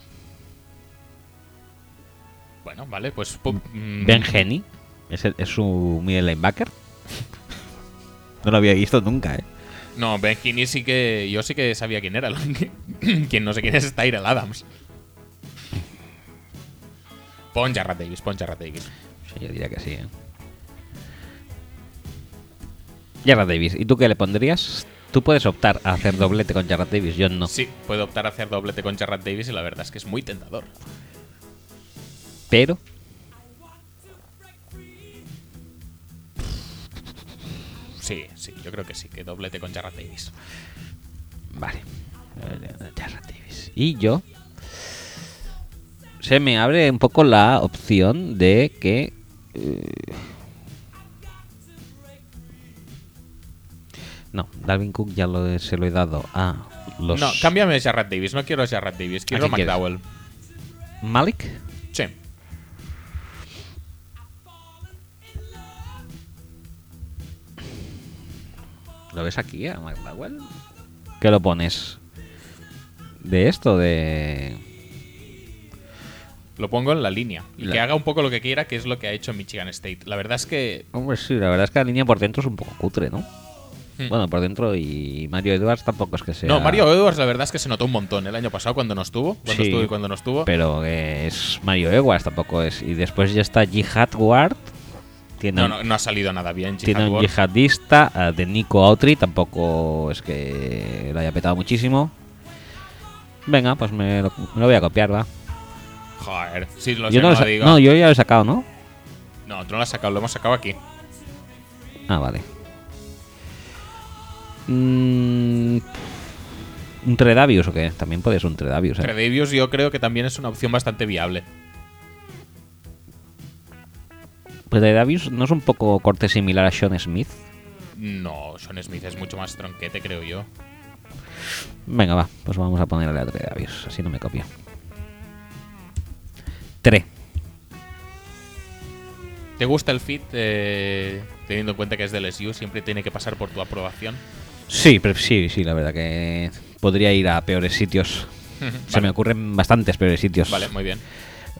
S2: Bueno, vale, pues... pu- mm,
S1: Ben Henny es, el- es su middle linebacker. No lo había visto nunca, ¿eh?
S2: No, Ben Heaney sí que... Yo sí que sabía quién era. quien no sé quién es Tyrell Adams. Pon Jarrett Davis, pon Jarrett Davis.
S1: Sí, yo diría que sí. ¿eh? Jarrett Davis, ¿y tú qué le pondrías? Tú puedes optar a hacer doblete con Jarrett Davis, yo no.
S2: Sí, puedo optar a hacer doblete con Jarrett Davis y la verdad es que es muy tentador.
S1: Pero
S2: Sí, sí, yo creo que sí, que doblete con Jarrett Davis.
S1: Vale. Jarrett Davis. Y yo. Se me abre un poco la opción de que. eh, No, Dalvin Cook ya lo he- se lo he dado a los.
S2: No, cámbiame a Jarrett Davis, no quiero a Jarrett Davis, quiero a
S1: quién quieres?
S2: McDowell.
S1: Malik.
S2: Sí.
S1: ¿Lo ves aquí a McDowell? ¿Qué lo pones? ¿De esto? ¿De.?
S2: Lo pongo en la línea. Y
S1: La-
S2: que haga un poco lo que quiera, que es lo que ha hecho Michigan State. La verdad es que.
S1: Hombre, sí, la verdad es que la línea por dentro es un poco cutre, ¿no?
S2: Hmm.
S1: Bueno, por dentro y Mario Edwards tampoco es que sea.
S2: No, Mario Edwards, la verdad es que se notó un montón el año pasado cuando no estuvo. Cuando
S1: Sí.
S2: estuvo y cuando no estuvo.
S1: Pero eh, es Mario Edwards, tampoco es. Y después ya está Jihad Ward. Tiene,
S2: No,
S1: un-
S2: no, no ha salido nada bien. Jihad
S1: tiene un
S2: Ward.
S1: yihadista ah, de Nico Autry, tampoco es que lo haya petado muchísimo. Venga, pues me lo, me lo voy a copiar, va.
S2: Joder, sí, lo sé,
S1: yo no,
S2: Pues no
S1: lo
S2: lo
S1: sa-
S2: digo.
S1: no, yo ya lo he sacado, ¿no?
S2: No, tú no lo has sacado, lo hemos sacado aquí.
S1: Ah, vale. Mm, ¿Un Tredavius o qué? También podría ser un Tredavius, ¿eh?
S2: Tredavious yo creo que también es una opción bastante viable.
S1: Pues Tredavius no es un poco corte similar a Sean Smith.
S2: No, Sean Smith es mucho más tronquete, creo yo.
S1: Venga, va, pues vamos a ponerle a Tredavius, así no me copia. Tre.
S2: ¿Te gusta el fit? eh, teniendo en cuenta que es del SU, siempre tiene que pasar por tu aprobación.
S1: Sí, pero sí, sí, la verdad que podría ir a peores sitios. Se me ocurren bastantes peores sitios.
S2: Vale, muy bien.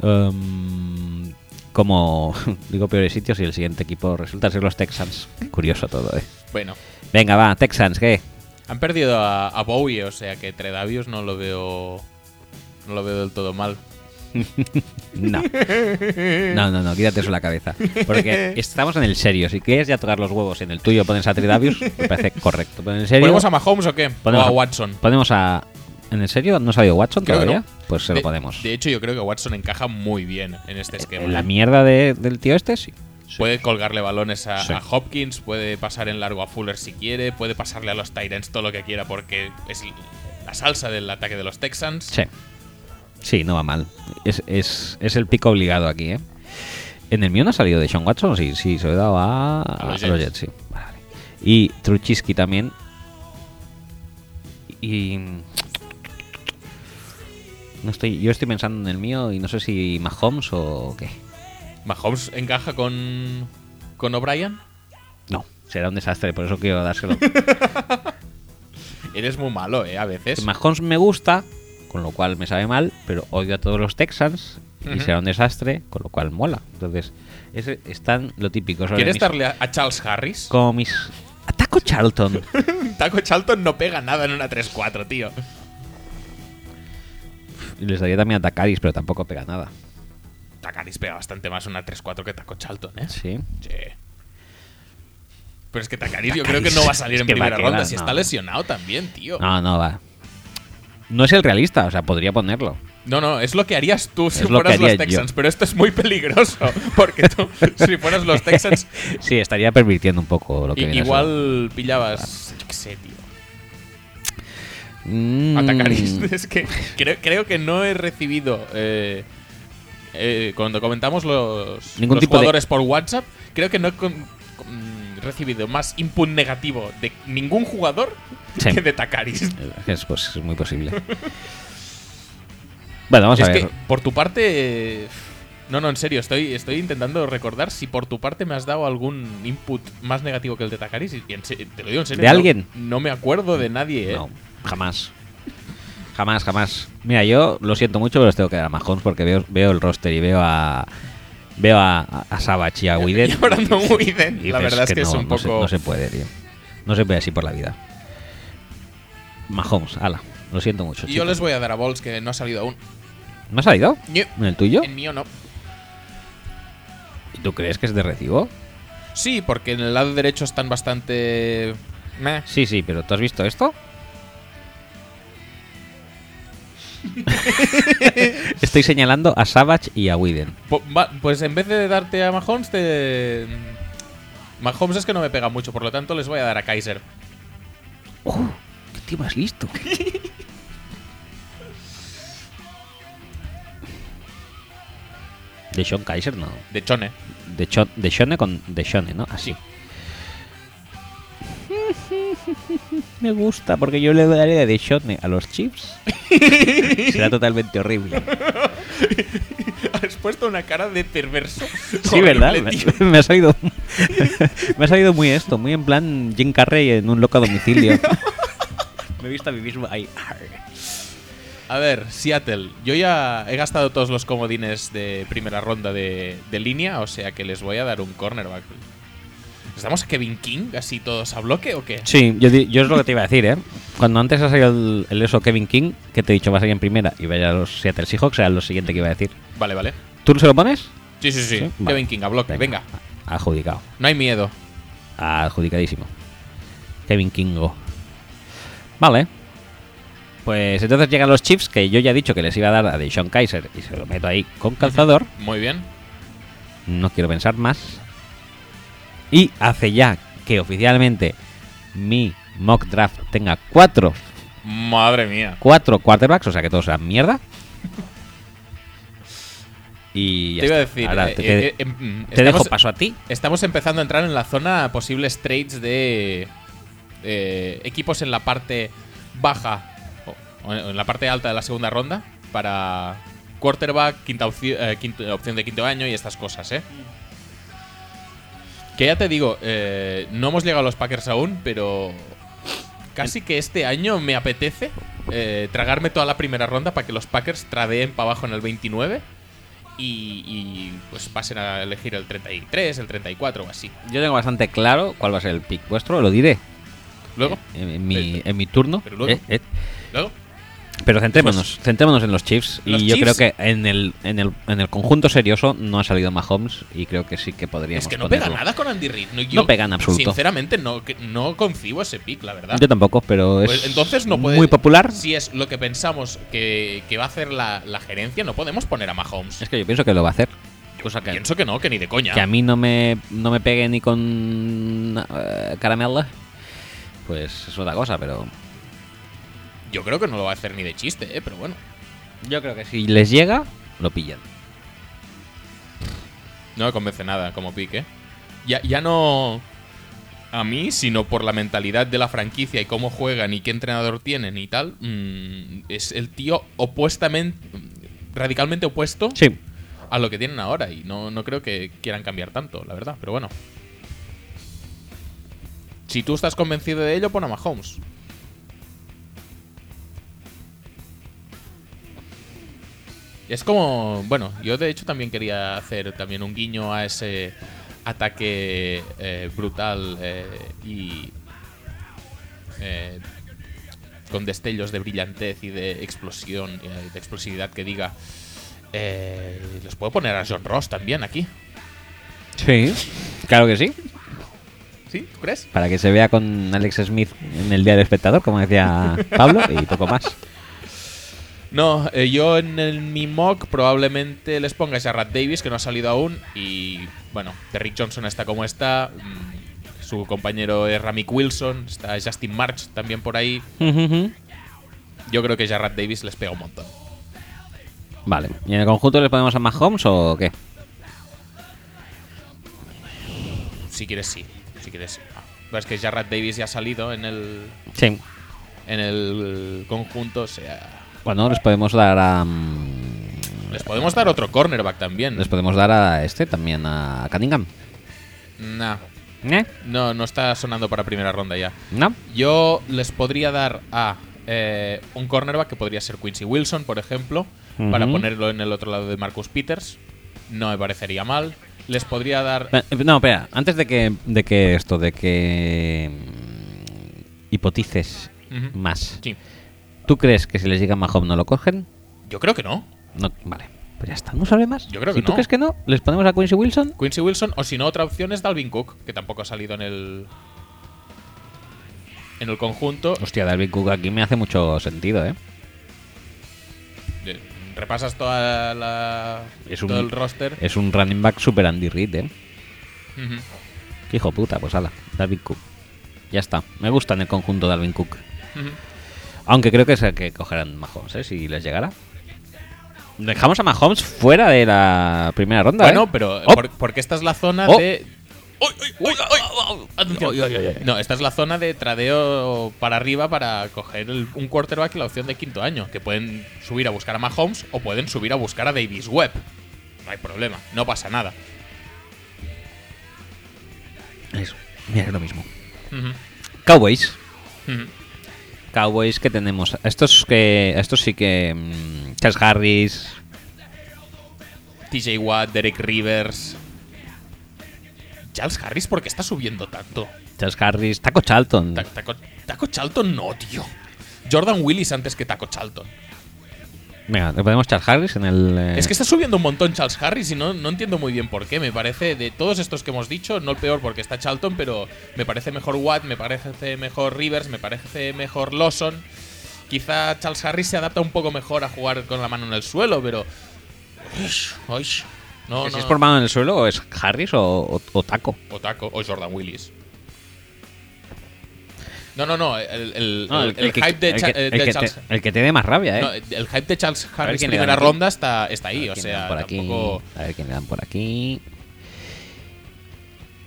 S1: Em, como digo peores sitios y el siguiente equipo resulta ser los Texans. Curioso todo, ¿eh?
S2: Bueno,
S1: Venga, va, Texans, ¿qué?
S2: han perdido a, a Bowie, o sea que Tredavius no lo veo. No lo veo del todo mal.
S1: No. No, no, no, quítate eso de la cabeza. Porque estamos en el serio. Si quieres ya tocar los huevos y en el tuyo, pones a Tridavius, me parece correcto. Pero en el serio.
S2: ¿Ponemos a Mahomes o qué?
S1: ponemos
S2: o a
S1: a-
S2: Watson.
S1: Ponemos a. ¿En el serio? ¿No ha salido Watson
S2: Creo que
S1: todavía?
S2: no.
S1: Pues se
S2: De-
S1: lo ponemos.
S2: De hecho, yo creo que Watson encaja muy bien en este esquema.
S1: ¿En la mierda de- del tío este? Sí.
S2: Puede colgarle balones a,
S1: Sí.
S2: a Hopkins, puede pasar en largo a Fuller si quiere, puede pasarle a los Tyrants todo lo que quiera porque es l- la salsa del ataque de los Texans.
S1: Sí. Sí, no va mal. Es, es- es el pico obligado aquí, ¿eh? En el mío no ha salido de Sean Watson, sí, sí, se lo he dado a,
S2: A los Jets.
S1: sí. Vale. Y Truchiski también. Y. No estoy, yo estoy pensando en el mío y no sé si Mahomes o qué.
S2: Mahomes encaja con, con O'Brien.
S1: No, será un desastre, por eso quiero dárselo.
S2: Eres muy malo, ¿eh? A veces.
S1: Mahomes me gusta, con lo cual me sabe mal, pero odio a todos los Texans y
S2: Ujú.
S1: será un desastre, con lo cual mola. Entonces, es, están lo típico. sobre
S2: ¿Quieres
S1: mis-
S2: darle a, a Charles Harris?
S1: Como mis. Ataco Charlton.
S2: Taco Charlton no pega nada en una 3-4, tío.
S1: Y Les daría también a Takaris, pero tampoco pega nada.
S2: Takaris pega bastante más una 3-4 que Taco Charlton, ¿eh?
S1: Sí.
S2: Sí. Pero es que Takaris yo creo que no va a salir
S1: Es
S2: en
S1: que va a
S2: primera
S1: quedar,
S2: ronda si
S1: no.
S2: está lesionado también, tío.
S1: No, no, va. No es el realista, o sea, podría ponerlo.
S2: No, no, es lo que harías tú si
S1: Es lo que
S2: fueras los
S1: haría yo.
S2: Texans, pero esto es muy peligroso, porque tú, si fueras los Texans,
S1: sí, estaría pervirtiendo un poco lo que
S2: i-
S1: viene a ser.
S2: igual pillabas, yo qué sé, tío,
S1: Mm.
S2: a Takaris. Es que creo, creo que no he recibido, eh, eh, cuando comentamos los,
S1: Ningún
S2: los
S1: tipo de-
S2: jugadores por WhatsApp, creo que no he con- con- recibido más input negativo de ningún jugador
S1: Sí.
S2: que de Takaris.
S1: Es, pues, es muy posible. bueno, vamos
S2: es
S1: a ver.
S2: que por tu parte. eh, No, no, en serio, estoy, estoy intentando recordar si por tu parte me has dado algún input más negativo que el de Takaris. Y, y en se- te lo digo en serio.
S1: ¿De
S2: no-
S1: alguien?
S2: No me acuerdo de nadie, ¿eh?
S1: No, jamás. Jamás, jamás. Mira, yo lo siento mucho, pero les tengo que dar a Mahomes porque veo, veo el roster y veo a. Veo a, a, a Savage y a Widen.
S2: Y ahora no muy bien.
S1: Y
S2: La
S1: dices
S2: verdad es que, es
S1: no,
S2: un
S1: no se-
S2: poco.
S1: no se puede, tío. No se puede así por la vida. Mahomes, ala. Lo siento mucho.
S2: y yo
S1: chicos.
S2: les voy a dar a Balls que no ha salido aún.
S1: ¿No ha salido?
S2: Ñe.
S1: ¿En el tuyo?
S2: En mío no.
S1: ¿Y ¿Tú crees que es de recibo?
S2: Sí, porque en el lado derecho están bastante. meh.
S1: Sí, sí, pero ¿tú has visto esto? Estoy señalando a Savage y a Widen.
S2: Po- va- Pues en vez de darte a Mahomes, te. Mahomes es que no me pega mucho, por lo tanto les voy a dar a Kaiser.
S1: ¡Uh! ¡Qué tío más listo! De Sean Kaiser, no.
S2: De Chone.
S1: De, Cho- de Shone con de Shone, ¿no? Así. Me gusta, porque yo le daré de Shone a los chips. Será totalmente horrible.
S2: Has puesto una cara de perverso.
S1: Sí,
S2: Horrible,
S1: ¿verdad?
S2: tío.
S1: Me, me ha salido. me ha salido muy esto, muy en plan Jim Carrey en un loco a domicilio. me he visto a mí mismo ahí.
S2: A ver, Seattle. Yo ya he gastado todos los comodines de primera ronda de, de línea, o sea que les voy a dar un cornerback. ¿Estamos a Kevin King así todos a bloque o qué?
S1: Sí, yo, di- yo es lo que te iba a decir, ¿eh? Cuando antes ha salido el, el eso Kevin King, que te he dicho va a salir en primera y vaya a los Seattle Seahawks, era lo siguiente que iba a decir.
S2: Vale, vale.
S1: ¿Tú se lo pones?
S2: Sí, sí, sí.
S1: Sí,
S2: Kevin
S1: vale.
S2: King a bloque, venga.
S1: Adjudicado.
S2: No hay miedo.
S1: Adjudicadísimo. Kevin Kingo. Vale. Pues entonces llegan los chips que yo ya he dicho que les iba a dar a Deshaun Kaiser y se lo meto ahí con calzador.
S2: Muy bien.
S1: No quiero pensar más. Y hace ya que oficialmente mi mock draft tenga cuatro,
S2: Madre mía.
S1: cuatro quarterbacks, o sea que todos sean mierda. Y ya
S2: te iba a
S1: está.
S2: decir.
S1: Ahora
S2: eh,
S1: te,
S2: eh,
S1: te-
S2: eh, mm,
S1: te dejo
S2: estamos-
S1: paso a ti.
S2: Estamos empezando a entrar en la zona posibles trades de eh, equipos en la parte baja o- o en la parte alta de la segunda ronda para quarterback, quinta opci- eh, quinto- opción de quinto año y estas cosas, ¿eh? Que ya te digo, eh, no hemos llegado a los Packers aún, pero casi que este año me apetece eh, tragarme toda la primera ronda para que los Packers tradeen para abajo en el 29 y, y, pues pasen a elegir el 33, el 34 o así.
S1: Yo tengo bastante claro cuál va a ser el pick vuestro, lo diré
S2: Luego,
S1: en, en mi, en mi turno.
S2: Pero luego.
S1: Eh, eh.
S2: luego,
S1: Pero centrémonos, centrémonos en los Chiefs.
S2: Los
S1: y yo
S2: Chiefs.
S1: creo que en el, en, el, en el conjunto serioso no ha salido Mahomes y creo que sí que podríamos
S2: es que no pega
S1: ponerlo.
S2: nada con Andy Reid. yo,
S1: No pega en absoluto.
S2: Sinceramente, no, que- no concibo ese pick, la verdad.
S1: Yo tampoco, pero es
S2: Pues entonces no puede,
S1: muy popular.
S2: Si es lo que pensamos que, que va a hacer la, la gerencia, no podemos poner a Mahomes.
S1: Es que yo pienso que lo va a hacer. Cosa que,
S2: Pienso que no, que ni de coña.
S1: que a mí no me, no me pegue ni con eh, caramela, pues es otra cosa, pero
S2: Yo creo que no lo va a hacer ni de chiste, eh, pero bueno.
S1: yo creo que si les llega, lo pillan.
S2: No me convence nada como pick, eh. Ya, ya no a mí, sino por la mentalidad de la franquicia y cómo juegan y qué entrenador tienen y tal. mm, es el tío opuestamente, radicalmente opuesto
S1: Sí,
S2: a lo que tienen ahora y no, no creo que quieran cambiar tanto, la verdad, pero bueno. Si tú estás convencido de ello, pon a Mahomes. Es como, bueno, yo de hecho también quería hacer también un guiño a ese ataque eh, brutal eh, y eh, con destellos de brillantez y de explosión, eh, de explosividad que diga eh, les puedo poner a John Ross también aquí.
S1: sí, claro que sí.
S2: ¿Sí? ¿Tú crees?
S1: Para que se vea con Alex Smith en el Día del Espectador, como decía Pablo, y poco más.
S2: No, eh, yo en el, mi mock probablemente les ponga a Jarrett Davis, que no ha salido aún. Y bueno, Derrick Johnson está como está. mm, Su compañero es Ramick Wilson. Está Justin March también por ahí. Yo creo que Jarrett Davis les pega un montón.
S1: Vale, ¿y en el conjunto le ponemos a Mahomes o qué?
S2: Si quieres, sí. Si quieres, sí. Ah, Pero es que Jarrett Davis ya ha salido en el,
S1: Sí.
S2: en el conjunto. O sea,
S1: Bueno, les podemos dar a. mm,
S2: les podemos dar otro cornerback también.
S1: Les podemos dar a este también, a Cunningham.
S2: Nah,
S1: ¿Eh?
S2: no, no está sonando para primera ronda ya.
S1: ¿No?
S2: Yo les podría dar a eh, un cornerback que podría ser Quincy Wilson, por ejemplo,
S1: Ujú.
S2: para ponerlo en el otro lado de Marcus Peters. No me parecería mal. Les podría dar.
S1: Pe- No, espera, antes de que, de que esto, de que mm, hipotices
S2: Ujú.
S1: más.
S2: Sí.
S1: ¿Tú crees que si les llega Mahomes no lo cogen?
S2: Yo creo que no.
S1: No, vale, pues ya está, no sabe más.
S2: Yo creo
S1: si
S2: que
S1: tú
S2: no.
S1: crees que no, les ponemos a Quincy Wilson.
S2: Quincy Wilson, o si no, otra opción es Dalvin Cook, que tampoco ha salido en el. En el conjunto.
S1: Hostia, Dalvin Cook aquí me hace mucho sentido, ¿eh?
S2: Eh, Repasas toda la.
S1: Es un-
S2: todo el roster.
S1: Es un running back super Andy Reid, ¿eh?
S2: Ujú.
S1: Qué hijo puta, pues ala, Dalvin Cook. Ya está, me gusta en el conjunto Dalvin Cook.
S2: Ujú.
S1: Aunque creo que es el que cogerán Mahomes, ¿eh? Si les llegara. Dejamos a Mahomes fuera de la primera ronda,
S2: Bueno,
S1: ¿eh?
S2: pero
S1: Oh,
S2: por- porque esta es la zona
S1: Oh.
S2: de. ¡Uy, uy, uy, uy! Atención. No, esta es la zona de tradeo para arriba para coger el- un quarterback y la opción de quinto año, que pueden subir a buscar a Mahomes o pueden subir a buscar a Davis Webb. No hay problema, no pasa nada.
S1: Eso, mira, es lo mismo.
S2: Ujú,
S1: Cowboys.
S2: ujú.
S1: Cowboys que tenemos. Estos que. Estos sí que. mm, Charles Harris.
S2: TJ Watt, Derek Rivers. Charles Harris, ¿por qué está subiendo tanto?
S1: Charles Harris. Taco Charlton.
S2: Ta- Taco, Taco Charlton no, tío. Jordan Willis antes que Taco Charlton.
S1: Venga, le ponemos Charles Harris en el. eh,
S2: Es que está subiendo un montón Charles Harris y no, no entiendo muy bien por qué. Me parece, de todos estos que hemos dicho, no el peor porque está Charlton, pero me parece mejor Watt, me parece mejor Rivers, me parece mejor Lawson. Quizá Charles Harris se adapta un poco mejor a jugar con la mano en el suelo, pero. Uish, uish. No,
S1: que si
S2: no.
S1: es por mano en el suelo, ¿o es Harris o, o- o Taco.
S2: O Taco, o oh, Jordan Willis. No, no, no. El, el- el- el hype de,
S1: el
S2: Cha-
S1: que-
S2: eh,
S1: el
S2: de
S1: que
S2: Charles
S1: te- el que te dé más rabia, ¿eh?
S2: no, el hype de Charles Harris
S1: quién le
S2: primera
S1: dan aquí.
S2: ronda está, está
S1: A
S2: ahí,
S1: ver
S2: o
S1: quién le
S2: sea,
S1: dan por aquí,
S2: tampoco.
S1: A ver quién le dan por aquí.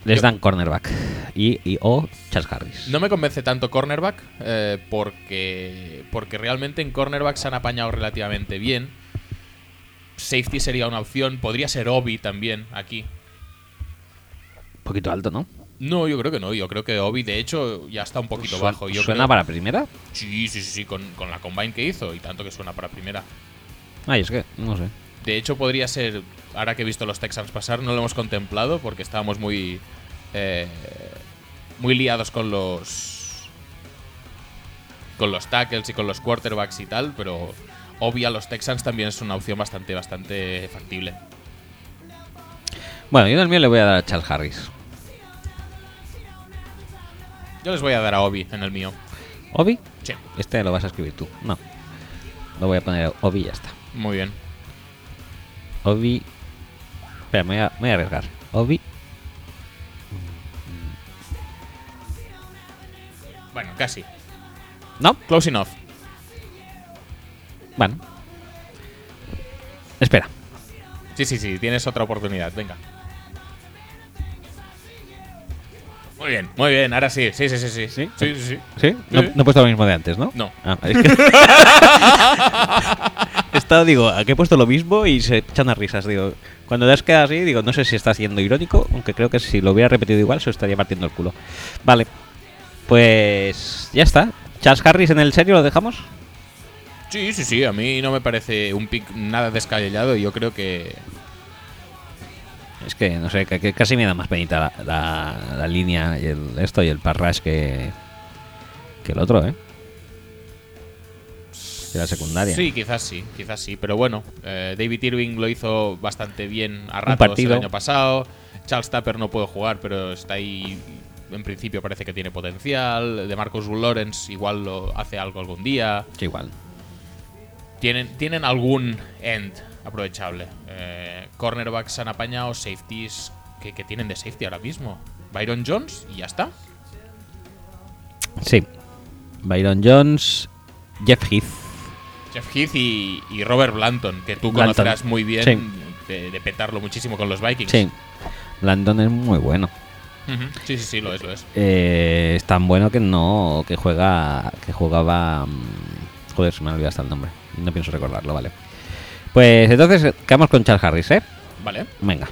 S1: Les
S2: Yo-
S1: dan cornerback. Y, y- o Charles Harris.
S2: No me convence tanto cornerback eh, porque, porque realmente en cornerback se han apañado relativamente bien. Safety sería una opción, podría ser Obi también aquí.
S1: Un poquito alto, ¿no?
S2: No, yo creo que no. Yo creo que Obi, de hecho, ya está un poquito
S1: Su-
S2: bajo. Yo
S1: ¿Suena
S2: creo-
S1: para primera?
S2: Sí, sí, sí, sí, con, con la combine que hizo y tanto que suena para primera.
S1: Ay, es que, no sé.
S2: De hecho, podría ser, ahora que he visto los Texans pasar, no lo hemos contemplado porque estábamos muy. eh, muy liados con los. con los tackles y con los quarterbacks y tal, pero. Obvia, los Texans también es una opción bastante, bastante factible.
S1: Bueno, yo en el mío le voy a dar a Charles Harris.
S2: Yo les voy a dar a Obi en el mío.
S1: ¿Obi?
S2: Sí,
S1: Este lo vas a escribir tú. No. Lo voy a poner a Obi y ya está.
S2: muy bien.
S1: Obi. Espera, me voy a, me voy a arriesgar. Obi.
S2: Bueno, casi.
S1: No,
S2: Close enough.
S1: bueno. Espera.
S2: Sí, sí, sí, tienes otra oportunidad, venga. Muy bien, muy bien, ahora sí, sí, sí, sí.
S1: ¿Sí?
S2: Sí, sí, sí. sí.
S1: ¿Sí? No, no he puesto lo mismo de antes, ¿no?
S2: No.
S1: Ah, es que- he estado, digo, ¿a qué he puesto lo mismo? Y se echan las risas. Digo, cuando te has quedado así, digo, no sé si está siendo irónico, aunque creo que si lo hubiera repetido igual se lo estaría partiendo el culo. Vale. Pues ya está. Charles Harris en el serio lo dejamos.
S2: Sí, sí, sí, a mí no me parece un pick nada descabellado y yo creo que...
S1: Es que no sé, que, que casi me da más penita la, la- la línea y el esto y el parrash que, que el otro, ¿eh? De la secundaria.
S2: Sí, quizás sí, quizás sí, pero bueno, eh, David Irving lo hizo bastante bien a ratos
S1: partido.
S2: el año pasado, Charles Tapper no puede jugar, pero está ahí, en principio parece que tiene potencial, de Marcus Lawrence igual lo hace algo algún día,
S1: Sí, igual.
S2: tienen, tienen algún end aprovechable. Eh, cornerbacks han apañado, safeties que, que tienen de safety ahora mismo. Byron Jones y ya está.
S1: Sí. Byron Jones, Jeff Heath.
S2: Jeff Heath y, y Robert Blanton, que tú
S1: Blanton.
S2: conocerás muy bien
S1: Sí.
S2: de, de petarlo muchísimo con los Vikings.
S1: Sí. Landon es muy bueno.
S2: Ujú. sí, sí, sí, lo es, lo es.
S1: Eh, es tan bueno que no. que juega. que jugaba. mm, joder, se me ha olvidado hasta el nombre. No pienso recordarlo, vale. Pues entonces, eh, quedamos con Charles Harris, ¿eh?
S2: Vale.
S1: Venga.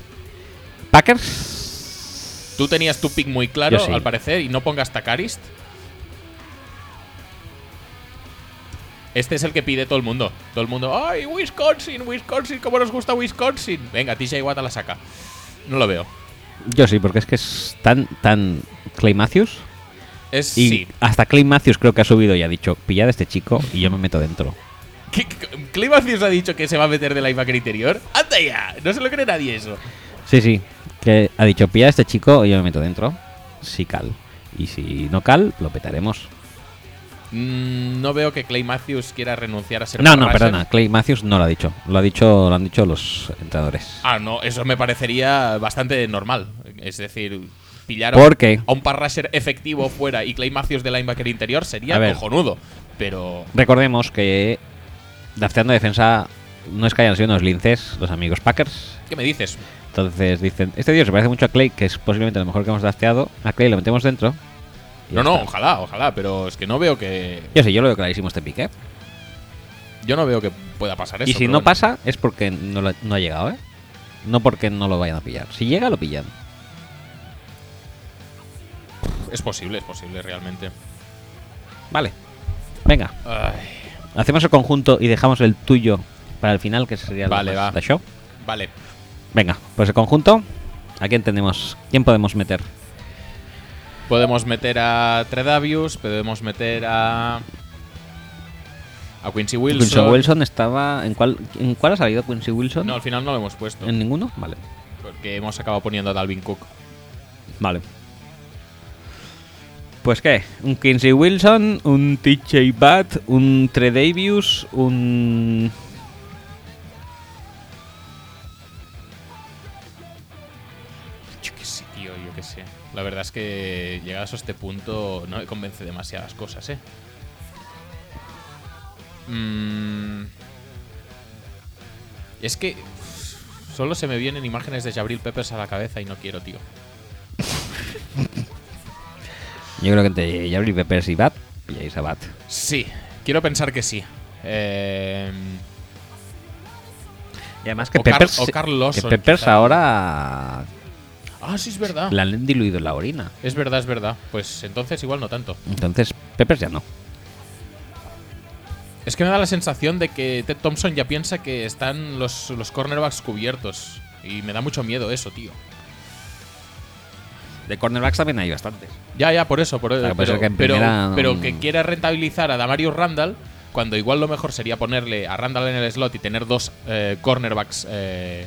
S1: Packers.
S2: Tú tenías tu pick muy claro,
S1: Yo sí.
S2: al parecer, y no pongas Takarist. Este es el que pide todo el mundo. Todo el mundo, ¡ay, Wisconsin, Wisconsin! ¿Cómo nos gusta Wisconsin? Venga, TJ Watt a la saca. No lo veo.
S1: Yo sí, porque es que es tan, tan Clay Matthews.
S2: Es
S1: Y
S2: sí.
S1: hasta Clay Matthews creo que ha subido y ha dicho, pillad a este chico y yo me meto dentro.
S2: ¿Qué- qué- Clay Matthews ha dicho que se va a meter de linebacker interior? ¿eh? ¡Anda ya! No se lo cree nadie eso.
S1: Sí, sí. Que ha dicho, pillad a este chico y yo me meto dentro. Si cal. Y si no cal, lo petaremos.
S2: Mm, no veo que Clay Matthews quiera renunciar a ser
S1: No,
S2: pass
S1: no,
S2: rusher.
S1: perdona. Clay Matthews no lo ha dicho. Lo ha dicho, lo han dicho los entrenadores.
S2: Ah, no, eso me parecería bastante normal. Es decir, pillar a
S1: ¿Por
S2: un,
S1: qué?
S2: a un pass rusher efectivo fuera y Clay Matthews de linebacker interior sería
S1: A ver.
S2: cojonudo. Pero
S1: Recordemos que Dafteando defensa no es que hayan sido unos linces los amigos Packers.
S2: ¿Qué me dices?
S1: Entonces dicen, este tío se parece mucho a Clay, que es posiblemente lo mejor que hemos dafteado. A Clay lo metemos dentro. y
S2: No,
S1: ya
S2: no,
S1: está.
S2: ojalá, ojalá, pero es que no veo que.
S1: Yo sí, yo lo veo clarísimo este pique.
S2: Yo no veo que pueda pasar eso.
S1: y si
S2: pero
S1: no
S2: bueno.
S1: pasa, es porque no, lo- no ha llegado, ¿eh? No porque no lo vayan a pillar. Si llega, lo pillan.
S2: Es posible, es posible realmente.
S1: Vale. Venga,
S2: Ay,
S1: hacemos el conjunto y dejamos el tuyo para el final, que sería
S2: Vale,
S1: lo
S2: va.
S1: más de show.
S2: vale.
S1: Venga, pues el conjunto. ¿A quién tenemos? ¿Quién podemos meter?
S2: Podemos meter a Tredavius, podemos meter a. A Quincy Wilson.
S1: Quincy Wilson estaba. ¿En cuál, ¿En cuál ha salido Quincy Wilson?
S2: No, al final no lo hemos puesto.
S1: ¿En ninguno? Vale.
S2: Porque hemos acabado poniendo a Dalvin Cook.
S1: Vale. Pues qué, un Quincy Wilson, un TJ Bat, un Tre Davius, un...
S2: Yo qué sé, tío, yo qué sé. La verdad es que llegados a este punto no me convence demasiadas cosas, ¿eh? Mm. Es que uf, solo se me vienen imágenes de Jabril Peppers a la cabeza y no quiero, tío.
S1: Yo creo que entre Jabri Peppers y Bat, pilláis a Bat.
S2: Sí, quiero pensar que sí. Eh,
S1: Y además que
S2: O Carl-
S1: Peppers...
S2: o Carl Lawson,
S1: que Peppers
S2: quizá.
S1: ahora...
S2: Ah, sí, es verdad.
S1: La han diluido en la orina.
S2: Es verdad, es verdad. Pues entonces igual no tanto.
S1: Entonces, Peppers ya no.
S2: Es que me da la sensación de que Ted Thompson ya piensa que están los, los cornerbacks cubiertos. Y me da mucho miedo eso, tío.
S1: De cornerbacks también hay bastantes.
S2: Ya, ya, por eso. Por,
S1: sea, que puede
S2: pero,
S1: ser que en
S2: pero-
S1: primera no-
S2: pero que quiera rentabilizar a Damario Randall, cuando igual lo mejor sería ponerle a Randall en el slot y tener dos eh, cornerbacks eh,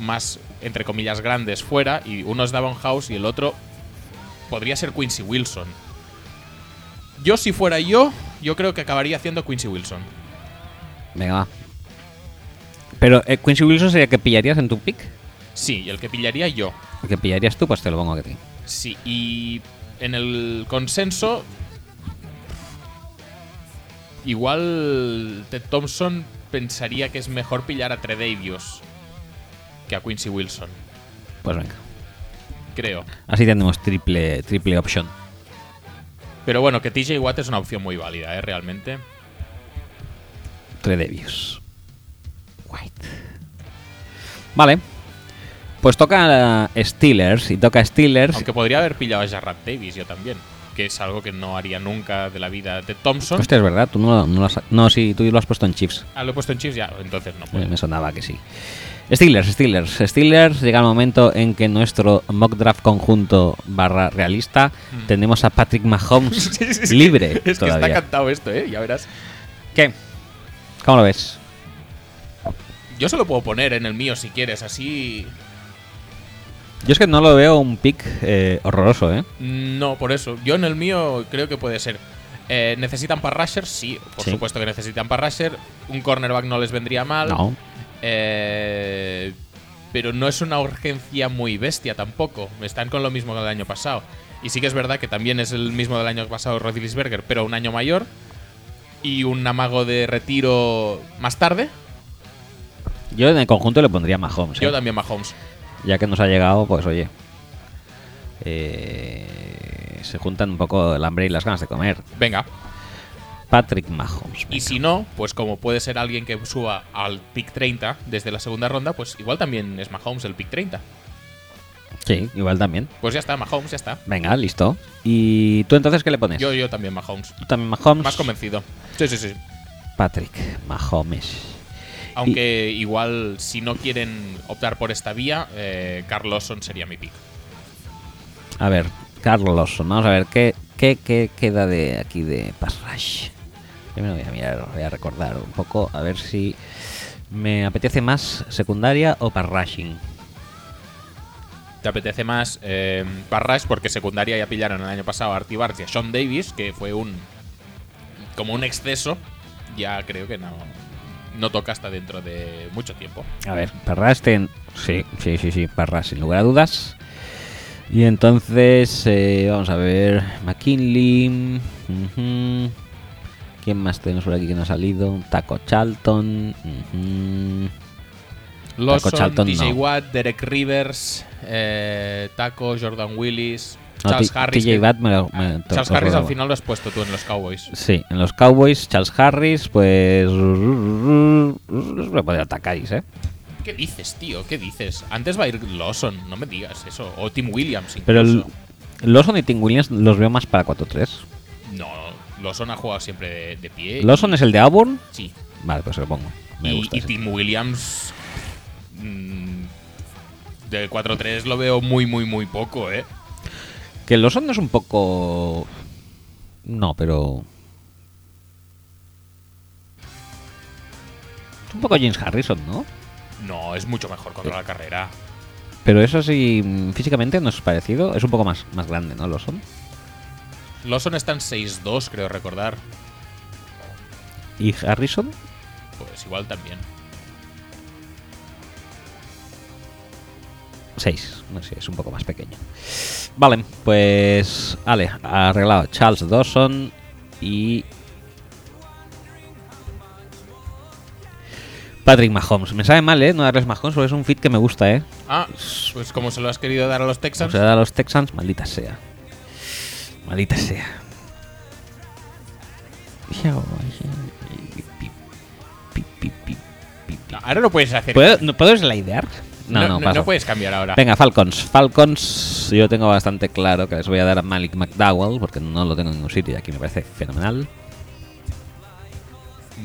S2: más, entre comillas, grandes fuera. Y uno es Davon House y el otro podría ser Quincy Wilson. Yo, si fuera yo, yo creo que acabaría haciendo Quincy Wilson.
S1: Venga, va. Pero eh, Quincy Wilson sería que pillarías en tu pick.
S2: Sí, el que pillaría yo.
S1: El que pillarías tú, pues te lo pongo a ti.
S2: Sí, y en el consenso, igual Ted Thompson pensaría que es mejor pillar a Tredavious que a Quincy Wilson,
S1: Pues venga.
S2: creo.
S1: Así tenemos triple, triple option.
S2: Pero bueno, que TJ Watt es una opción muy válida, ¿eh? Realmente.
S1: Tredevius. White. Vale. Pues toca eh, Steelers. Y toca Steelers.
S2: Aunque podría haber pillado a Jarrad Davis yo también, que es algo que no haría nunca de la vida Ted Thompson.
S1: Hostia, es verdad. Tú no, no lo has- no, sí, tú lo has puesto en Chiefs.
S2: Ah, lo he puesto en Chiefs ya, entonces no.
S1: Eh,
S2: puedo.
S1: Me sonaba que sí. Steelers, Steelers, Steelers. Llega el momento en que nuestro mock draft conjunto barra realista tenemos a Patrick Mahomes
S2: Mm. Sí, sí, sí.
S1: libre
S2: Es que está
S1: todavía.
S2: cantado esto, ¿eh? Ya verás.
S1: ¿Qué? ¿Cómo lo ves?
S2: Yo se lo puedo poner en el mío si quieres, así
S1: Yo es que no lo veo un pick eh, horroroso, ¿eh?
S2: No, por eso. Yo en el mío creo que puede ser. Eh, ¿Necesitan para rusher? Sí, por
S1: Sí.
S2: supuesto que necesitan para rusher. Un cornerback no les vendría mal.
S1: No.
S2: Eh, pero no es una urgencia muy bestia tampoco. Están con lo mismo que el año pasado. Y sí que es verdad que también es el mismo del año pasado Rodríguez-Berger, pero un año mayor. Y un amago de retiro más tarde.
S1: Yo en el conjunto le pondría Mahomes. ¿eh?
S2: Yo también Mahomes.
S1: ya que nos ha llegado, pues oye, eh, se juntan un poco el hambre y las ganas de comer.
S2: Venga.
S1: Patrick Mahomes.
S2: Y
S1: venga.
S2: si no, pues como puede ser alguien que suba al pick 30 desde la segunda ronda, pues igual también es Mahomes el pick 30.
S1: Sí, igual también.
S2: Pues ya está, Mahomes, ya está.
S1: Venga, listo. ¿Y tú entonces qué le pones?
S2: Yo, yo también Mahomes.
S1: ¿Tú también Mahomes?
S2: Más convencido. Sí, sí, sí.
S1: Patrick Mahomes.
S2: Aunque igual si no quieren optar por esta vía, eh, Carlosson sería mi pick.
S1: A ver, Carlos, vamos a ver qué, qué, qué queda de aquí de Pass Rush. Yo me lo voy a mirar, voy a recordar un poco, a ver si me apetece más secundaria o Pass Rushing.
S2: ¿Te apetece más eh, Parrash? Porque secundaria ya pillaron el año pasado a Artie Barnes y a Sean Davis, que fue un. como un exceso. Ya creo que no. No toca hasta dentro de mucho tiempo.
S1: A ver, Parras ten... Sí, sí, sí, sí, Parras, sin lugar a dudas. Y entonces, eh, vamos a ver, McKinley... ujú. ¿Quién más tenemos por aquí que no ha salido? Taco Charlton... ujú.
S2: Lawson,
S1: Charlton, no.
S2: TJ Watt, Derek Rivers, eh, Taco, Jordan Willis,
S1: No,
S2: Charles
S1: T-
S2: Harris.
S1: TJ
S2: que- Ah,
S1: Watt me lo- me lo-
S2: Charles
S1: lo
S2: Harris al
S1: robaba.
S2: final lo has puesto tú en los Cowboys.
S1: Sí, en los Cowboys, Charles Harris, pues... Me podría atacar, ¿eh?
S2: ¿Qué dices, tío? ¿Qué dices? Antes va a ir Lawson, no me digas eso. O Tim Williams. Incluso.
S1: Pero el... Lawson y Tim Williams los veo más para 4-3.
S2: No, Lawson ha jugado siempre de, de pie. y-
S1: ¿Lawson es el de Auburn?
S2: Sí.
S1: Vale, pues se lo pongo. Me
S2: Eh, y
S1: gusta
S2: y
S1: ese.
S2: Tim Williams. mm, del 4-3 lo veo muy, muy, muy poco, ¿eh?
S1: Que Lawson es un poco. No, pero. Es un poco James Harrison, ¿no?
S2: No, es mucho mejor contra la carrera.
S1: Pero eso sí, mm, físicamente no es parecido. Es un poco más, más grande, ¿no? Lawson.
S2: Lawson está en 6-2, creo recordar.
S1: ¿Y Harrison?
S2: Pues igual también.
S1: 6. No sé, es un poco más pequeño. Vale, pues. Vale, arreglado. Charles Dawson y. Patrick Mahomes. Me sabe mal, ¿eh? No darles Mahomes, porque es un fit que me gusta, ¿eh?
S2: Ah, pues como se lo has querido dar a los
S1: Se
S2: Texans.
S1: da a los Texans, maldita sea. Maldita sea.
S2: Ahora lo puedes hacer.
S1: ¿Puedo, no, ¿puedo slidear? No, no, paso.
S2: puedes cambiar ahora.
S1: Venga, Falcons. Falcons, yo tengo bastante claro que les voy a dar a Malik McDowell, porque no lo tengo en ningún sitio y aquí me parece fenomenal.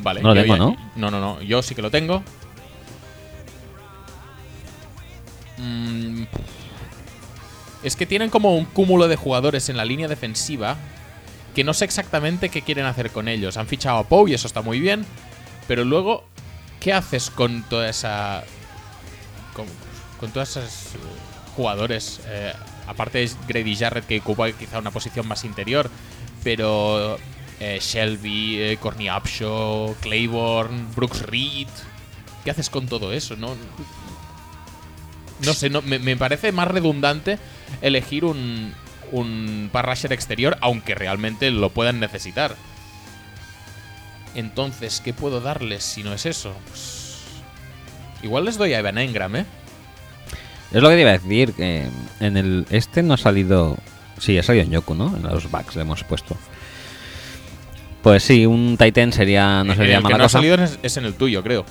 S2: Vale,
S1: No lo
S2: yo
S1: tengo,
S2: ya-
S1: ¿no?
S2: No, no, no. Yo sí que lo tengo. Mm, Es que tienen como un cúmulo de jugadores en la línea defensiva que no sé exactamente qué quieren hacer con ellos. Han fichado a Pou y eso está muy bien. Pero luego, ¿qué haces con toda esa. con, con todas esas eh, jugadores? Eh, aparte es Grady Jarrett que ocupa quizá una posición más interior. Pero. eh, Shelby, eh, Corny Upshaw, Claiborne, Brooks Reed. ¿Qué haces con todo eso? No, no sé, no, me, me parece más redundante elegir un, un pass rusher exterior, aunque realmente lo puedan necesitar. Entonces, ¿qué puedo darles si no es eso? Pues, igual les doy a Evan Engram, ¿eh?
S1: Es lo que te iba a decir, que en el este no ha salido... Sí, ha salido en Yoku, ¿no? En los backs le hemos puesto. Pues sí, un Titan sería, Eh, no
S2: En
S1: sería
S2: el que
S1: mala
S2: no ha
S1: cosa.
S2: salido es, es en el tuyo, creo.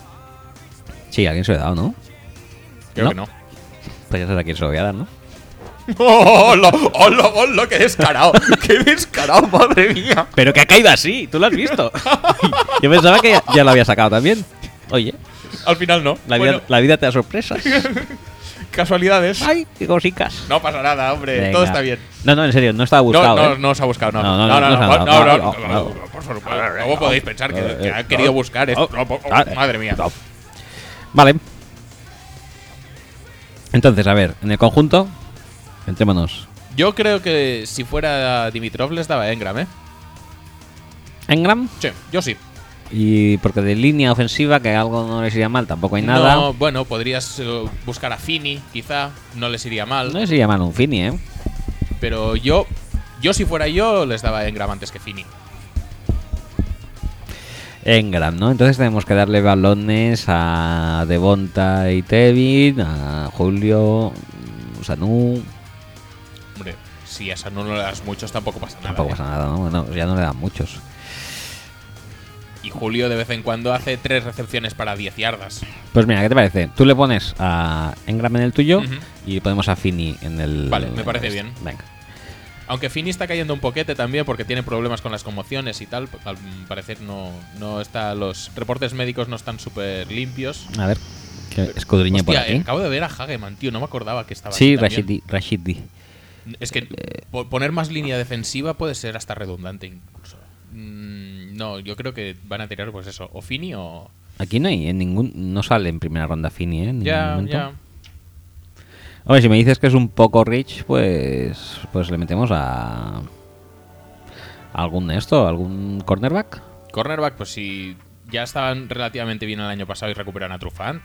S1: Sí, a quién se lo he dado, ¿no?
S2: Creo
S1: ¿No?
S2: que no.
S1: Pues ya sabes a quién se lo voy a dar, ¿no?
S2: ¡Hola! ¡Hola! ¡Hola! ¡Qué descarado! ¡Qué descarado, madre mía!
S1: Pero que ha caído así, tú lo has visto. Yo pensaba que ya, ya lo había sacado también. Oye,
S2: Al final no.
S1: la vida,
S2: Bueno,
S1: la vida te da sorpresas.
S2: casualidades.
S1: Ay, qué cosicas.
S2: No pasa nada, hombre. Eh, Todo
S1: Venga.
S2: está bien.
S1: No, no, en serio, no estaba
S2: No,
S1: buscado.
S2: no,
S1: ¿eh?
S2: no os ha buscado, no.
S1: No, no,
S2: No,
S1: no,
S2: no,
S1: no,
S2: no. por-
S1: no,
S2: no, no,
S1: no,
S2: no,
S1: no,
S2: no, Por favor, ¿cómo podéis pensar que
S1: Eh,
S2: que ha
S1: eh,
S2: querido
S1: no.
S2: buscar esto?
S1: Oh,
S2: Oh, oh,
S1: ah,
S2: Madre mía.
S1: no. Vale. Entonces, a ver, en el conjunto, entrémonos.
S2: Yo creo que si fuera Dimitrov les daba Engram, ¿eh?
S1: Engram,
S2: Sí, yo sí.
S1: y porque de línea ofensiva, que algo no les iría mal, tampoco hay nada.
S2: No, bueno, podrías eh, buscar a Fini, quizá. No les iría mal.
S1: No les iría mal un Fini, ¿eh?
S2: Pero yo, yo si fuera yo, les daba Engram antes que Fini.
S1: Engram, ¿no? Entonces tenemos que darle balones a Devonta y Tevin, a Julio, mm, Sanu.
S2: Hombre, si a Sanu no le das muchos, tampoco pasa nada.
S1: Tampoco
S2: ¿eh?
S1: pasa nada, ¿no? Bueno, ya no le dan muchos.
S2: Y Julio de vez en cuando hace tres recepciones para 10 yardas.
S1: Pues mira, ¿qué te parece? Tú le pones a Engram en el tuyo
S2: Ujú.
S1: y ponemos a Fini en el.
S2: Vale, me
S1: en
S2: parece
S1: el-
S2: bien.
S1: Venga.
S2: Aunque Fini está cayendo un poquete también porque tiene problemas con las conmociones y tal. pues, Al parecer no, no está. Los reportes médicos no están súper limpios.
S1: A ver, que escudriñe por
S2: Hostia, eh,
S1: aquí.
S2: acabo de ver a Hageman, tío. No me acordaba que estaba.
S1: Sí, eh,
S2: aquí también.
S1: Rashidi, Rashidi.
S2: Es que po- poner más línea defensiva puede ser hasta redundante incluso. Mm, No, yo creo que van a tirar pues eso, o Fini o...
S1: Aquí no hay en ningún. No sale en primera ronda Fini, ¿eh? En ningún
S2: Ya,
S1: momento.
S2: ya.
S1: Hombre, si me dices que es un poco rich, pues. Pues le metemos a. ¿Algún esto? ¿Algún cornerback?
S2: Cornerback, pues si ya estaban relativamente bien el año pasado y recuperan a Trufant.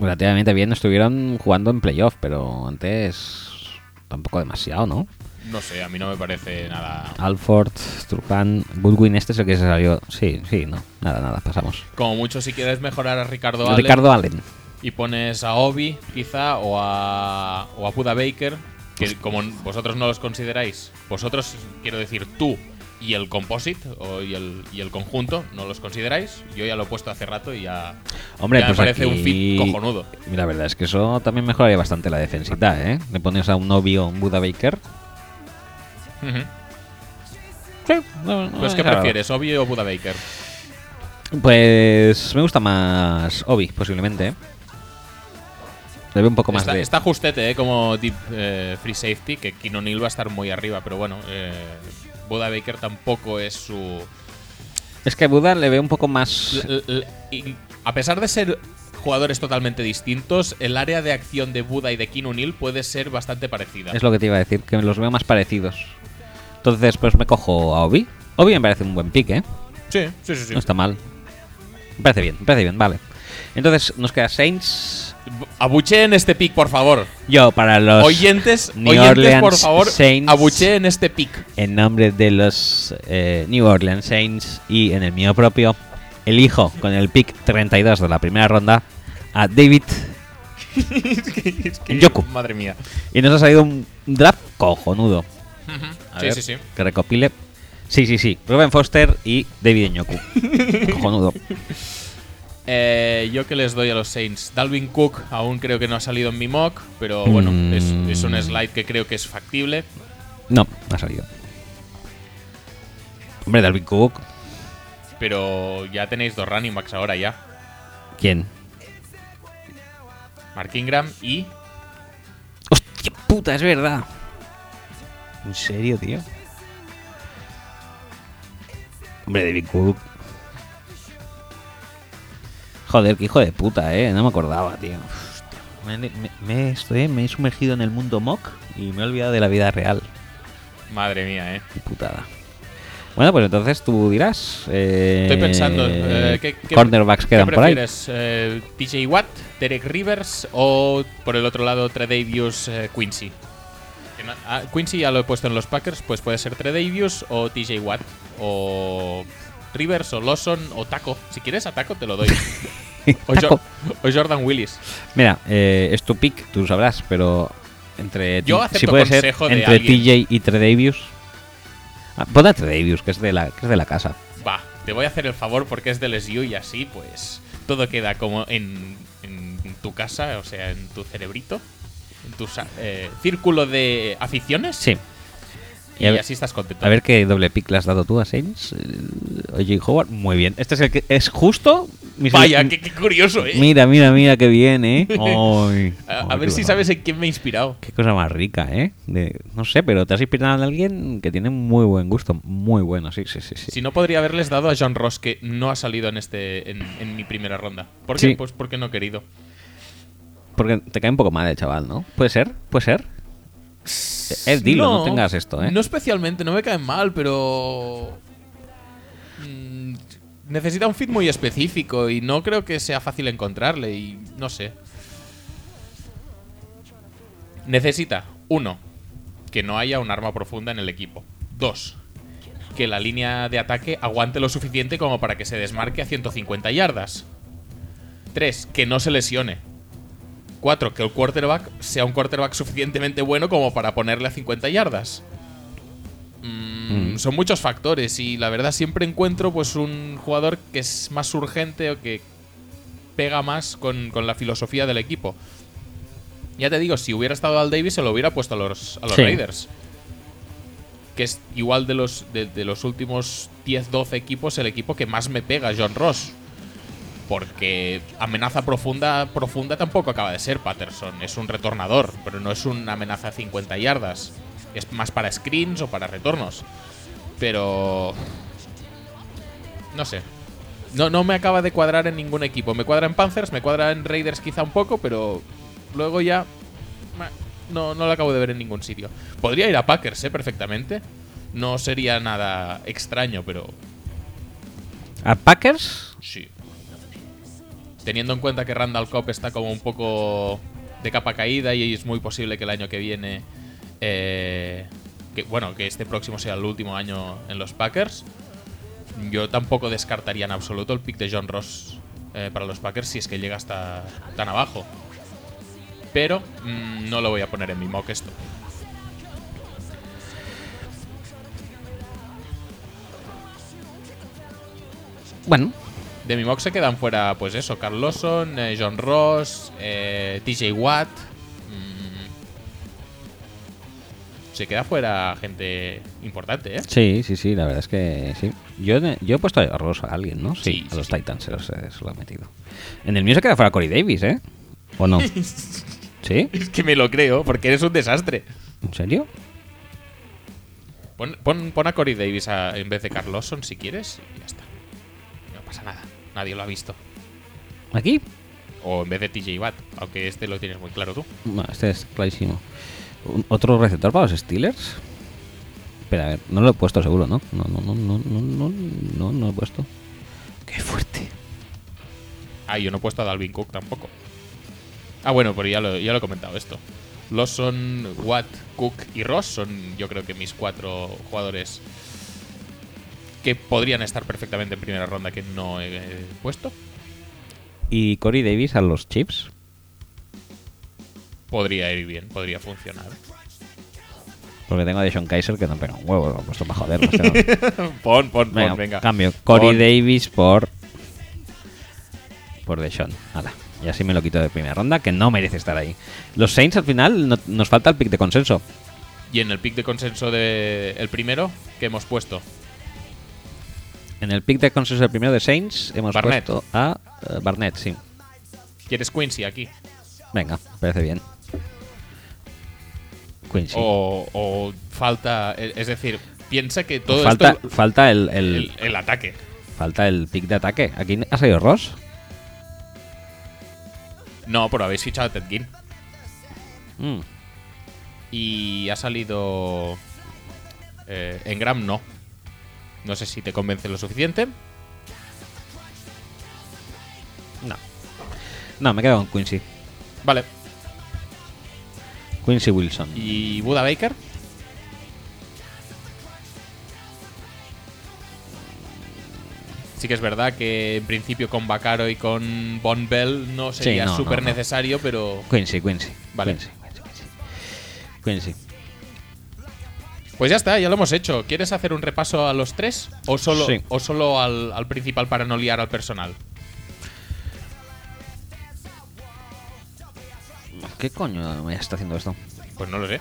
S1: Relativamente bien estuvieron jugando en playoff, pero antes. Tampoco demasiado, ¿no?
S2: No sé, a mí no me parece nada...
S1: Alford, Trupan, Goodwin, este es el que se salió. Sí, sí, no. Nada, nada, pasamos.
S2: Como mucho si quieres mejorar a Ricardo Allen
S1: Ricardo Allen.
S2: y pones a Obi, quizá, o a, o a Buda Baker, que como n- vosotros no los consideráis, vosotros, quiero decir, tú y el composite o y, el, y el conjunto, no los consideráis. Yo ya lo he puesto hace rato y ya,
S1: Hombre,
S2: ya
S1: pues
S2: me parece un
S1: aquí-
S2: fit cojonudo.
S1: La verdad es que eso también mejoraría bastante la defensita, ¿eh? Le pones a un novio, un Buda Baker.
S2: Ujú.
S1: Sí, no, no
S2: Pues,
S1: es
S2: ¿qué
S1: raro.
S2: prefieres, Obi o Buda Baker?
S1: Pues me gusta más Obi, posiblemente. ¿eh? Le veo un poco más
S2: Está,
S1: de.
S2: está justete, ¿eh? como deep eh, free safety, que Kino Neal va a estar muy arriba, pero bueno, eh, Buda Baker tampoco es su...
S1: Es que Buda le veo un poco más.
S2: L- l- y a pesar de ser jugadores totalmente distintos, el área de acción de Buda y de Keen Unil puede ser bastante parecida.
S1: Es lo que te iba a decir, que los veo más parecidos. Entonces, pues me cojo a Obi. Obi me parece un buen pick, ¿eh?
S2: Sí, sí, sí. sí.
S1: No está mal. Me parece bien, me parece bien, vale. Entonces, nos queda Saints.
S2: B- Abucheen este pick, por favor.
S1: Yo, para los.
S2: oyentes,
S1: New
S2: oyentes, por
S1: Orleans
S2: favor,
S1: Saints.
S2: abucheen este pick.
S1: En nombre de los eh, New Orleans Saints y en el mío propio, elijo con el pick 32 de la primera ronda a David.
S2: Es que-
S1: Yoku.
S2: Madre mía.
S1: Y nos ha salido un draft cojonudo. A
S2: Sí,
S1: ver,
S2: sí, sí.
S1: Que recopile. Sí, sí, sí. Ruben Foster y David Nyoku. Cojonudo.
S2: Eh, yo que les doy a los Saints. Dalvin Cook aún creo que no ha salido en mi mock, pero bueno,
S1: Mm.
S2: es, es un slide que creo que es factible.
S1: No, no ha salido. Hombre, Dalvin Cook.
S2: Pero ya tenéis dos running backs ahora ya.
S1: ¿Quién?
S2: Mark Ingram y
S1: ¡Hostia puta, es verdad! ¿En serio, tío? Hombre, David Cook. Joder, qué hijo de puta, eh. No me acordaba, tío. Hostia, Me, me- me- estoy, me he sumergido en el mundo mock y me he olvidado de la vida real.
S2: madre mía, eh.
S1: Qué putada. Bueno, pues entonces tú dirás. eh,
S2: Estoy pensando, eh, ¿qué, qué-
S1: cornerbacks
S2: qué
S1: quedan por ahí.
S2: prefieres? Eh, TJ Watt, Derek Rivers o por el otro lado Tredavious eh, Quincy? Que no- ah, Quincy ya lo he puesto en los Packers, pues puede ser Tredavious o TJ Watt o Rivers o Lawson o Taco. Si quieres a Taco te lo doy. O,
S1: Taco.
S2: Jo- o Jordan Willis.
S1: Mira, eh, es tu pick, tú sabrás, pero entre
S2: Yo
S1: ti-
S2: acepto
S1: si puede ser
S2: consejo de
S1: entre
S2: alguien.
S1: TJ y Tredavious. Ah, pon a Tredavious, que es de la que es de la casa.
S2: Va, te voy a hacer el favor porque es de LSU y así pues todo queda como en, en tu casa, o sea, en tu cerebrito, en tu sa- eh, círculo de aficiones.
S1: Sí.
S2: Y,
S1: Y a ver-
S2: así estás contento.
S1: A ver qué doble pick le has dado tú a Saints. Eh, Oye, Howard, muy bien. Este es el que es justo. mis-
S2: Vaya,
S1: mi-
S2: qué, qué curioso, ¿eh?
S1: Mira, mira, mira, qué bien, ¿eh? Ay,
S2: a, a
S1: ay,
S2: ver
S1: qué
S2: si
S1: barbaridad.
S2: sabes en quién me he inspirado.
S1: Qué cosa más rica, ¿eh? De- no sé, pero te has inspirado en alguien que tiene muy buen gusto. Muy bueno, sí, sí, sí. sí.
S2: Si no, podría haberles dado a John Ross, que no ha salido en este en, en mi primera ronda. ¿Por qué?
S1: Sí.
S2: Pues porque no he querido.
S1: Porque te cae un poco mal el chaval, ¿no? ¿Puede ser? ¿Puede ser? Eh, dilo, no tengas esto, ¿eh?
S2: No especialmente, no me caen mal, pero. mm, necesita un fit muy específico y no creo que sea fácil encontrarle y no sé. Necesita, uno, que no haya un arma profunda en el equipo. Dos, que la línea de ataque aguante lo suficiente como para que se desmarque a 150 yardas. Tres, que no se lesione. 4. Que el quarterback sea un quarterback suficientemente bueno como para ponerle a 50 yardas. Mm,
S1: Mm.
S2: Son muchos factores y la verdad siempre encuentro pues un jugador que es más urgente o que pega más con, con la filosofía del equipo. Ya te digo, si hubiera estado Al Davis se lo hubiera puesto a los, a los
S1: Sí.
S2: Raiders. Que es igual de los, de, de los últimos 10-12 equipos el equipo que más me pega, John Ross. Porque amenaza profunda, profunda tampoco acaba de ser Patterson. Es un retornador, pero no es una amenaza a 50 yardas. Es más para screens o para retornos. Pero... No sé. No, no me acaba de cuadrar en ningún equipo. Me cuadra en Panthers, me cuadra en Raiders quizá un poco, pero luego ya... meh, No, no lo acabo de ver en ningún sitio. Podría ir a Packers, ¿eh? Perfectamente. No sería nada extraño, pero
S1: ¿A Packers?
S2: Sí. Teniendo en cuenta que Randall Cobb está como un poco de capa caída y es muy posible que el año que viene, eh, que bueno, que este próximo sea el último año en los Packers, yo tampoco descartaría en absoluto el pick de John Ross eh, para los Packers si es que llega hasta tan abajo. Pero mm, no lo voy a poner en mi mock esto.
S1: Bueno,
S2: De mi mock se quedan fuera, pues eso, Carl Lawson, eh, John Ross, eh, TJ Watt. mm. se queda fuera gente importante, ¿eh?
S1: sí, sí, sí, la verdad es que sí. Yo, he- yo he puesto a Ross a alguien, ¿no? Sí,
S2: Sí,
S1: a
S2: sí,
S1: los
S2: sí.
S1: Titans se los, he- se los he metido. En el mío se queda fuera Corey Davis, ¿eh? ¿O no? ¿Sí?
S2: Es que me lo creo, porque eres un desastre.
S1: ¿En serio?
S2: Pon, pon- pon a Corey Davis a- en vez de Carl Lawson si quieres y ya está. No pasa nada, nadie lo ha visto.
S1: ¿Aquí?
S2: O en vez de TJ Watt, aunque este lo tienes muy claro tú.
S1: No, este es clarísimo. Un- ¿Otro receptor para los Steelers? Espera, a ver, no lo he puesto seguro, ¿no? No, no, no, no, no, no, no, no lo he puesto. ¡Qué fuerte!
S2: Ah, yo no he puesto a Dalvin Cook tampoco. Ah, bueno, pero ya lo, ya lo he comentado esto. Lawson, Watt, Cook y Ross son yo creo que mis cuatro jugadores que podrían estar perfectamente en primera ronda que no he eh, puesto.
S1: ¿Y Corey Davis a los Chips?
S2: Podría ir bien, podría funcionar.
S1: Porque tengo a Deshaun Kaiser que no pega un huevo, lo he puesto para joder. no sé.
S2: Pon, pon, pon,
S1: venga,
S2: venga.
S1: cambio. Corey
S2: Pon.
S1: Davis por por Deshaun. Hala. Y así me lo quito de primera ronda, que no merece estar ahí. Los Saints al final no- nos falta el pick de consenso.
S2: Y en el pick de consenso del el primero que hemos puesto.
S1: En el pick de consenso del primero de Saints hemos
S2: Barnett.
S1: puesto a eh, Barnett, sí.
S2: ¿Quieres Quincy aquí?
S1: Venga, me parece bien. Quincy.
S2: O, o falta. e- Es decir, piensa que todo
S1: falta,
S2: esto.
S1: falta el, el-
S2: El, el ataque.
S1: falta el pick de ataque. ¿Aquí ha salido Ross?
S2: No, pero habéis fichado a Ted Ginn.
S1: Mm.
S2: Y ha salido. eh, en Gram no. No sé si te convence lo suficiente.
S1: No. No, me quedo con Quincy.
S2: Vale.
S1: Quincy Wilson.
S2: ¿Y Buda Baker? Sí que es verdad que en principio con Bacaro y con Von Bell no
S1: Sí,
S2: sería
S1: no, no,
S2: súper
S1: no.
S2: necesario, pero...
S1: Quincy, Quincy.
S2: Vale.
S1: Quincy, Quincy, Quincy. Quincy.
S2: Pues ya está, ya lo hemos hecho. ¿Quieres hacer un repaso a los tres o solo,
S1: Sí.
S2: o solo al, al principal para no liar al personal?
S1: ¿Qué coño me está haciendo esto?
S2: Pues no lo sé.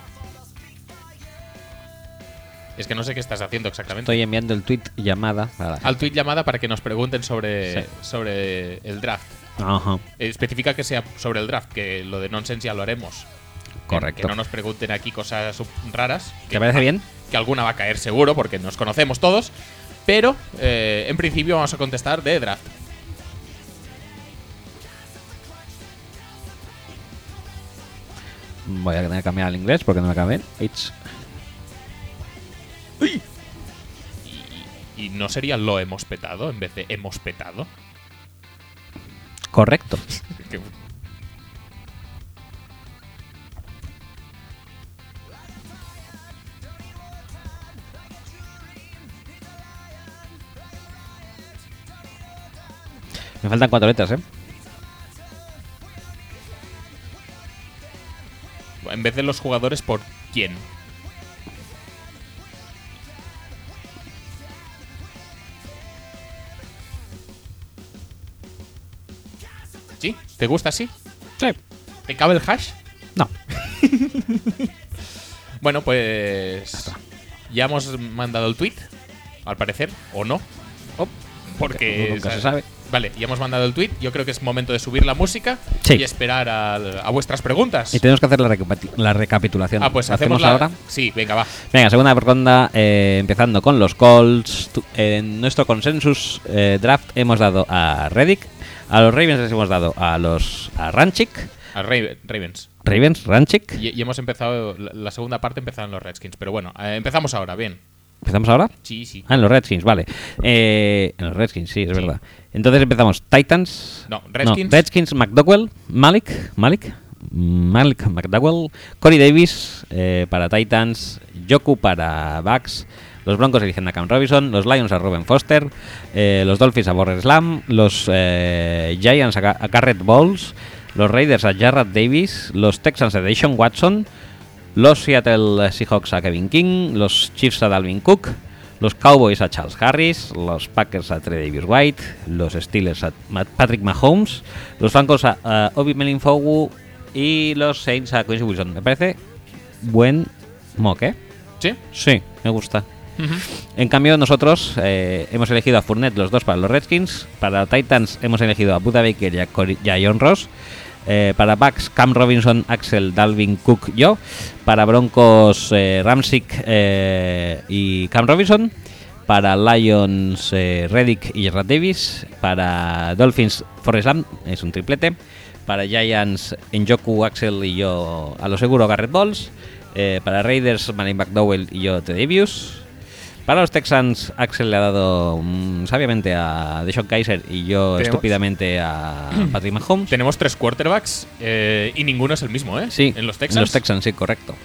S2: Es que no sé qué estás haciendo exactamente.
S1: Estoy enviando el tweet llamada. a la-
S2: Al tweet llamada para que nos pregunten sobre,
S1: Sí.
S2: sobre el draft.
S1: Ajá.
S2: Eh, Especifica que sea sobre el draft, que lo de nonsense ya lo haremos. Que-
S1: Correcto.
S2: Que no nos pregunten aquí cosas sub- raras.
S1: ¿Te parece bien?
S2: Que alguna va a caer seguro, porque nos conocemos todos. Pero, eh, en principio, vamos a contestar de draft.
S1: Voy a tener que cambiar al inglés porque no me cabe. It's
S2: Y no sería lo hemos petado en vez de hemos petado.
S1: correcto.
S2: Que-
S1: Me faltan cuatro letras, ¿eh?
S2: En vez de los jugadores, ¿por quién? ¿Sí? ¿Te gusta así?
S1: Sí.
S2: ¿Te cabe el hash?
S1: No.
S2: Bueno, pues. Ya hemos mandado el tweet, al parecer, o no.
S1: Oh,
S2: Porque.
S1: nunca
S2: sa-
S1: se sabe.
S2: Vale, ya hemos mandado el tweet. Yo creo que es momento de subir la música
S1: Sí.
S2: y esperar al- a, vuestras preguntas.
S1: Y tenemos que hacer la, recapati- la recapitulación.
S2: ah, pues
S1: ¿Lo
S2: hacemos, la.
S1: ahora.
S2: Sí, venga, va.
S1: Venga, segunda ronda, eh, empezando con los calls. Tu- en nuestro consensus eh, draft hemos dado a Reddick, a los Ravens les hemos dado a los a Ranchik,
S2: A Raven- Ravens.
S1: Ravens, Ranchik.
S2: Y, y hemos empezado. La la segunda parte empezaron los Redskins, pero bueno, eh, empezamos ahora, bien.
S1: ¿Empezamos ahora?
S2: Sí, sí.
S1: Ah, en los Redskins, vale. Eh, en los Redskins, sí, es
S2: Sí.
S1: verdad. Entonces empezamos Titans.
S2: No, Redskins.
S1: Redskins, McDowell, Malik, Malik, Malik McDowell, Corey Davis eh, para Titans, Yoku para Bucks. Los Broncos eligen a Cam Robinson, los Lions a Ruben Foster, eh, los Dolphins a Borre Slam, los eh, Giants a, Ga- a Garrett Bowles, los Raiders a Jarrett Davis, los Texans a Deshaun Watson, los Seattle Seahawks a Kevin King, los Chiefs a Dalvin Cook, los Cowboys a Charles Harris, los Packers a Trey Davis White, los Steelers a Ma- Patrick Mahomes, los Francos a, a Obi Melinfogu y los Saints a Quincy Wilson. Me parece buen mock, ¿eh?
S2: ¿Sí?
S1: Sí, me gusta.
S2: Ujú.
S1: En cambio, nosotros eh, hemos elegido a Fournette los dos para los Redskins. Para Titans hemos elegido a Buda Baker y a, Cory- y a John Ross. Eh, para Bucks, Cam Robinson, Axel, Dalvin, Cook, yo. Para Broncos, eh, Ramsick eh, y Cam Robinson. Para Lions, eh, Reddick y Gerard Davis. Para Dolphins, Forrest Lamb, es un triplete. Para Giants, Enjoku, Axel y yo, a lo seguro, Garrett Balls. Eh, para Raiders, Malin McDowell y yo, Ted Davis. Para los Texans, Axel le ha dado mm, sabiamente a Deshaun Kaiser y yo
S2: Tenemos-
S1: estúpidamente a Patrick Mahomes.
S2: Tenemos tres quarterbacks eh, y ninguno es el mismo, ¿eh?
S1: Sí,
S2: En los Texans.
S1: En los Texans, sí, correcto.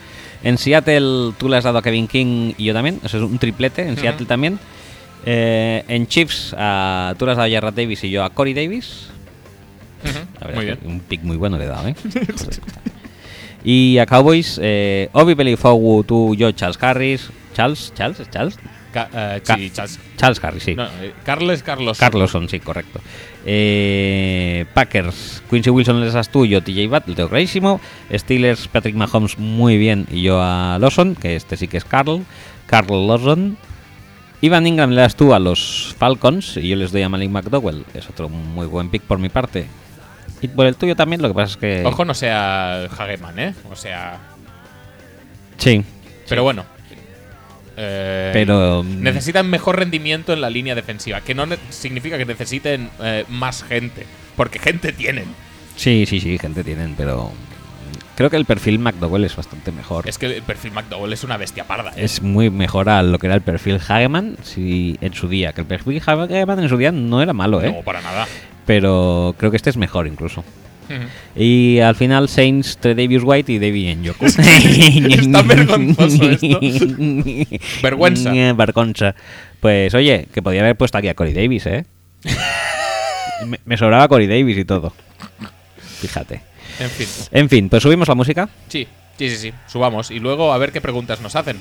S1: En Seattle tú le has dado a Kevin King y yo también. Eso es un triplete. En
S2: Ujú.
S1: Seattle también. Eh, en Chiefs ah, tú le has dado a Jarrett Davis y yo a Corey Davis. La
S2: Ujú,
S1: verdad
S2: Muy
S1: es
S2: bien.
S1: que Un pick muy bueno le he dado, ¿eh? Joder. y a Cowboys, eh, Obi Fogu, tú, yo, Charles Harris. Charles, Charles, Charles.
S2: Ca- eh,
S1: Ca-
S2: sí, Charles-
S1: Charles Harris, sí.
S2: no, eh, Carles Carlos.
S1: Carlson, sí, correcto. Eh, Packers, Quincy Wilson les das tú, yo TJ Watt, lo tengo clarísimo. Steelers, Patrick Mahomes, muy bien, y yo a Lawson, que este sí que es Carl. Carl Lawson. Ivan Ingram le das tú a los Falcons y yo les doy a Malik McDowell. Es otro muy buen pick por mi parte. Y por el tuyo también, lo que pasa es que...
S2: Ojo, no sea Hageman, ¿eh? O sea.
S1: Sí.
S2: Pero bueno. Eh,
S1: Pero, mm,
S2: Necesitan mejor rendimiento en la línea defensiva. Que no ne- significa que necesiten eh, más gente. Porque gente tienen.
S1: Sí, sí, sí, gente tienen, pero... Creo que el perfil McDowell es bastante mejor.
S2: Es que el perfil McDowell es una bestia parda. ¿eh?
S1: es muy mejor a lo que era el perfil Hageman si en su día. Que el perfil Hageman en su día no era malo, ¿eh?
S2: No, para nada.
S1: Pero creo que este es mejor incluso. Y al final Saints, Tredavious White y David Njoku. Está
S2: vergonzoso esto. Vergüenza.
S1: Vergüenza. Pues oye, que podía haber puesto aquí a Corey Davis, ¿eh? me, me sobraba Corey Davis y todo. Fíjate.
S2: En fin.
S1: En fin, pues subimos la música.
S2: Sí, sí, sí, sí. Subamos. Y luego a ver qué preguntas nos hacen.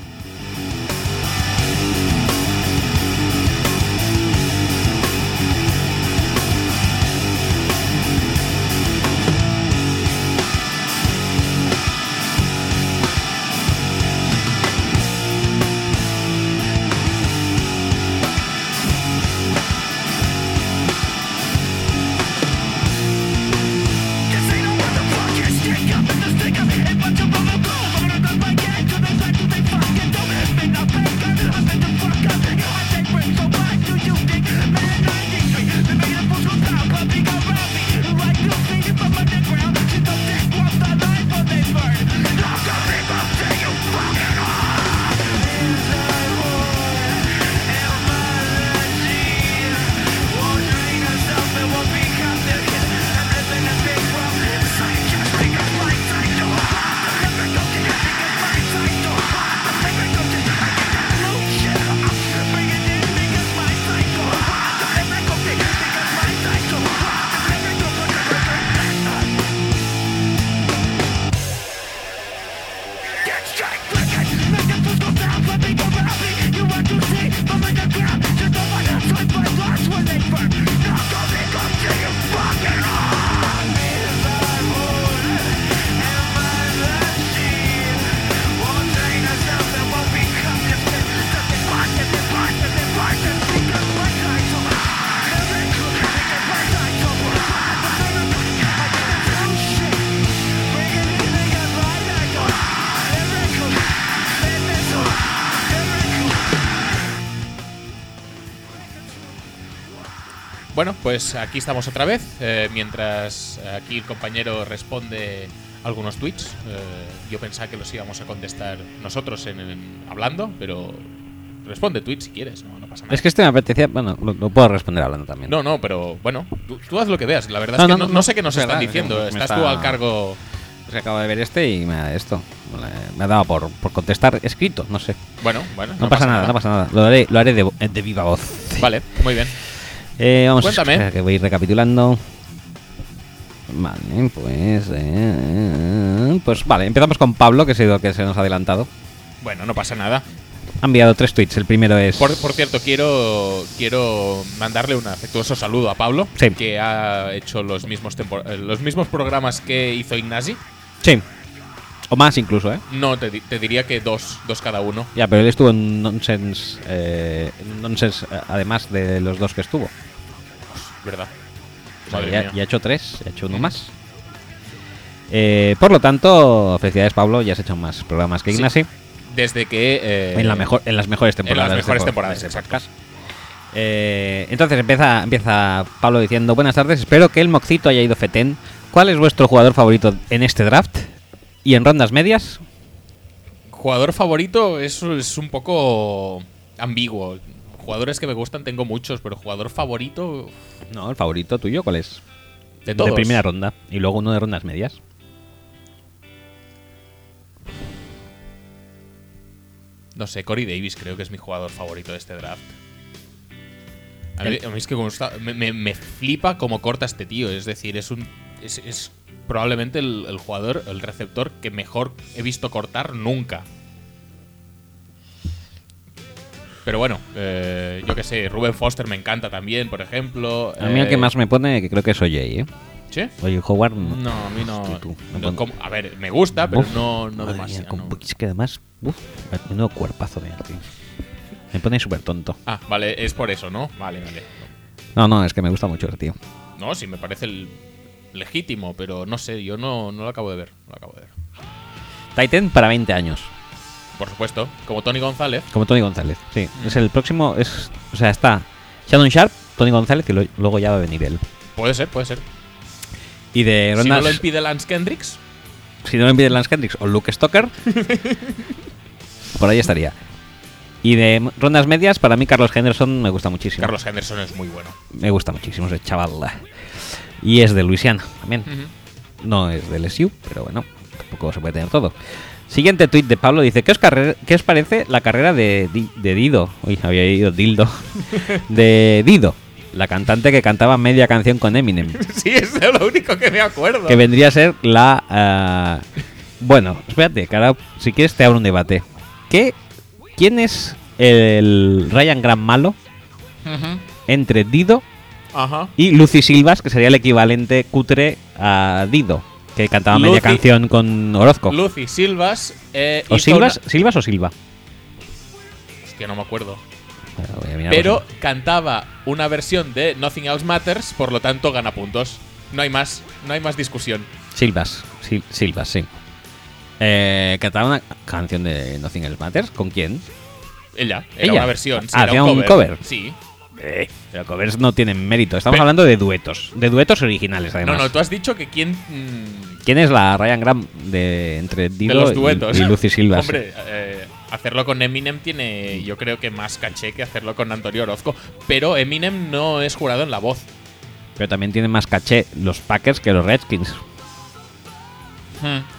S2: Bueno, pues aquí estamos otra vez, eh, mientras aquí el compañero responde algunos tweets. Eh, yo pensaba que los íbamos a contestar nosotros en, en- hablando, pero responde tweets si quieres, no, no pasa nada.
S1: Es que este me apetecía. Bueno, lo, lo puedo responder hablando también.
S2: No, no, pero bueno, tú, tú haz lo que veas. La verdad
S1: No,
S2: es que
S1: no,
S2: no,
S1: no,
S2: no sé qué nos
S1: es
S2: están
S1: verdad,
S2: diciendo.
S1: es que me
S2: Estás
S1: está-
S2: tú al cargo.
S1: Se acaba de ver este y me ha esto. Me ha dado por, por contestar escrito, no sé.
S2: Bueno, bueno.
S1: No, pasa, nada, no pasa nada. Lo haré, lo haré de, vo- de viva voz.
S2: Vale, muy bien.
S1: Eh, vamos a
S2: Cuéntame.
S1: esperar que voy recapitulando. Vale, pues. eh, pues vale, empezamos con Pablo, que ha sido el que se nos ha adelantado.
S2: Bueno, no pasa nada.
S1: Ha enviado tres tweets. El primero es.
S2: Por, por cierto, quiero, quiero mandarle un afectuoso saludo a Pablo,
S1: Sí.
S2: que ha hecho los mismos, tempor- eh, los mismos programas que hizo Ignasi.
S1: Sí. O más incluso, ¿eh?
S2: No, te, di- te diría que dos, dos cada uno.
S1: Ya, pero él estuvo en Nonsense. eh, en Nonsense, eh, además de los dos que estuvo.
S2: ¿Verdad?
S1: O sea,
S2: Madre
S1: ya,
S2: mía.
S1: ya ha hecho tres, ya ha hecho uno más. Eh, por lo tanto, felicidades Pablo, ya has hecho más programas que
S2: Sí.
S1: Ignasi.
S2: Desde que. eh,
S1: En, la mejor, en las mejores temporadas.
S2: las mejores
S1: de este po-
S2: temporadas,
S1: de
S2: exacto.
S1: podcast. Eh, entonces empieza, empieza Pablo diciendo, buenas tardes, espero que el Moxito haya ido fetén. ¿Cuál es vuestro jugador favorito en este draft? ¿Y en rondas medias?
S2: Jugador favorito eso es un poco ambiguo. Jugadores que me gustan tengo muchos, pero jugador favorito
S1: No, el favorito tuyo, ¿cuál es?
S2: de todos.
S1: primera ronda. Y luego uno de rondas medias.
S2: No sé, Corey Davis creo que es mi jugador favorito de este draft. A mí, a mí es que como está- me, me- me flipa cómo corta este tío. Es decir, es un es, es probablemente el, el jugador, el receptor que mejor he visto cortar nunca. Pero bueno, eh, yo qué sé, Rubén Foster me encanta también, por ejemplo.
S1: A mí el que
S2: eh,
S1: más me pone, que creo que es OJ, ¿eh?
S2: ¿Sí?
S1: Oye, Howard.
S2: No, a mí no.
S1: Hostia, tú,
S2: no,
S1: no pon-
S2: como- a ver, me gusta, pero
S1: Uf,
S2: no, no
S1: madre mía,
S2: demasiado.
S1: con
S2: no.
S1: Bucks, que además. Uf, menudo cuerpazo de él, tío. Me pone súper tonto.
S2: Ah, vale, es por eso, ¿no? Vale, vale.
S1: No, no, es que me gusta mucho el tío.
S2: No, sí, me parece el- legítimo, pero no sé, yo no, no lo acabo de ver. No lo acabo de ver.
S1: Titan para 20 años.
S2: Por supuesto, como Tony González.
S1: Como Tony González, sí.
S2: Mm.
S1: Es el próximo. es O sea, está Shannon Sharp, Tony González y lo- luego ya va a venir él.
S2: Puede ser, puede ser.
S1: Y de
S2: Si no
S1: rondas.
S2: lo impide Lance Kendricks,
S1: si no lo impiden Lance Kendricks o Luke Stoker, por ahí estaría. Y de m- rondas medias, para mí Carlos Henderson me gusta muchísimo.
S2: Carlos Henderson es muy bueno.
S1: Me gusta muchísimo ese chaval. Y es de Luisiana también. No es del SU, pero bueno, tampoco se puede tener todo. Siguiente tuit de Pablo dice, ¿qué os, carre- qué os parece la carrera de, Di- de Dido? Uy, había ido Dildo. De Dido, la cantante que cantaba media canción con Eminem.
S2: Sí, es de lo único que me acuerdo.
S1: Que vendría a ser la... ah, bueno, espérate, que ahora si quieres te abro un debate. ¿Qué, ¿Quién es el Ryan Gran malo
S2: Ujú.
S1: entre Dido
S2: Ajá.
S1: y Lucy Silvas, que sería el equivalente cutre a Dido, que cantaba media
S2: Lucy.
S1: canción con Orozco?
S2: Lucy Silvas. eh,
S1: ¿O
S2: hizo
S1: Silvas,
S2: una-
S1: Silvas o Silva?
S2: Hostia, no me acuerdo.
S1: Ahora voy a mirar
S2: Pero
S1: los-
S2: cantaba una versión de Nothing Else Matters, por lo tanto gana puntos. No hay más, no hay más discusión.
S1: Silvas, Sil- Silvas, sí. Eh, cantaba una canción de Nothing Else Matters. ¿Con quién?
S2: Ella, era
S1: Ella.
S2: una versión. sí,
S1: Ah,
S2: era
S1: hacía un cover.
S2: Sí.
S1: Eh, Pero covers no tienen mérito. Estamos
S2: Pe-
S1: hablando de duetos. De duetos originales, además.
S2: No, no, tú has dicho que quién. mm,
S1: ¿Quién es la Ryan Graham de entre Dido
S2: de los
S1: y-
S2: duetos.
S1: y, Lucy Silvas?
S2: Hombre, eh, hacerlo con Eminem tiene, yo creo que más caché que hacerlo con Antonio Orozco. Pero Eminem no es jurado en la voz.
S1: Pero también tienen más caché los Packers que los Redskins.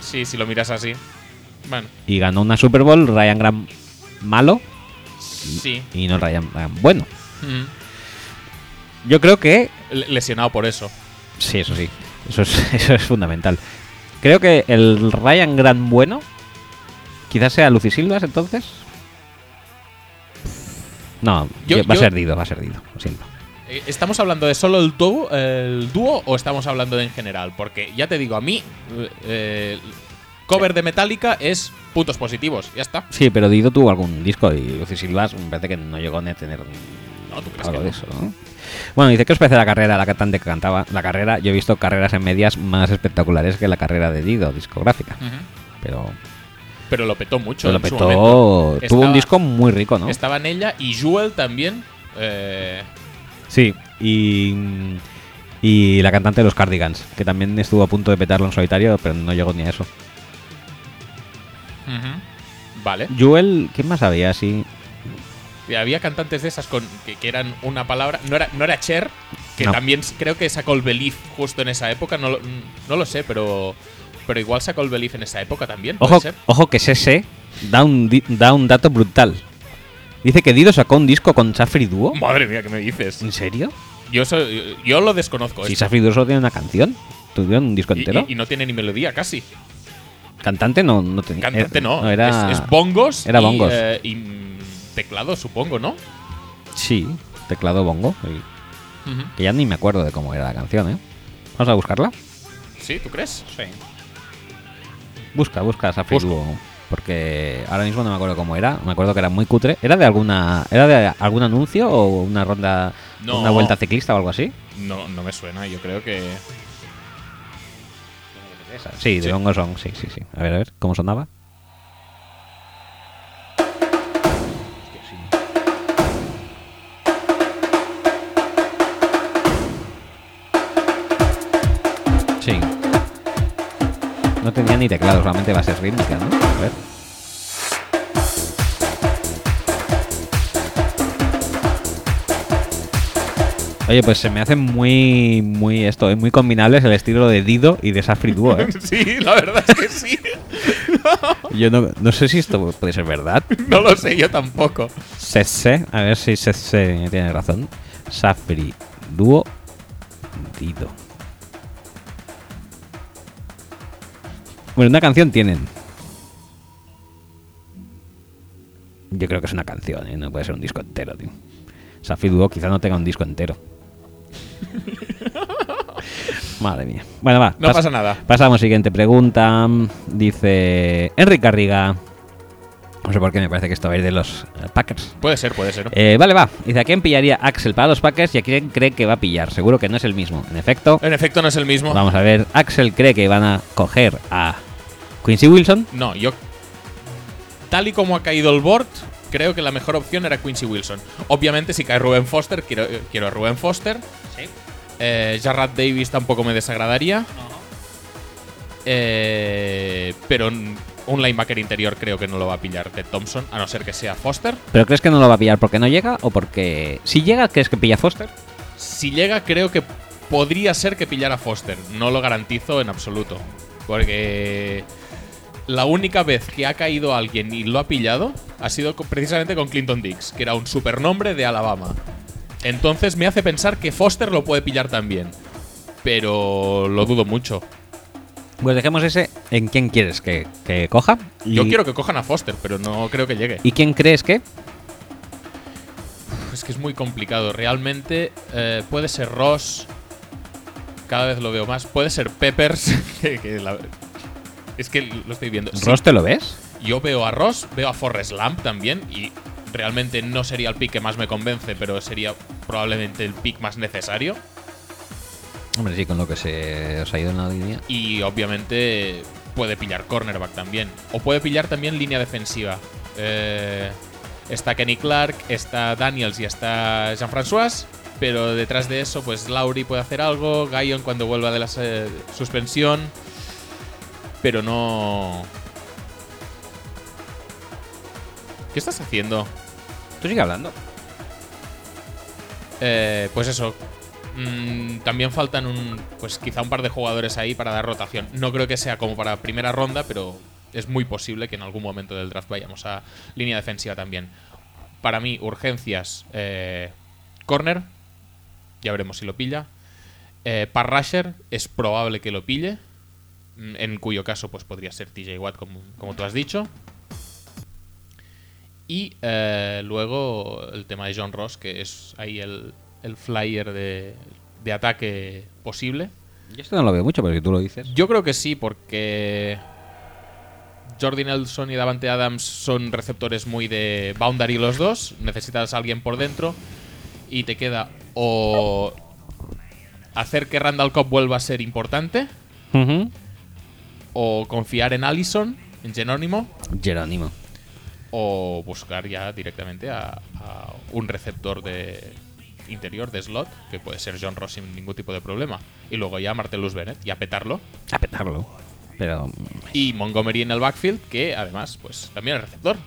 S2: Sí, si lo miras así. Bueno,
S1: Y ganó una Super Bowl Ryan Graham malo
S2: sí.
S1: y no Ryan Graham bueno.
S2: Mm.
S1: Yo creo que
S2: Le- Lesionado por eso.
S1: Sí, eso sí. Eso es, eso es fundamental. Creo que el Ryan Gran bueno quizás sea Lucy Silvas entonces. No,
S2: Yo-
S1: yo- va
S2: yo-
S1: a ser Dido, va a ser Dido, lo siento.
S2: Eh, ¿Estamos hablando de solo el dúo, el dúo o estamos hablando de en general? Porque ya te digo, a mí, eh, eh, cover de Metallica es puntos positivos. Ya está.
S1: Sí, pero Dido tuvo algún disco y Lucy Silvas me parece que no llegó a tener
S2: No, ¿tú crees
S1: algo
S2: que
S1: de
S2: no?
S1: eso, ¿no? Bueno, dice, ¿qué os parece la carrera, la cantante que cantaba? La carrera, yo he visto carreras en medias más espectaculares que la carrera de Dido, discográfica.
S2: Ujú.
S1: Pero,
S2: Pero lo petó mucho.
S1: pero lo
S2: en su momento.
S1: petó, tuvo
S2: Estaba-
S1: un disco muy rico, ¿no?
S2: Estaban ella y Jewel también. eh,
S1: Sí, y, y la cantante de los Cardigans, que también estuvo a punto de petarlo en solitario, pero no llegó ni a eso.
S2: ujú. Vale.
S1: Joel, ¿quién más había así?
S2: Y había cantantes de esas con, que, que eran una palabra. No era, no era Cher, que
S1: No.
S2: también s- creo que sacó el Belief justo en esa época. No, lo- no lo sé, pero. Pero igual sacó el Belief en esa época también. ¿puede
S1: Ojo,
S2: ser?
S1: ojo que ese da un, di- da un dato brutal. Dice que Dido sacó un disco con Safri Duo.
S2: Madre mía, ¿qué me dices?
S1: ¿En serio?
S2: Yo, so- yo lo desconozco.
S1: Si
S2: esto.
S1: Safri Duo solo tiene una canción, tuvieron un disco
S2: Pues Y-
S1: entero.
S2: y, y no tiene ni melodía casi.
S1: Cantante no, no tenía.
S2: Cantante
S1: eh,
S2: no.
S1: era,
S2: es, es bongos.
S1: era
S2: y,
S1: bongos.
S2: eh, Y, mm, teclado, supongo, ¿no?
S1: Sí, teclado bongo. sí. Que ya ni me acuerdo de cómo era la canción, ¿eh? Vamos a buscarla.
S2: ¿Sí? ¿Tú crees? Sí.
S1: Busca, busca Safri
S2: Busco.
S1: Duo, Porque ahora mismo no me acuerdo cómo era. Me acuerdo que era muy cutre. ¿Era de alguna era de algún anuncio o una ronda,
S2: No.
S1: una vuelta ciclista o algo así?
S2: No, no me suena. Yo creo que.
S1: Sí, de
S2: Sí.
S1: Bongo Song, sí, sí, sí. A ver, a ver, ¿cómo sonaba? Sí. No tenía ni teclado, solamente base rítmica, ¿no? A ver. Oye, pues se me hacen muy, muy esto, ¿eh? muy combinables el estilo de Dido y de Safri Duo, ¿eh?
S2: sí, la verdad es que sí.
S1: Yo no, no sé si esto puede ser verdad.
S2: no lo sé, yo tampoco.
S1: Sese, a ver si Sese tiene razón. Safri, dúo, Dido. Bueno, una canción tienen. Yo creo que es una canción, ¿eh? no puede ser un disco entero, tío. Safi Duo quizá no tenga un disco entero. Madre mía. Bueno, va.
S2: No
S1: pas-
S2: pasa nada.
S1: Pasamos, siguiente pregunta. Dice Enrique Carriga. No sé por qué me parece que esto va a ir de los eh, Packers.
S2: Puede ser, puede ser.
S1: Eh, vale, va. Dice, ¿a quién pillaría Axel para los Packers y a quién cree que va a pillar? Seguro que no es el mismo. En efecto,
S2: En efecto, no es el mismo.
S1: vamos a ver. Axel cree que van a coger a Quincy Wilson.
S2: No, yo. Tal y como ha caído el board, creo que la mejor opción era Quincy Wilson. Obviamente, si cae Rubén Foster, quiero, eh, quiero a Rubén Foster. Eh, Jarrad Davis tampoco me desagradaría. Eh, pero un un linebacker interior creo que no lo va a pillar Ted Thompson, a no ser que sea Foster.
S1: ¿Pero crees que no lo va a pillar porque no llega o porque... Si llega, ¿crees que pilla a Foster?
S2: Si llega, creo que podría ser que pillara a Foster. No lo garantizo en absoluto. Porque la única vez que ha caído alguien y lo ha pillado ha sido con- precisamente con Clinton Dix, que era un supernombre de Alabama. Entonces me hace pensar que Foster lo puede pillar también. Pero lo dudo mucho.
S1: Pues dejemos ese en quién quieres que, que coja.
S2: Yo
S1: Y-
S2: quiero que cojan a Foster, pero no creo que llegue.
S1: ¿Y quién crees que?
S2: Es pues que es muy complicado. Realmente eh, puede ser Ross. Cada vez lo veo más. Puede ser Peppers. que- que la- es que lo estoy viendo. Sí,
S1: ¿Ross te lo ves?
S2: yo veo a Ross, veo a Forrest Lamp también. Y realmente no sería el pick que más me convence, pero sería probablemente el pick más necesario.
S1: Hombre, sí, con lo que se os ha ido en la línea.
S2: Y obviamente puede pillar cornerback también. O puede pillar también línea defensiva. Eh, está Kenny Clark, está Daniels y está Jean-François. Pero detrás de eso, pues Lauri puede hacer algo. Guyon cuando vuelva de la se- suspensión. Pero no. ¿Qué estás haciendo?
S1: Tú sigue hablando.
S2: Eh, pues eso. Mm, también faltan un, pues quizá un par de jugadores ahí para dar rotación. No creo que sea como para primera ronda, pero es muy posible que en algún momento del draft vayamos a línea defensiva también. Para mí, urgencias, eh, corner, ya veremos si lo pilla. Eh, pass rusher, es probable que lo pille, mm, en cuyo caso pues podría ser TJ Watt, como, como tú has dicho. Y eh, luego el tema de John Ross, que es ahí el, el flyer de, de ataque posible.
S1: Yo esto no lo veo mucho, pero si tú lo dices.
S2: Yo creo que sí, porque Jordi Nelson y Davante Adams son receptores muy de boundary los dos. Necesitas a alguien por dentro y te queda o hacer que Randall Cobb vuelva a ser importante o confiar en Allison, en Genónimo,
S1: Jerónimo.
S2: o buscar ya directamente a, a un receptor de interior de slot, que puede ser John Ross sin ningún tipo de problema. Y luego ya Martellus Bennett y a petarlo.
S1: A petarlo. Pero.
S2: Y Montgomery en el backfield, que además, pues también es receptor.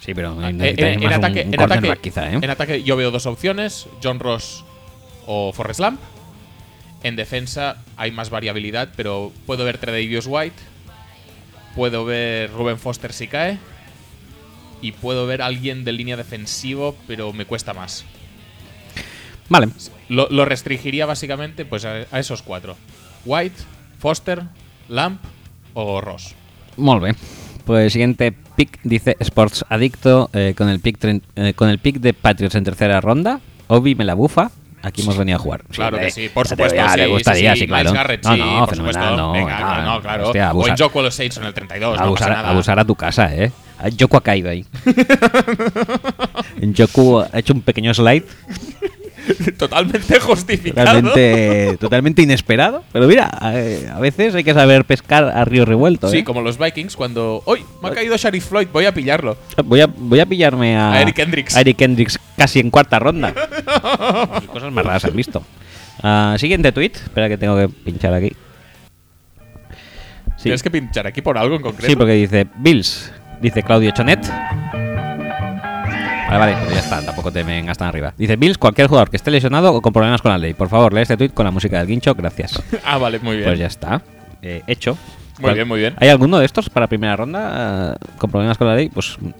S1: Sí, pero
S2: Eh, eh,
S1: necesitáis
S2: en,
S1: más
S2: ataque,
S1: un
S2: en,
S1: cornerback,
S2: ataque,
S1: quizá,
S2: en
S1: ¿eh?
S2: ataque yo veo dos opciones, John Ross o Forrest Lamp. En defensa hay más variabilidad, pero puedo ver Tredavious White, puedo ver Ruben Foster si cae, y puedo ver alguien de línea defensivo, pero me cuesta más.
S1: Vale.
S2: Lo, lo restringiría básicamente pues a, a esos cuatro. White, Foster, Lamp o Ross.
S1: Muy bien. Pues siguiente pick dice Sports Adicto eh, con, el pick tren- eh, con el pick de Patriots en tercera ronda. Obi me la bufa. Aquí hemos venido a jugar.
S2: Claro que
S1: eh,
S2: sí, por
S1: ya te veo,
S2: supuesto.
S1: ya
S2: sí,
S1: le
S2: sí,
S1: gustaría, sí,
S2: sí, Miles
S1: claro.
S2: Garrett,
S1: no,
S2: sí,
S1: no,
S2: por
S1: fenomenal,
S2: supuesto.
S1: no.
S2: Venga,
S1: nada,
S2: no, claro.
S1: hostia,
S2: o
S1: abusar,
S2: en Joko los Saints en el 32, no
S1: abusar,
S2: pasa nada.
S1: abusar a tu casa, ¿eh? Ah, Yoku ha caído ahí. Yoku ha hecho un pequeño slide
S2: Totalmente justificado.
S1: totalmente, totalmente inesperado. Pero mira, eh, a veces hay que saber pescar a río revuelto.
S2: Sí,
S1: ¿eh?
S2: como los Vikings cuando... ¡Uy! Me ha caído Sharif Floyd, voy a pillarlo.
S1: Voy a, voy a pillarme a,
S2: A Eric Hendricks.
S1: a Eric Hendricks casi en cuarta ronda. Cosas más raras has visto. Ah, siguiente tweet. Espera que tengo que pinchar aquí. Sí,
S2: Tienes que pinchar aquí por algo en concreto.
S1: Sí, porque dice Bills. Dice Claudio Chonet. Vale, vale, pero ya está, tampoco te vengas tan arriba. Dice Bills, cualquier jugador que esté lesionado o con problemas con la ley. Por favor, lee este tweet con la música del guincho, gracias.
S2: Ah, vale, muy bien.
S1: Pues ya está. Eh, hecho.
S2: Muy bien, muy bien.
S1: ¿Hay alguno de estos para primera ronda eh, con problemas con la ley? Pues. mm,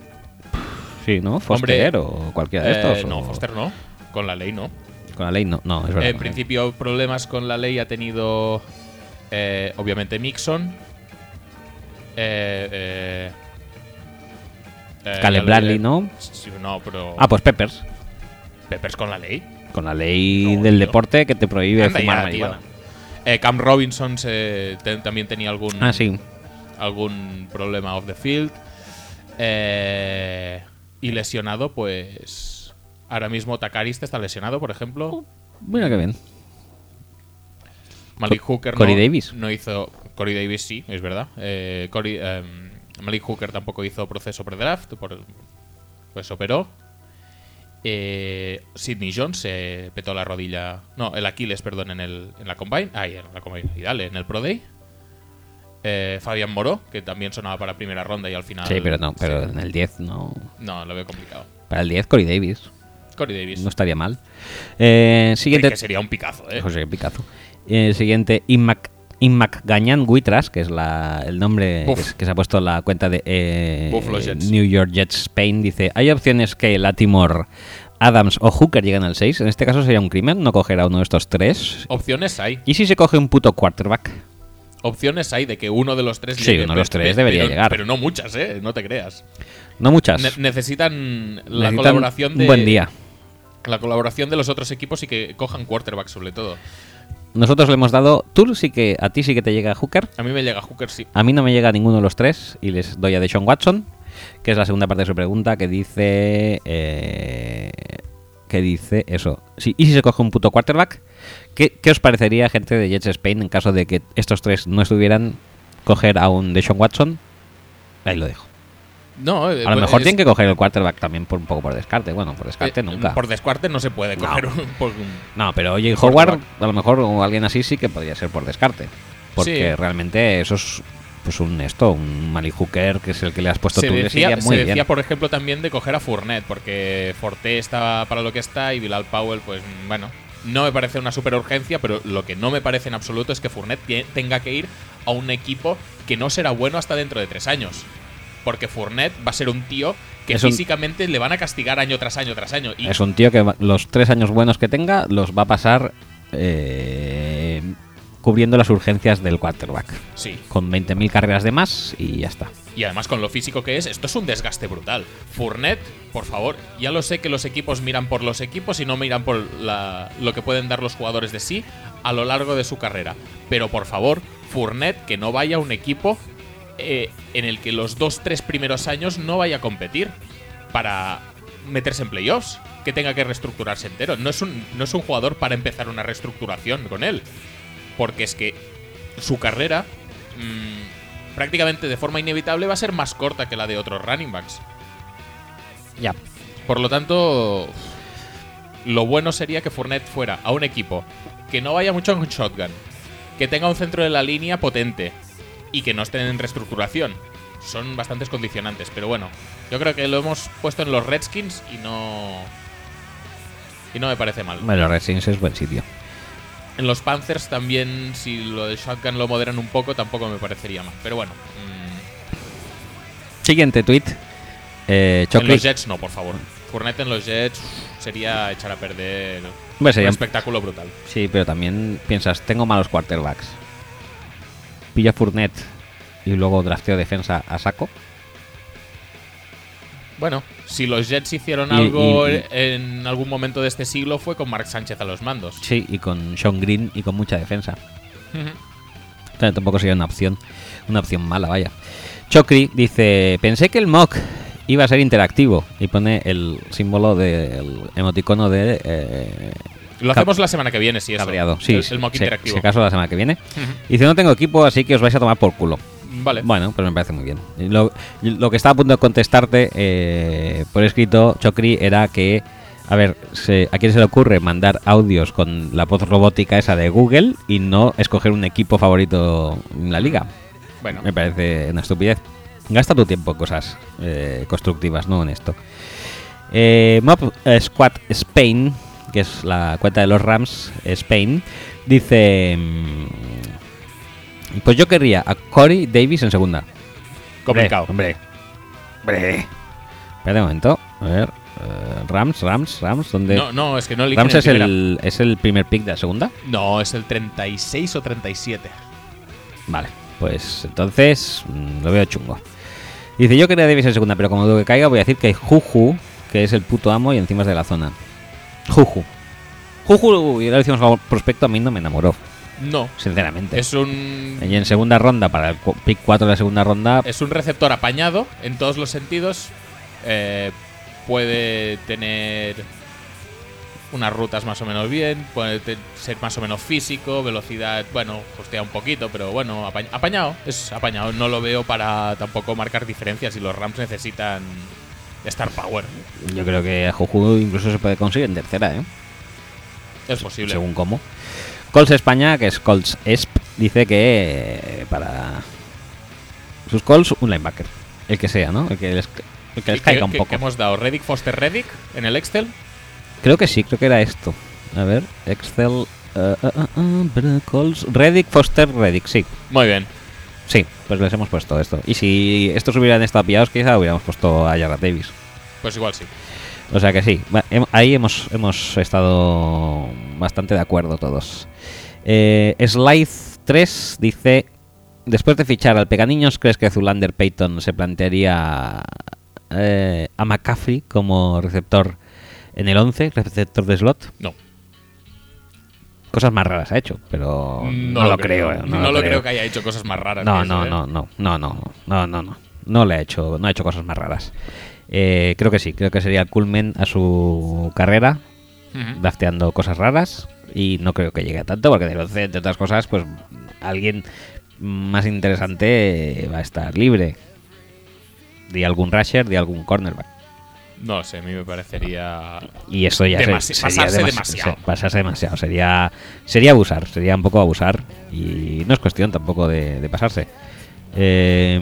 S1: Sí, ¿no? Foster
S2: Hombre,
S1: o cualquiera de
S2: Eh,
S1: estos. o-
S2: no, Foster no. Con la ley no.
S1: Con la ley no, no, es verdad.
S2: en principio problemas con la ley ha tenido eh, obviamente Mixon. Eh, eh, Eh, ya
S1: Caleb
S2: lo
S1: Bradley,
S2: diré.
S1: ¿no?
S2: Sí, no, pero.
S1: Ah, pues Peppers.
S2: Peppers con la ley.
S1: Con la ley
S2: No,
S1: del
S2: tío.
S1: deporte que te prohíbe
S2: Anda
S1: fumar
S2: ya, tío.
S1: marihuana.
S2: Eh, Cam Robinson se- te- también tenía algún.
S1: Ah, sí.
S2: algún problema off the field. Eh, y lesionado, pues. Ahora mismo Takariste está lesionado, por ejemplo.
S1: Mira qué bien.
S2: Malik Hooker
S1: Corey
S2: no,
S1: Davis.
S2: no hizo. Corey Davis sí, es verdad. Eh, Corey, em, Malik Hooker tampoco hizo proceso pre-draft, por- pues operó. Eh, Sidney Jones se petó la rodilla. No, el Aquiles, perdón, en, el, en la Combine. Ay, en la Combine. Y dale, en el Pro Day. Eh, Fabián Moró, que también sonaba para primera ronda y al final.
S1: Sí, pero no, pero
S2: Ah, Sí.
S1: en el 10 no.
S2: No, lo veo complicado.
S1: Para el 10, Corey Davis.
S2: Corey Davis.
S1: No estaría mal. Eh, siguiente.
S2: que, que sería un picazo, ¿eh?
S1: José Picazo. Eh, siguiente, Inmac. Gañan Guitras, que es la- el nombre que,
S2: Buf.
S1: es- que se ha puesto la cuenta de eh,
S2: Buffalo Jets.
S1: New York Jets Spain, dice, hay opciones que Latimore, Adams o Hooker llegan al 6. En este caso sería un crimen no coger a uno de estos tres.
S2: Opciones hay.
S1: ¿Y si se coge un puto quarterback?
S2: Opciones hay de que uno de los tres
S1: Sí,
S2: llegue,
S1: uno de los
S2: pe-
S1: tres
S2: pe-
S1: debería
S2: pero-
S1: llegar.
S2: Pero no muchas, ¿eh? No te creas.
S1: No muchas.
S2: Ne- necesitan la
S1: Necesitan
S2: colaboración de.
S1: Un buen día.
S2: La colaboración de los otros equipos y que cojan quarterback, sobre todo.
S1: Nosotros le hemos dado, tú sí que, a ti sí que te llega Hooker,
S2: A mí me llega Hooker, sí.
S1: A mí no me llega ninguno de los tres y les doy a Deshaun Watson, que es la segunda parte de su pregunta, que dice... eh, que dice eso. Sí, ¿Y si se coge un puto quarterback? ¿Qué, qué os parecería, gente de Jets Spain, en caso de que estos tres no estuvieran, coger a un Deshaun Watson? Ahí lo dejo.
S2: No, eh,
S1: A lo
S2: pues
S1: mejor
S2: es-
S1: tienen que coger el quarterback también por un poco por descarte. Bueno, por descarte
S2: eh,
S1: nunca.
S2: Por descuarte no se puede
S1: No.
S2: coger un. por un-
S1: No, pero oye, Howard,
S2: quarterback.
S1: a lo mejor o alguien así sí que podría ser por descarte. Porque
S2: Sí.
S1: realmente eso es pues un esto, un Mali Hooker, que es el que le has puesto
S2: Se
S1: tú, le
S2: decía,
S1: sería
S2: se
S1: muy
S2: decía,
S1: bien.
S2: por ejemplo, también de coger a Fournette, porque Forte está para lo que está y Bilal Powell, pues mm, bueno, no me parece una super urgencia, pero lo que no me parece en absoluto es que Fournette tie- tenga que ir a un equipo que no será bueno hasta dentro de tres años. Porque Fournette va a ser un tío que
S1: Es un-
S2: físicamente le van a castigar año tras año tras año. Y
S1: Es un tío que va- los tres años buenos que tenga los va a pasar eh, cubriendo las urgencias del quarterback.
S2: sí,
S1: Con 20.000 carreras de más y ya está.
S2: Y además con lo físico que es, esto es un desgaste brutal. Fournette, por favor, ya lo sé que los equipos miran por los equipos y no miran por la- lo que pueden dar los jugadores de sí a lo largo de su carrera. Pero por favor, Fournette, que no vaya a un equipo eh, en el que los dos, tres primeros años no vaya a competir para meterse en playoffs, que tenga que reestructurarse entero. No es un, no es un jugador para empezar una reestructuración con él porque es que su carrera mm, prácticamente de forma inevitable va a ser más corta que la de otros running backs.
S1: Ya.
S2: Por lo tanto, lo bueno sería que Fournette fuera a un equipo que no vaya mucho en shotgun, que tenga un centro de la línea potente y que no estén en reestructuración. Son bastantes condicionantes, pero bueno, yo creo que lo hemos puesto en los Redskins y no y no me parece mal.
S1: Bueno, Redskins es buen sitio.
S2: En los Panthers también, si lo de Shotgun lo moderan un poco, tampoco me parecería mal. Pero bueno, mm,
S1: Siguiente tweet. Eh,
S2: en los
S1: Chocli.
S2: Jets no, por favor. Fournette en los Jets uf, sería echar a perder
S1: Hombre, sería
S2: un
S1: un-
S2: espectáculo brutal.
S1: Sí, pero también piensas, tengo malos quarterbacks. Pilla Fournet y luego drafteo defensa a saco.
S2: Bueno, si los Jets hicieron
S1: Y-
S2: algo
S1: y- y-
S2: en algún momento de este siglo fue con Mark Sánchez a los mandos.
S1: Sí, y con Sean Green y con mucha defensa.
S2: Ujú.
S1: O sea, tampoco sería una opción, una opción mala, vaya. Chocri dice, pensé que el mock iba a ser interactivo y pone el símbolo del emoticono de... eh,
S2: Lo
S1: Cab-
S2: hacemos la semana que viene, si es
S1: cabreado. Sí,
S2: el, el mock
S1: se-
S2: interactivo.
S1: Si acaso la semana que viene.
S2: Ujú.
S1: Dice, no tengo equipo, así que os vais a tomar por culo.
S2: Vale.
S1: Bueno, pues me parece muy bien. Y Lo, y lo que estaba a punto de contestarte eh, por escrito, Chocri, era que, a ver, se- ¿a quién se le ocurre mandar audios con la voz robótica esa de Google y no escoger un equipo favorito en la liga?
S2: Bueno,
S1: Me parece una estupidez. Gasta tu tiempo en cosas eh, constructivas, no en esto. Eh, Mob eh, Squad Spain, que es la cuenta de los Rams Spain, dice... mm, Pues yo querría a Corey Davis en segunda.
S2: complicado.
S1: Hombre. Hombre. Espera un momento. A ver. eh, Rams, Rams, Rams. ¿Dónde?
S2: No, no, es que no eligen
S1: Rams
S2: en
S1: es
S2: primera.
S1: el, es el primer pick de la segunda.
S2: No, es el 36 o 37.
S1: Vale, pues entonces mm, lo veo chungo. Dice, yo quería Davis en segunda, pero como dudo que caiga, voy a decir que Juju, que es el puto amo y encima es de la zona. Juju. Juju, y lo hicimos como prospecto, a mí no me enamoró,
S2: No.
S1: sinceramente.
S2: Es un.
S1: Y en segunda ronda, para el cu- pick 4 de la segunda ronda,
S2: Es un receptor apañado en todos los sentidos. Eh, puede tener unas rutas más o menos bien, puede te- ser más o menos físico, velocidad, bueno, hostia un poquito, pero bueno, apa- apañado, es apañado. No lo veo para tampoco marcar diferencias y los Rams necesitan Star Power.
S1: yo creo que a Juju incluso se puede conseguir en tercera, ¿eh?
S2: Es posible.
S1: según cómo. Colts España, que es Colts ESP, dice que eh, para sus Colts un linebacker, el que sea, ¿no? El que les, el que les
S2: ¿Qué-
S1: caiga un
S2: qué-
S1: poco.
S2: qué hemos dado? ¿Reddick Foster Reddick en el Excel?
S1: Creo que sí, creo que era esto. A ver, Excel, eh, eh, eh, eh, bra- Colts, Reddick, Foster, Reddick, sí.
S2: Muy bien.
S1: Sí, pues les hemos puesto esto. Y si estos hubieran estado pillados, quizá hubiéramos puesto a Jarrett Davis.
S2: Pues igual sí.
S1: O sea que sí, va- hem- ahí hemos, hemos estado bastante de acuerdo todos. Eh, Slide 3 dice, después de fichar al Peganiños, ¿crees que Zulander Payton se plantearía eh, a McCaffrey como receptor en el 11, receptor de slot?
S2: No.
S1: Cosas más raras ha hecho, pero no, lo creo. eh,
S2: Mm, No, lo creo. que haya hecho cosas más raras.
S1: No,
S2: que
S1: no,
S2: eso, ¿eh?
S1: no, no, no, no, no, no, no. No le ha hecho, no ha hecho cosas más raras. Eh, creo que sí, creo que sería el culmen a su carrera,
S2: Ujú.
S1: dafteando cosas raras y no creo que llegue a tanto porque de los entre otras cosas, pues alguien más interesante eh, va a estar libre. De algún rusher, de algún cornerback.
S2: No sé, a mí me parecería.
S1: Y eso ya se-
S2: Demasi- pasarse
S1: demasi-
S2: demasiado.
S1: se- pasarse demasiado. Sería, sería abusar, sería un poco abusar. Y no es cuestión tampoco de, de pasarse. Eh,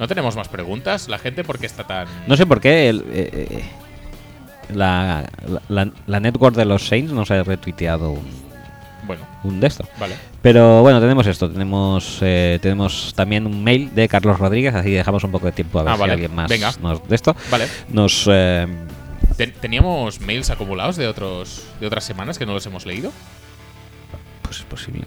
S2: ¿No tenemos más preguntas? ¿La gente por qué está tan.?
S1: No sé por qué el- eh, eh, la, la- la- la network de los Saints nos ha retuiteado un,
S2: Bueno,
S1: un de esto.
S2: vale.
S1: Pero bueno, tenemos esto. Tenemos eh, tenemos también un mail de Carlos Rodríguez, así dejamos un poco de tiempo a ver
S2: Ah,
S1: si
S2: vale.
S1: alguien más
S2: Venga.
S1: nos de esto.
S2: Vale.
S1: Nos eh,
S2: Ten- ¿Teníamos mails acumulados de otros de otras semanas que no los hemos leído?
S1: pues es posible.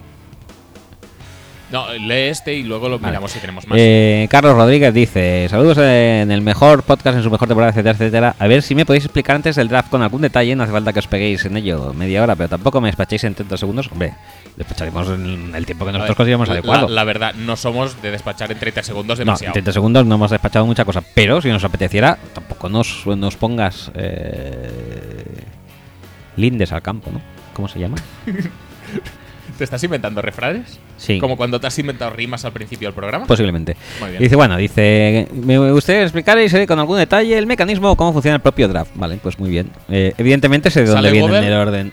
S2: No, lee este y luego lo
S1: Vale.
S2: miramos si tenemos más.
S1: Eh, Carlos Rodríguez dice: Saludos eh, en el mejor podcast, en su mejor temporada, etcétera, etcétera. A ver si me podéis explicar antes del draft con algún detalle. No hace falta que os peguéis en ello media hora, pero tampoco me despachéis en 30 segundos. Hombre, despacharemos en el tiempo que
S2: A ver,
S1: nosotros consideramos
S2: la-
S1: adecuado.
S2: La, verdad, no somos de despachar en 30 segundos
S1: No, en
S2: demasiado.
S1: 30 segundos no hemos despachado mucha cosa, pero si nos apeteciera, tampoco nos, nos pongas eh, lindes al campo, ¿no? ¿Cómo se llama?
S2: ¿Te estás inventando refranes?
S1: Sí. Pues
S2: Como cuando te has inventado rimas al principio del programa.
S1: Posiblemente.
S2: Muy bien.
S1: Dice, bueno, dice, me gustaría explicaros eh, con algún detalle el mecanismo o cómo funciona el propio draft. Vale, pues muy bien. Eh, evidentemente sé de dónde
S2: Sale
S1: viene
S2: Google,
S1: el orden.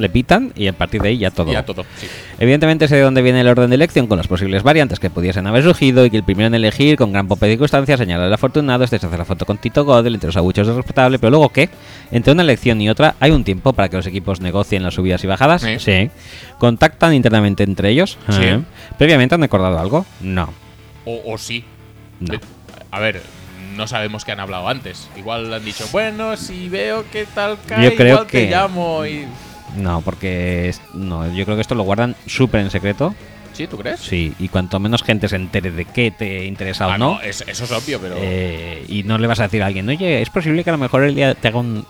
S2: le pitan.
S1: y a partir de ahí ya todo.
S2: Ya todo, sí.
S1: Evidentemente sé de dónde viene el orden de elección con las posibles variantes que pudiesen haber surgido y que el primero en elegir, con gran pompa y circunstancia, señala el afortunado, este se hace la foto con Tito Godel, entre los abuchos del respetable, pero luego ¿qué? Entre una elección y otra hay un tiempo para que los equipos negocien las subidas y bajadas.
S2: Sí.
S1: ¿Contactan internamente entre ellos?
S2: Sí.
S1: Ajá. ¿Previamente han acordado algo? No.
S2: O, o sí.
S1: No.
S2: De- A ver, no sabemos qué han hablado antes. Igual han dicho, bueno, si veo que tal cae,
S1: Yo creo
S2: igual te
S1: que-
S2: llamo y...
S1: No, porque es- no, yo creo que esto lo guardan súper en secreto.
S2: ¿Sí, tú crees?
S1: Sí, y cuanto menos gente se entere de qué te interesa
S2: Ah,
S1: o no,
S2: no, es- eso es obvio, pero...
S1: eh, y no le vas a decir a alguien, oye, es posible que a lo mejor el día te haga un. No,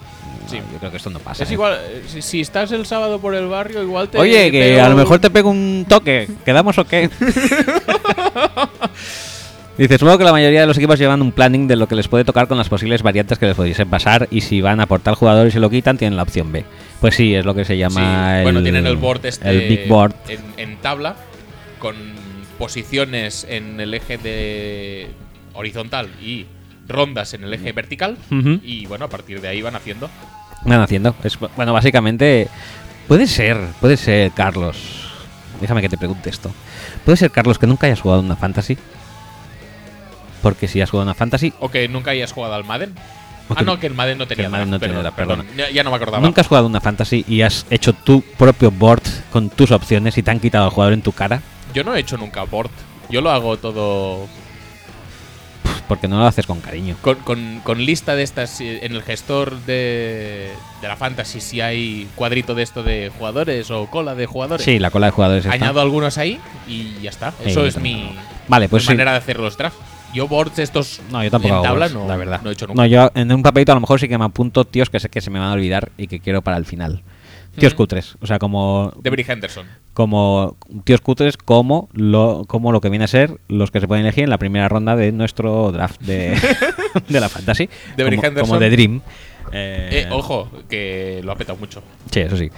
S2: Sí.
S1: Yo creo que esto no pasa.
S2: es
S1: ¿eh?
S2: igual, eh, si, si estás el sábado por el barrio, igual te...
S1: Oye, que
S2: pego
S1: a lo
S2: un-
S1: mejor te pego un toque. ¿Quedamos o qué? Dice, supongo que la mayoría de los equipos llevan un planning de lo que les puede tocar con las posibles variantes que les pudiesen pasar y si van a aportar jugadores y se lo quitan, tienen la opción B. Pues sí, es lo que se
S2: Sí,
S1: llama el,
S2: bueno, tienen el board este...
S1: el Big Board.
S2: En, en tabla, con posiciones en el eje de horizontal y rondas en el eje vertical.
S1: Ujú.
S2: Y bueno, a partir de ahí van haciendo.
S1: Van haciendo. Es, bueno, básicamente. Puede ser, puede ser, Carlos. Déjame que te pregunte esto. ¿Puede ser, Carlos, que nunca hayas jugado una fantasy? Porque si has jugado una fantasy,
S2: O que nunca hayas jugado al Madden.
S1: O
S2: Ah,
S1: que-
S2: no, que el Madden no tenía
S1: el Madden no
S2: draft,
S1: tenía
S2: perdón,
S1: draft, perdona.
S2: perdón. Ya, ya no me acordaba.
S1: nunca has jugado una fantasy y has hecho tu propio board con tus opciones y te han quitado al jugador en tu cara,
S2: Yo no he hecho nunca board. Yo lo hago todo
S1: porque pues, no lo haces con cariño.
S2: con, con- con lista de estas. eh, En el gestor de, de la fantasy, si hay cuadrito de esto de jugadores o cola de jugadores.
S1: Sí, la cola de jugadores está.
S2: Añado algunos ahí y ya está.
S1: Sí,
S2: Eso es
S1: también.
S2: mi,
S1: Vale, pues
S2: mi
S1: sí.
S2: manera de hacer los drafts. Yo boards estos
S1: No, yo tampoco
S2: en
S1: hago
S2: tabla
S1: boards,
S2: no,
S1: la verdad.
S2: no he hecho nunca.
S1: No, yo en un papelito a lo mejor sí que me apunto tíos que sé que se me van a olvidar y que quiero para el final. Tíos
S2: Ujú.
S1: cutres. O sea, como,
S2: de Brie Henderson.
S1: como tíos cutres como lo, como lo que viene a ser los que se pueden elegir en la primera ronda de nuestro draft de, de la fantasy.
S2: De Brie
S1: como,
S2: Henderson.
S1: como de Dream. Eh,
S2: Eh, ojo, que lo ha petado mucho.
S1: Sí, eso sí.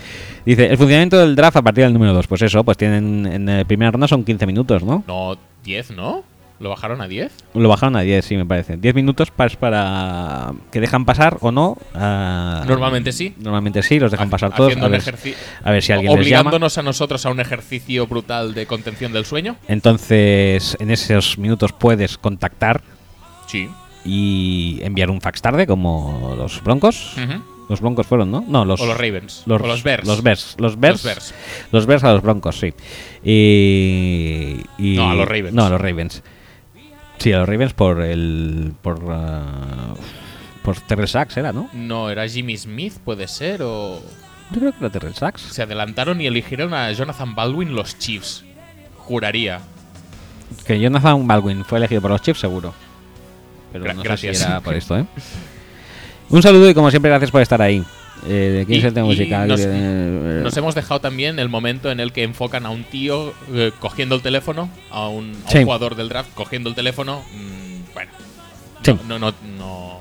S1: Dice, el funcionamiento del draft a partir del número 2. Pues eso, pues tienen en la primera ronda son 15 minutos, ¿no?
S2: No, 10, ¿no? ¿Lo bajaron a 10?
S1: Lo bajaron a 10, sí, me parece. 10 minutos para, para que dejan pasar o no. a-
S2: Normalmente sí.
S1: Normalmente sí, los dejan
S2: Ha-
S1: pasar todos.
S2: haciendo
S1: A
S2: un
S1: ver,
S2: ejerci-
S1: a ver si alguien les llama.
S2: Obligándonos a nosotros a un ejercicio brutal de contención del sueño.
S1: Entonces, en esos minutos puedes contactar
S2: Sí.
S1: y enviar un fax tarde, como los Broncos.
S2: Ujú.
S1: Los Broncos fueron, ¿no? No, los.
S2: o los Ravens.
S1: Los,
S2: o los Bears.
S1: Los Bears. Los Bears.
S2: Los Bears.
S1: los Bears a los Broncos, sí. Y, y-
S2: No, a los Ravens.
S1: No, a los Ravens. Sí, a los Ravens por el. Por. ah, por Terrell Sachs era, ¿no?
S2: No, era Jimmy Smith, puede ser, o...
S1: Yo creo que era Terrell Sachs.
S2: Se adelantaron y eligieron a Jonathan Baldwin los Chiefs. Juraría.
S1: Que Jonathan Baldwin fue elegido por los Chiefs, seguro. Pero
S2: Gra-
S1: no
S2: gracias.
S1: sé si era por esto, ¿eh? Un saludo y como siempre, gracias por estar ahí. Eh, ¿De quién
S2: Y-
S1: es el tema
S2: y
S1: musical?
S2: nos-
S1: Eh,
S2: Nos hemos dejado también el momento en el que enfocan a un tío eh, cogiendo el teléfono, a un, a un
S1: Sí.
S2: jugador del draft cogiendo el teléfono. mm, bueno,
S1: Sí.
S2: no, no, no, no,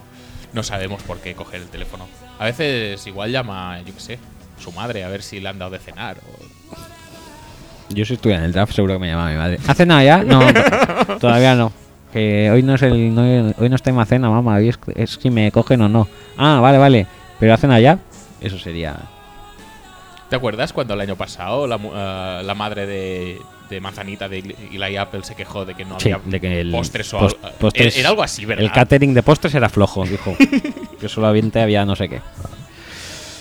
S2: no sabemos por qué coger el teléfono. A veces igual llama, yo qué sé, su madre a ver si le han dado de cenar. o-
S1: Yo si estuviera en el draft seguro que me llamaba mi madre. ¿Hace nada ya? No, to- todavía no. Que hoy no es el no- hoy no está en cena, mamá. Hoy es, es si me cogen o no. Ah, vale, vale. Pero hacen allá. Eso sería.
S2: ¿Te acuerdas cuando el año pasado la, mu- eh, la madre de, de Manzanita de Eli Apple se quejó de que no
S1: Sí,
S2: había
S1: de que el
S2: Ah, postres o
S1: pos-
S2: algo? eh,
S1: postres-
S2: era algo así, ¿verdad?
S1: El catering de postres era flojo, dijo. que solamente había no sé qué.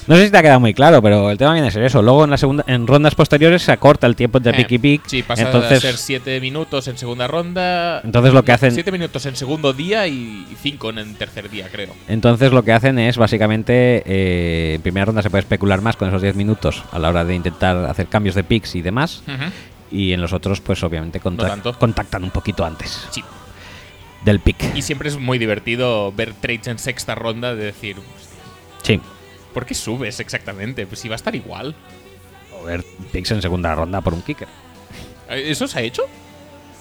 S1: No sé si te ha quedado muy claro, pero el tema viene a ser eso. Luego en la segunda, en rondas posteriores se acorta el tiempo entre
S2: Eh,
S1: pick y pick.
S2: Sí, pasa a ser
S1: entonces,
S2: 7 minutos en segunda ronda.
S1: Entonces lo que hacen-
S2: 7 minutos en segundo día y 5 en el tercer día, creo.
S1: Entonces lo que hacen es básicamente, eh, en primera ronda se puede especular más con esos 10 minutos a la hora de intentar hacer cambios de picks y demás. Y en los otros, pues obviamente contac-
S2: tanto.
S1: contactan un poquito antes
S2: Sí.
S1: del pick.
S2: Y siempre es muy divertido ver trades en sexta ronda de decir,
S1: Sí.
S2: ¿por qué subes exactamente? Pues si va a estar igual.
S1: O ver picks en segunda ronda por un kicker.
S2: Eh, ¿Eso se ha hecho?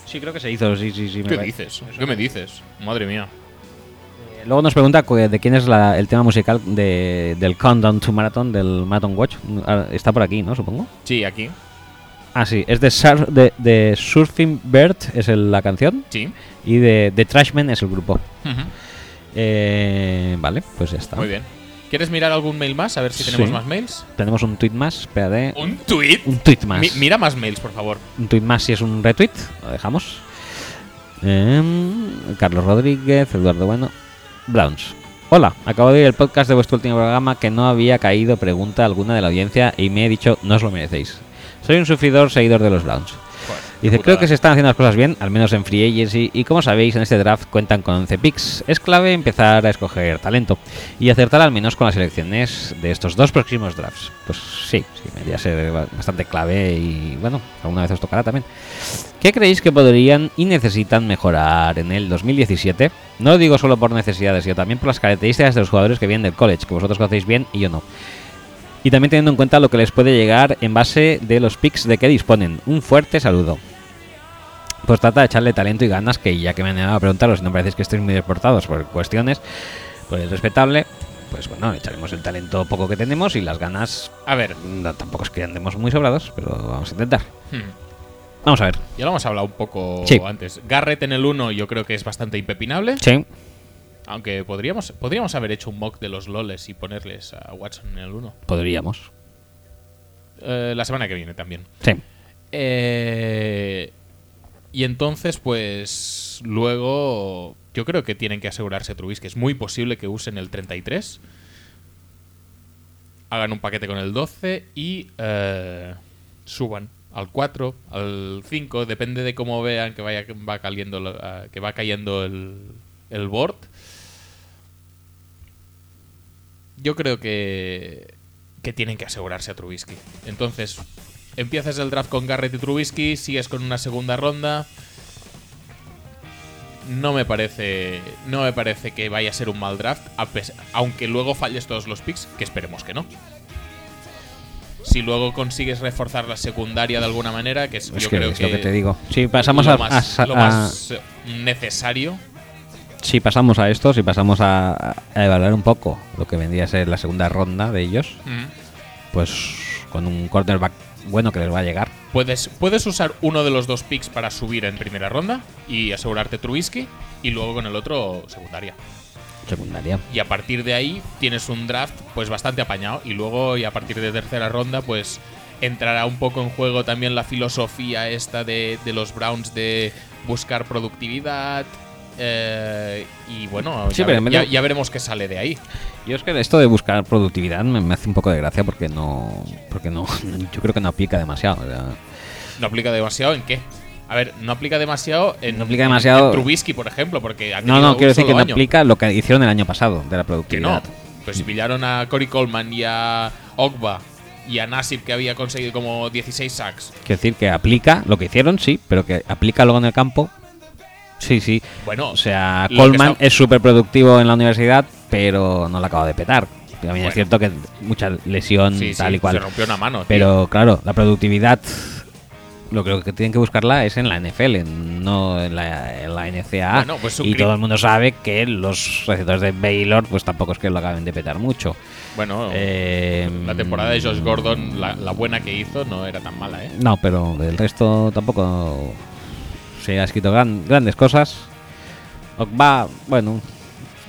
S1: Sí, creo que se hizo, sí, sí, sí. me
S2: ¿Qué
S1: parece.
S2: dices? ¿Qué me dices? Madre mía.
S1: Eh, Luego nos pregunta cu- de quién es la- el tema musical de- del Countdown to Marathon, del Marathon Watch. Ah, Está por aquí, ¿no? Supongo.
S2: Sí, aquí.
S1: Ah, sí. Es de, Surf- de, de Surfing Bird, es el- la canción.
S2: Sí.
S1: Y de, de Trashman es el grupo.
S2: Ujú.
S1: Eh, vale, pues ya está.
S2: Muy bien. ¿Quieres mirar algún mail más? A ver si tenemos
S1: Sí.
S2: más mails.
S1: Tenemos un tweet más, espérate.
S2: ¿Un tweet?
S1: Un tweet más.
S2: mira más mails, por favor.
S1: Un tweet más si es un retweet. Lo dejamos. Em, Carlos Rodríguez, Eduardo Bueno. Browns. Hola, acabo de oír el podcast de vuestro último programa que no había caído pregunta alguna de la audiencia y me he dicho, no os lo merecéis. Soy un sufridor seguidor de los Browns.
S2: Joder,
S1: Dice,
S2: qué
S1: creo
S2: putada. eh".
S1: que se están haciendo las cosas bien, al menos en Free Agency, y como sabéis, en este draft cuentan con 11 picks. Es clave empezar a escoger talento y acertar al menos con las elecciones de estos dos próximos drafts. Pues sí, sí, debería ser ba- bastante clave y bueno, alguna vez os tocará también. ¿Qué creéis que podrían y necesitan mejorar en el 2017? No lo digo solo por necesidades, sino también por las características de los jugadores que vienen del college, que vosotros conocéis bien y yo no. Y también teniendo en cuenta lo que les puede llegar en base de los picks de que disponen. Un fuerte saludo. Pues trata de echarle talento y ganas, que ya que me han a preguntaros, si no parecéis que estéis muy desportados por cuestiones, pues es respetable. Pues bueno, le echaremos el talento poco que tenemos y las ganas pues,
S2: A ver.
S1: no, tampoco es que andemos muy sobrados, pero vamos a intentar.
S2: Hmm.
S1: Vamos a ver.
S2: Ya lo hemos hablado un poco
S1: Sí.
S2: antes. Garrett en el 1 yo creo que es bastante impepinable.
S1: Sí,
S2: Aunque podríamos, podríamos haber hecho un mock de los loles y ponerles a Watson en el 1.
S1: podríamos.
S2: Eh, la semana que viene también.
S1: Sí.
S2: Eh, y entonces, pues luego yo creo que tienen que asegurarse Trubisky. Es muy posible que usen el 33. Hagan un paquete con el 12 y eh, suban al 4, al 5, depende de cómo vean que vaya va cayendo, lo- ah, que va cayendo el, el board. Yo creo que, que tienen que asegurarse a Trubisky. Entonces, empiezas el draft con Garrett y Trubisky, sigues con una segunda ronda. no me parece no me parece que vaya a ser un mal draft, a pes- aunque luego falles todos los picks, que esperemos que no. Si luego consigues reforzar la secundaria de alguna manera, que es,
S1: Es
S2: yo
S1: que
S2: creo
S1: es
S2: que
S1: lo que te digo. Si pasamos
S2: lo
S1: a, a
S2: más,
S1: sa-
S2: lo
S1: a-
S2: más, eh, necesario.
S1: si pasamos a esto, si pasamos a, a evaluar un poco lo que vendría a ser la segunda ronda de ellos,
S2: Mm.
S1: pues con un cornerback bueno que les va a llegar.
S2: Puedes, puedes usar uno de los dos picks para subir en primera ronda y asegurarte Trubisky y luego con el otro secundaria.
S1: Secundaria.
S2: Y a partir de ahí tienes un draft pues bastante apañado y luego y a partir de tercera ronda pues entrará un poco en juego también la filosofía esta de, de los Browns de buscar productividad eh, y bueno,
S1: Sí,
S2: ya,
S1: pero
S2: ve-
S1: me
S2: ya-
S1: lo-
S2: ya veremos qué sale de ahí.
S1: Yo es que esto de buscar productividad me, me hace un poco de gracia porque no. Porque no. Yo creo que no aplica demasiado. o sea,
S2: ¿No aplica demasiado en qué? A ver, no aplica demasiado en,
S1: No aplica
S2: en- en
S1: demasiado-
S2: Trubisky, por ejemplo, porque ha
S1: no,
S2: tenido
S1: no,
S2: un
S1: quiero decir
S2: solo
S1: que no
S2: año.
S1: aplica lo que hicieron el año pasado de la
S2: Que no.
S1: productividad.
S2: Pues pillaron a Cory Coleman y a Ogba y a Nasib que había conseguido como 16 sacks.
S1: Quiero decir que aplica lo que hicieron, sí, pero que aplica luego en el campo. Sí, sí.
S2: Bueno,
S1: O sea,
S2: lo que
S1: Coleman
S2: está-
S1: es súper productivo en la universidad, pero no la acaba de petar. También
S2: Bueno.
S1: es cierto que mucha lesión,
S2: sí, sí,
S1: tal y
S2: se
S1: cual.
S2: rompió una mano. tío.
S1: Pero claro, la productividad, lo que, lo que tienen que buscarla es en la NFL, no en la, en la NCAA.
S2: Bueno, pues su
S1: y
S2: cri-
S1: todo el mundo sabe que los receptores de Baylor, pues tampoco es que lo acaben de petar mucho.
S2: bueno,
S1: Eh,
S2: la temporada de Josh Gordon, la, la buena que hizo, no era tan mala, ¿eh?
S1: No, pero del resto tampoco se ha escrito gran- grandes cosas. Ogba, bueno,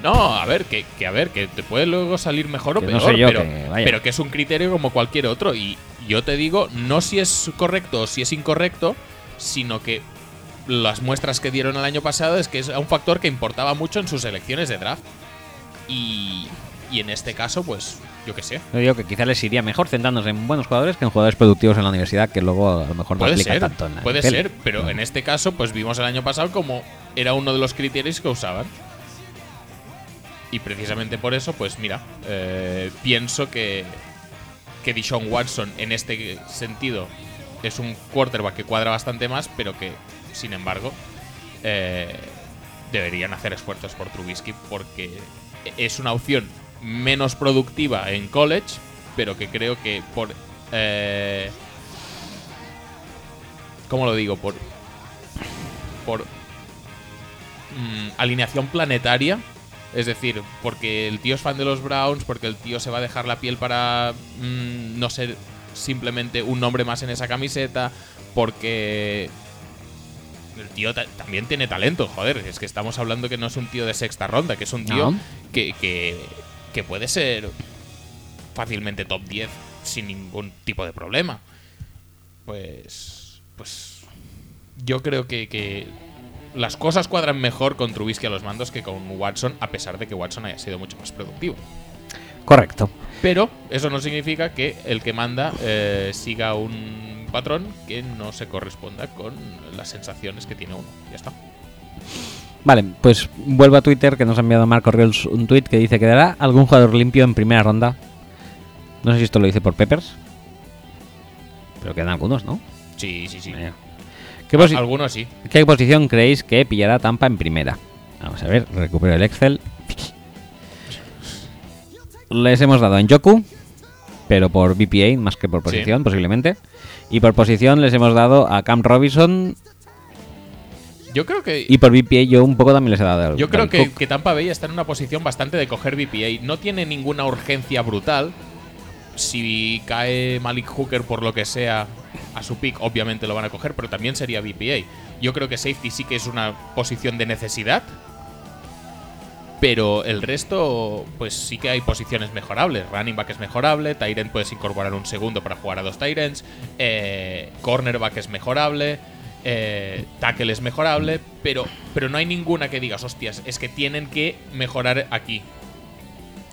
S2: No, a ver, que, que a ver, que te puede luego salir mejor o
S1: Que
S2: peor,
S1: no sé yo,
S2: pero,
S1: que vaya.
S2: pero que es un criterio como cualquier otro. Y yo te digo, no si es correcto o si es incorrecto, sino que las muestras que dieron el año pasado es que es un factor que importaba mucho en sus elecciones de draft. Y, y en este caso, pues, yo qué sé.
S1: yo digo que quizás les iría mejor centrándose en buenos jugadores que en jugadores productivos en la universidad, que luego a lo mejor no
S2: Puede
S1: aplica
S2: ser,
S1: tanto en la
S2: puede
S1: NFL.
S2: ser, pero en este caso, pues vimos el año pasado como era uno de los criterios que usaban. Y precisamente por eso, pues mira, eh, pienso que, que Dishon Watson en este sentido es un quarterback que cuadra bastante más, pero que, sin embargo, eh, deberían hacer esfuerzos por Trubisky porque es una opción menos productiva en college, pero que creo que por... eh, ¿Cómo lo digo? Por. Por. mm, alineación planetaria. Es decir, porque el tío es fan de los Browns, porque el tío se va a dejar la piel para mm, no ser simplemente un nombre más en esa camiseta, porque el tío ta- también tiene talento, joder, es que estamos hablando que no es un tío de sexta ronda, que es un tío
S1: No.
S2: que, que, que puede ser fácilmente top 10 sin ningún tipo de problema. Pues. Pues. Yo creo que, que las cosas cuadran mejor con Trubisky a los mandos que con Watson, a pesar de que Watson haya sido mucho más productivo.
S1: Correcto.
S2: Pero eso no significa que el que manda eh, siga un patrón que no se corresponda con las sensaciones que tiene uno. Ya está.
S1: Vale, pues vuelvo a Twitter que nos ha enviado Marco Reels un tweet que dice que dará algún jugador limpio en primera ronda. No sé si esto lo dice por Peppers. Pero quedan algunos, ¿no?
S2: Sí, sí, sí.
S1: Eh. ¿Qué, posi-
S2: Algunos sí.
S1: qué posición creéis que pillará Tampa en primera? Vamos a ver, recupero el Excel. Les hemos dado en Yoku, pero por BPA más que por
S2: Sí.
S1: posición, posiblemente. Y por posición les hemos dado a Cam Robinson.
S2: Yo creo que.
S1: Y por BPA yo un poco también les he dado. a
S2: Yo creo
S1: Dalvin
S2: que,
S1: Cook.
S2: que Tampa Bay está en una posición bastante de coger BPA. No tiene ninguna urgencia brutal. Si cae Malik Hooker por lo que sea a su pick, obviamente lo van a coger, pero también sería BPA. Yo creo que safety sí que es una posición de necesidad. Pero el resto, pues sí que hay posiciones mejorables. Running back es mejorable, tight end puedes incorporar un segundo para jugar a dos tight ends, eh, cornerback es mejorable, eh, tackle es mejorable, pero, pero no hay ninguna que digas, hostias, es que tienen que mejorar aquí.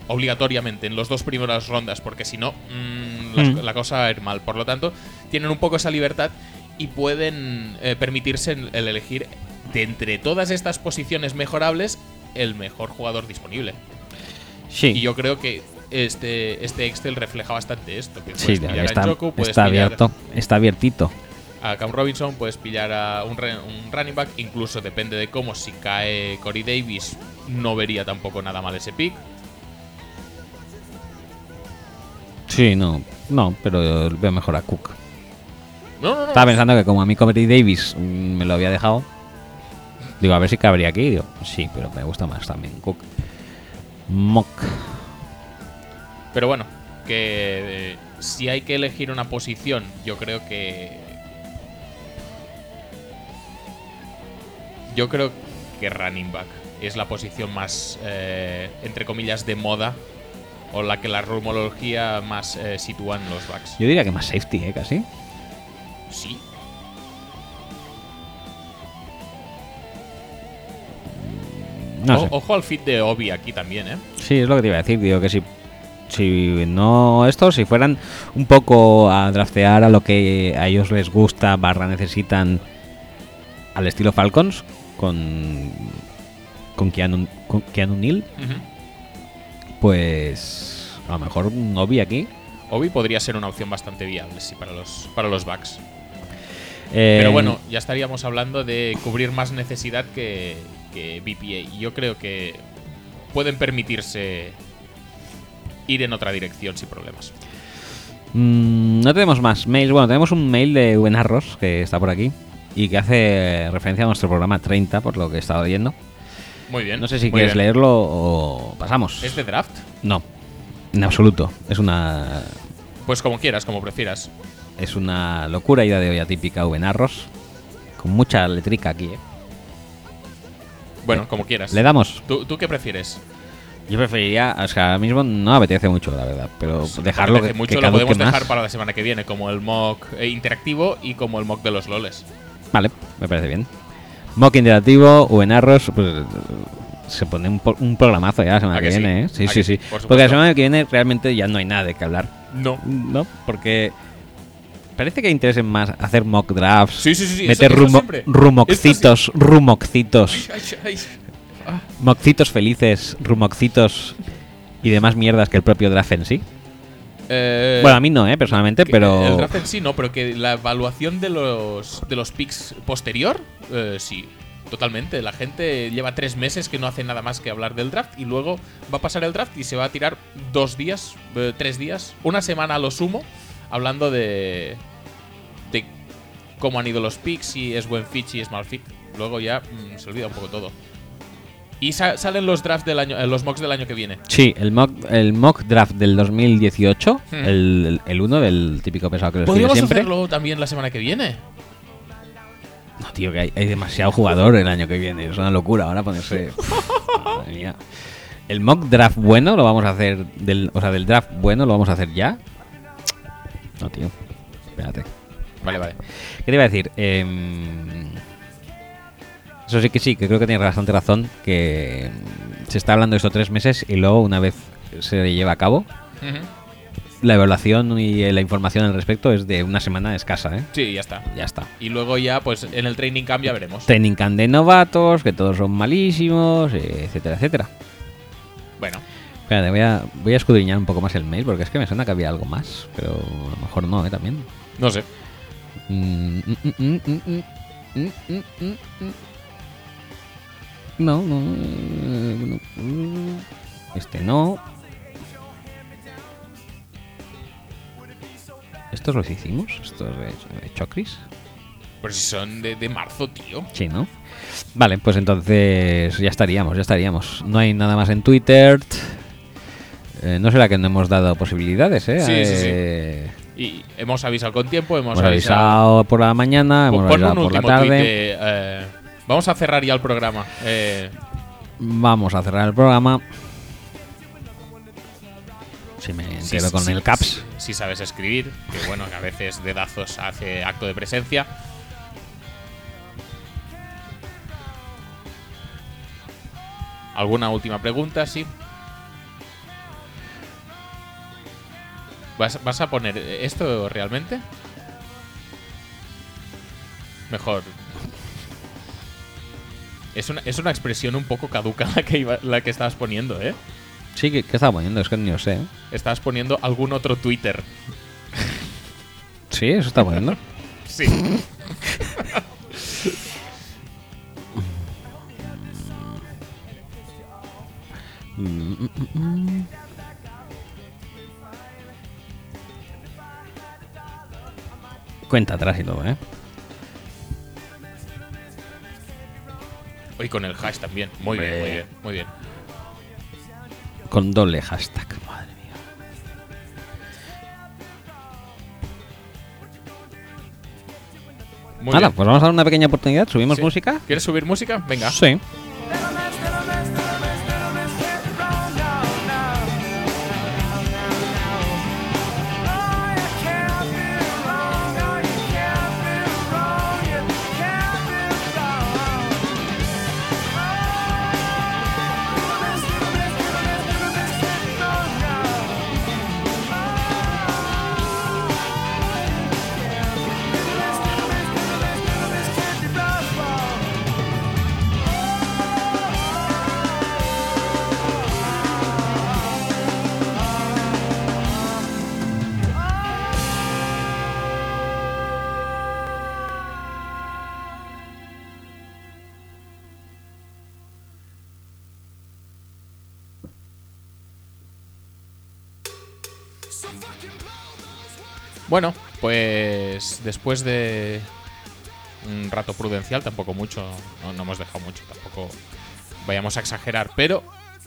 S2: Obligatoriamente, en las dos primeras rondas, porque si no, mm, las-
S1: Mm.
S2: la cosa va a ir mal. Por lo tanto, tienen un poco esa libertad y pueden eh, permitirse el, el elegir de entre todas estas posiciones mejorables el mejor jugador disponible.
S1: Sí.
S2: Y yo creo que este, este Excel refleja bastante esto. Que puedes
S1: Sí,
S2: pillar a
S1: está,
S2: Njoku, puedes
S1: está
S2: pillar
S1: abierto, está abiertito.
S2: a Cam Robinson, puedes pillar a un, re- un running back, incluso depende de cómo, si cae Corey Davis, no vería tampoco nada mal ese pick.
S1: Sí, no. No, pero veo mejor a Cook.
S2: No, no, no.
S1: Estaba pensando que como a mí Comedy Davis mm, me lo había dejado, digo, a ver si cabría aquí. Digo, sí, pero me gusta más también Cook. Mock.
S2: Pero bueno, que eh, si hay que elegir una posición, yo creo que. Yo creo que running back es la posición más, eh, entre comillas, de moda o la que la rumología más eh, sitúa en los backs.
S1: Yo diría que más safety, ¿eh? Casi.
S2: Sí.
S1: No
S2: O-
S1: sé.
S2: Ojo al fit de Obi aquí también, ¿eh?
S1: Sí, es lo que te iba a decir. Digo que si, si no esto, si fueran un poco a draftear a lo que a ellos les gusta, barra necesitan al estilo Falcons, con, con, Keanu, con Keanu Neal, pues a lo mejor un Obi aquí.
S2: Obi podría ser una opción bastante viable, sí, para los, para los backs.
S1: Eh,
S2: Pero bueno, ya estaríamos hablando de cubrir más necesidad que, que BPA. Y yo creo que pueden permitirse ir en otra dirección sin problemas.
S1: Mm, no tenemos más mails. Bueno, tenemos un mail de Buenarros que está por aquí y que hace referencia a nuestro programa 30, por lo que he estado leyendo.
S2: Muy bien.
S1: No sé si
S2: muy
S1: quieres
S2: bien.
S1: leerlo o pasamos.
S2: ¿Es de draft?
S1: No, en absoluto. Es una
S2: Pues como quieras, como prefieras.
S1: es una locura ida de olla típica Ubenarros. Con mucha letrica aquí, ¿eh?
S2: Bueno, como quieras.
S1: Le damos.
S2: ¿Tú, tú qué prefieres?
S1: Yo preferiría, o sea, ahora mismo no me apetece mucho, la verdad, pero
S2: Si te
S1: Pues dejarlo
S2: apetece
S1: que,
S2: mucho
S1: que
S2: lo
S1: caduque
S2: podemos dejar
S1: más.
S2: para la semana que viene, como el mock eh, interactivo y como el mock de los loles.
S1: Vale, me parece bien. Mock interactivo, Ubenarros, pues se pone un, po- un programazo ya la semana
S2: ¿A
S1: que
S2: que sí?
S1: viene, ¿eh? Sí,
S2: ¿A
S1: sí,
S2: que
S1: sí.
S2: sí? Por
S1: Porque la
S2: supuesto.
S1: semana que viene realmente ya no hay nada de qué hablar,
S2: No.
S1: ¿no? Porque parece que interesen más hacer mock drafts,
S2: Sí, sí, sí, sí, eso-
S1: meter
S2: eso
S1: rumo-
S2: siempre.
S1: rumoccitos, rumoccitos.
S2: Ay, ay, ay.
S1: Moccitos felices, rumoccitos y demás mierdas que el propio draft en sí.
S2: Eh,
S1: bueno, a mí no, ¿eh? Personalmente,
S2: Que El
S1: pero...
S2: draft en sí no, pero que la evaluación de los, de los picks posterior, eh, sí, totalmente. La gente lleva tres meses que no hace nada más que hablar del draft y luego va a pasar el draft y se va a tirar dos días, eh, tres días, una semana a lo sumo, hablando de, de cómo han ido los picks, si es buen fit, si es mal fit. Luego ya mm, se olvida un poco todo. Y sa- salen los drafts del año, eh, los mocks del año que viene.
S1: Sí, el mock, el mock draft del 2018,
S2: Hmm.
S1: el, el uno del típico pesado que lo sigue
S2: Podríamos
S1: siempre.
S2: hacerlo también la semana que viene.
S1: No, tío, que hay, hay demasiado jugador el año que viene. Es una locura ahora ponerse... Madre mía. El mock draft bueno lo vamos a hacer... Del, o sea, del draft bueno lo vamos a hacer ya. No, tío. Espérate.
S2: Vale, vale.
S1: ¿Qué te iba a decir? Em, eso sí que sí, que creo que tienes bastante razón, que em, se está hablando de esto tres meses y luego una vez se lleva a cabo,
S2: Ujú.
S1: la evaluación y eh, la información al respecto es de una semana escasa, ¿eh?
S2: Sí, ya está.
S1: Ya está.
S2: Y luego ya, pues en el training camp ya veremos.
S1: Training camp de novatos, que todos son malísimos, eh, etcétera, etcétera.
S2: Bueno,
S1: Espérate, voy a, voy a escudriñar un poco más el mail porque es que me suena que había algo más, pero a lo mejor no, ¿eh? También.
S2: no sé.
S1: Mm, mm, mm, mm, mm, mm, mm, mm, mm. No, no. eh, bueno, mm, Este no. ¿Estos los hicimos? ¿Estos de de Chocris?
S2: Pero Pues si son de, de marzo, tío.
S1: Sí, ¿no? Vale, pues entonces ya estaríamos, ya estaríamos. No hay nada más en Twitter. Eh, no será que no hemos dado posibilidades, ¿eh?
S2: Sí, sí, sí.
S1: Eh,
S2: Y hemos avisado con tiempo, hemos,
S1: Hemos
S2: avisado.
S1: avisado por la mañana, hemos
S2: Pon- Pues pon
S1: avisado
S2: un
S1: por la
S2: último
S1: tarde.
S2: tuit de, eh, vamos a cerrar ya el programa. Eh,
S1: Vamos a cerrar el programa. Si me entero
S2: si-
S1: con
S2: si-
S1: el CAPS.
S2: Si, si sabes escribir, que bueno, que a veces dedazos hace acto de presencia. ¿Alguna última pregunta? Sí. ¿Vas, vas a poner esto realmente? Mejor. Es una, es una expresión un poco caduca la que, iba- la que estabas poniendo, ¿eh?
S1: Sí, que, que estaba poniendo, es que ni lo sé. ¿eh?
S2: Estabas poniendo algún otro Twitter.
S1: Sí, eso está poniendo.
S2: Sí.
S1: Cuenta atrás y todo, ¿eh?
S2: Y con el hash también. Muy bien, muy bien, muy bien.
S1: Con doble hashtag, madre mía.
S2: Muy
S1: Nada,
S2: bien.
S1: pues vamos a dar una pequeña oportunidad. ¿Subimos
S2: Sí.
S1: música?
S2: ¿Quieres subir música? Venga.
S1: Sí.
S2: Bueno, pues después de un rato prudencial, tampoco mucho, no, no hemos dejado mucho, tampoco vayamos a exagerar, pero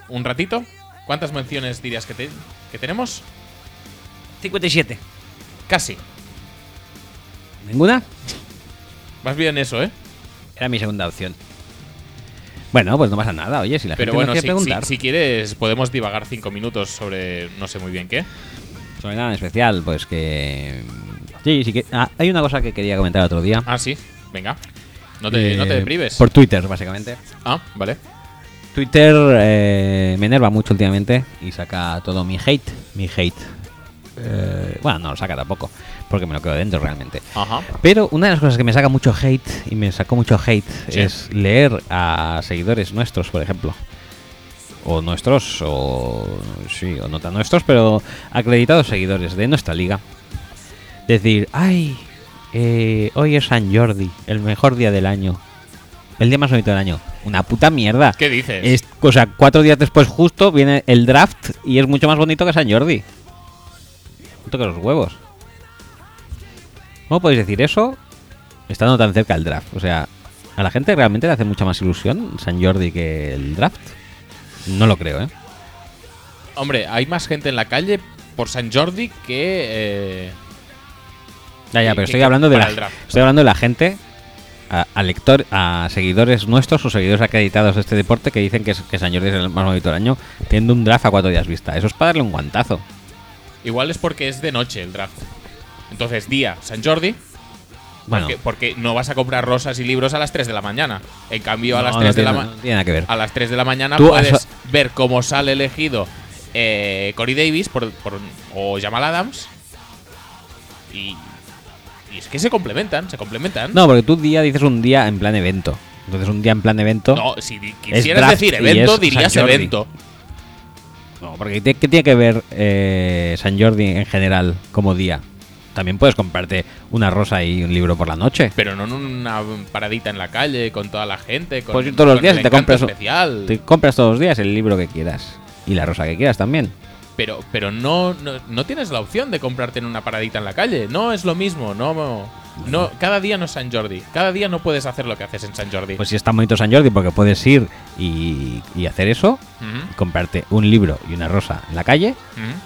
S2: un ratito, ¿cuántas menciones dirías que, te- que tenemos?
S1: 57.
S2: Casi,
S1: ¿Ninguna?
S2: más bien eso, ¿eh?
S1: Era mi segunda opción. Bueno, pues no pasa nada, oye, si la
S2: Pero
S1: gente
S2: bueno,
S1: nos
S2: si,
S1: quiere preguntar.
S2: si- si quieres podemos divagar cinco minutos sobre no sé muy bien qué.
S1: Sobre nada en especial, pues que. Sí, sí que. ah, hay una cosa que quería comentar otro día.
S2: Ah, sí, venga, no te,
S1: Eh,
S2: no te deprives.
S1: Por Twitter, básicamente.
S2: Ah, vale.
S1: Twitter eh, me enerva mucho últimamente y saca todo mi hate. Mi hate. Eh, bueno, no lo saca tampoco, porque me lo quedo dentro realmente.
S2: Ajá.
S1: Pero una de las cosas que me saca mucho hate y me sacó mucho hate
S2: Sí.
S1: es leer a seguidores nuestros, por ejemplo. O nuestros, o. Sí, o no tan nuestros, pero acreditados seguidores de nuestra liga. Decir, ay, eh, hoy es San Jordi, el mejor día del año. El día más bonito del año. Una puta mierda.
S2: ¿Qué dices?
S1: Es, o sea, cuatro días después justo viene el draft y es mucho más bonito que San Jordi. No toques los huevos. ¿Cómo podéis decir eso estando tan cerca del draft? O sea, ¿a la gente realmente le hace mucha más ilusión San Jordi que el draft? No lo creo, ¿eh?
S2: Hombre, hay más gente en la calle por San Jordi que... eh,
S1: Ya, ya,
S2: Que-
S1: pero
S2: que-
S1: estoy
S2: que
S1: hablando de
S2: para
S1: la,
S2: el draft.
S1: estoy hablando de la gente, a, a lector, a seguidores nuestros o seguidores acreditados de este deporte que dicen que, es- que San Jordi es el más bonito del año, teniendo un draft a cuatro días vista. Eso es para darle un guantazo.
S2: Igual es porque es de noche el draft. Entonces, día, San Jordi,
S1: Bueno,
S2: porque, porque no vas a comprar rosas y libros a las 3 de la mañana. En cambio, a, las
S1: no,
S2: 3
S1: no
S2: de la
S1: tiene-
S2: ma-
S1: no tiene nada que ver.
S2: a las 3 de la mañana
S1: Tú
S2: puedes
S1: has-
S2: ver cómo sale elegido eh, Corey Davis por- por- o Jamal Adams. Y, y es que se complementan, se complementan.
S1: No, porque tú día dices un día en plan evento. Entonces un día en plan evento.
S2: No, si di-
S1: Es
S2: quisieras
S1: draft
S2: decir
S1: y
S2: evento,
S1: es
S2: dirías
S1: San Jordi.
S2: evento.
S1: No, porque te- ¿qué tiene que ver eh, San Jordi en general como día? También puedes comprarte una rosa y un libro por la noche.
S2: Pero no en una paradita en la calle con toda la gente. Con,
S1: Puedes ir Pues todos los
S2: con
S1: días
S2: el
S1: y te
S2: encanto
S1: compras,
S2: especial.
S1: te compras todos los días el libro que quieras. Y la rosa que quieras también.
S2: Pero, pero no, no, no tienes la opción de comprarte en una paradita en la calle. No es lo mismo. No, no, no- cada día no es San Jordi. Cada día no puedes hacer lo que haces en San Jordi.
S1: Pues si está bonito San Jordi porque puedes ir y, y hacer eso.
S2: Ujú,
S1: Comprarte un libro y una rosa en la calle.
S2: ujú.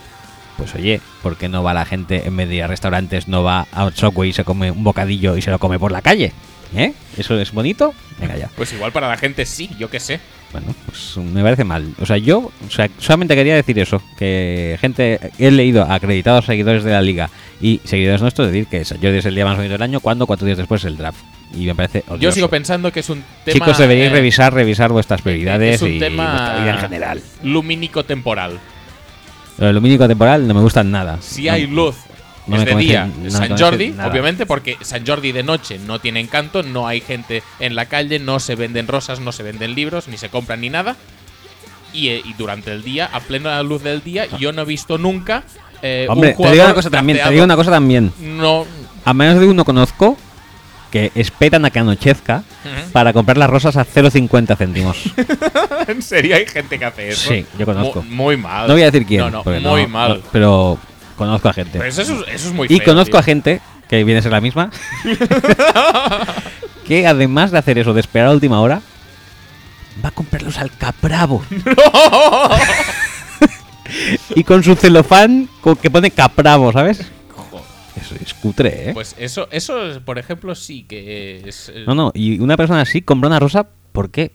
S1: Pues oye, ¿por qué no va la gente en vez de ir a restaurantes, no va a un Subway y se come un bocadillo y se lo come por la calle? ¿Eh? ¿Eso es bonito? Venga ya.
S2: Pues igual para la gente sí, yo qué sé.
S1: Bueno, pues me parece mal. O sea, yo o sea, solamente quería decir eso, que gente, he leído a acreditados seguidores de la liga y seguidores nuestros decir que San Jordi es el día más bonito del año cuando cuatro días después el draft. Y me parece odioso.
S2: Yo sigo pensando que es un tema.
S1: Oh, Chicos, deberíais
S2: eh,
S1: revisar, revisar vuestras prioridades
S2: es un
S1: y
S2: tema-
S1: vuestra vida en general.
S2: Lumínico temporal.
S1: Lo del lumínico temporal no me gusta nada.
S2: Si
S1: No.
S2: hay luz.
S1: no me
S2: es de
S1: convence-
S2: día,
S1: no me
S2: San
S1: convence
S2: Jordi,
S1: nada.
S2: obviamente, porque San Jordi de noche no tiene encanto, no hay gente en la calle, no se venden rosas, no se venden libros, ni se compran ni nada. Y, eh, y durante el día, a plena luz del día, yo no he visto nunca eh,
S1: Ah. Hombre,
S2: un
S1: te digo una cosa también, te digo una cosa también.
S2: No,
S1: A menos de uno conozco que esperan a que anochezca para comprar las rosas a 0,50 céntimos.
S2: en serio, hay gente que hace eso.
S1: Sí, yo conozco.
S2: Mu- Muy, mal.
S1: No voy a decir quién.
S2: No, no,
S1: porque
S2: muy
S1: no-
S2: mal.
S1: no, pero conozco a gente.
S2: Pero eso, es- eso es muy
S1: y
S2: feo,
S1: conozco
S2: tío.
S1: a gente, que viene a ser la misma, que además de hacer eso, de esperar a última hora, va a comprarlos al capravo. y con su celofán co- que pone capravo, ¿sabes?
S2: Joder.
S1: Eso es cutre, ¿eh?
S2: Pues eso, eso, por ejemplo, sí que es. eh,
S1: No, no, y una persona así compra una rosa, ¿por qué?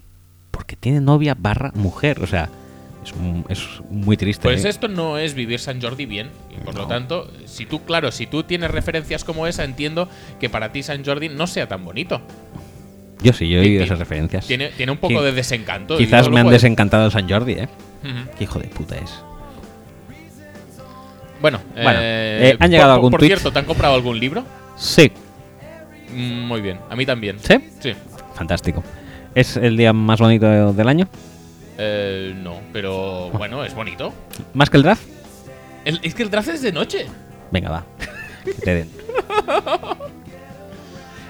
S1: Porque tiene novia barra mujer, o sea, es, un- es muy triste.
S2: Pues
S1: ¿eh?
S2: esto no es vivir San Jordi bien. Y por lo
S1: No.
S2: tanto, si tú, claro, si tú tienes referencias como esa, entiendo que para ti San Jordi no sea tan bonito.
S1: Yo sí, yo he
S2: ti-
S1: oído
S2: ti-
S1: esas referencias.
S2: Tiene, tiene un poco
S1: Qui-
S2: de desencanto. y
S1: Quizás
S2: no lo
S1: me han
S2: puedes-
S1: desencantado el San Jordi, ¿eh?
S2: Ujú.
S1: Qué hijo de puta es.
S2: Bueno,
S1: Bueno,
S2: eh,
S1: eh, ¿han
S2: por-
S1: llegado
S2: por,
S1: algún
S2: Por
S1: tuit?
S2: cierto, ¿te han comprado algún libro?
S1: Sí,
S2: Mm, Muy bien, a mí también.
S1: ¿Sí?
S2: Sí.
S1: fantástico. ¿Es el día más bonito del año?
S2: Eh, no, pero bueno, es bonito.
S1: ¿Más que el draft?
S2: El- es que el traje es de noche.
S1: Venga, va. que te den.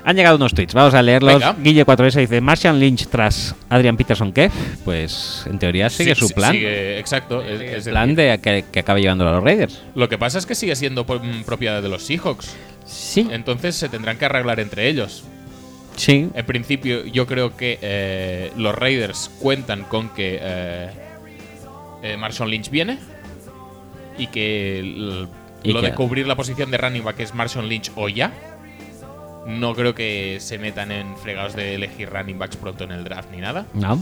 S1: Han llegado unos tweets, vamos a leerlos.
S2: Venga.
S1: Guille 4S dice: Martian Lynch tras Adrian Peterson, ¿qué? Pues en teoría sigue
S2: Sí,
S1: su
S2: sí,
S1: plan.
S2: sigue- exacto. es-
S1: el
S2: es decir,
S1: plan de que, que acabe llevándolo a los Raiders.
S2: Lo que pasa es que sigue siendo po- mm, propiedad de los Seahawks.
S1: Sí.
S2: Entonces se tendrán que arreglar entre ellos.
S1: Sí.
S2: En principio, yo creo que eh, los Raiders cuentan con que eh, eh, Marshawn Lynch viene y que el-
S1: Y
S2: lo
S1: que-
S2: de cubrir la posición de running back es Marshawn Lynch o ya. No creo que se metan en fregados de elegir running backs pronto en el draft ni nada.
S1: No,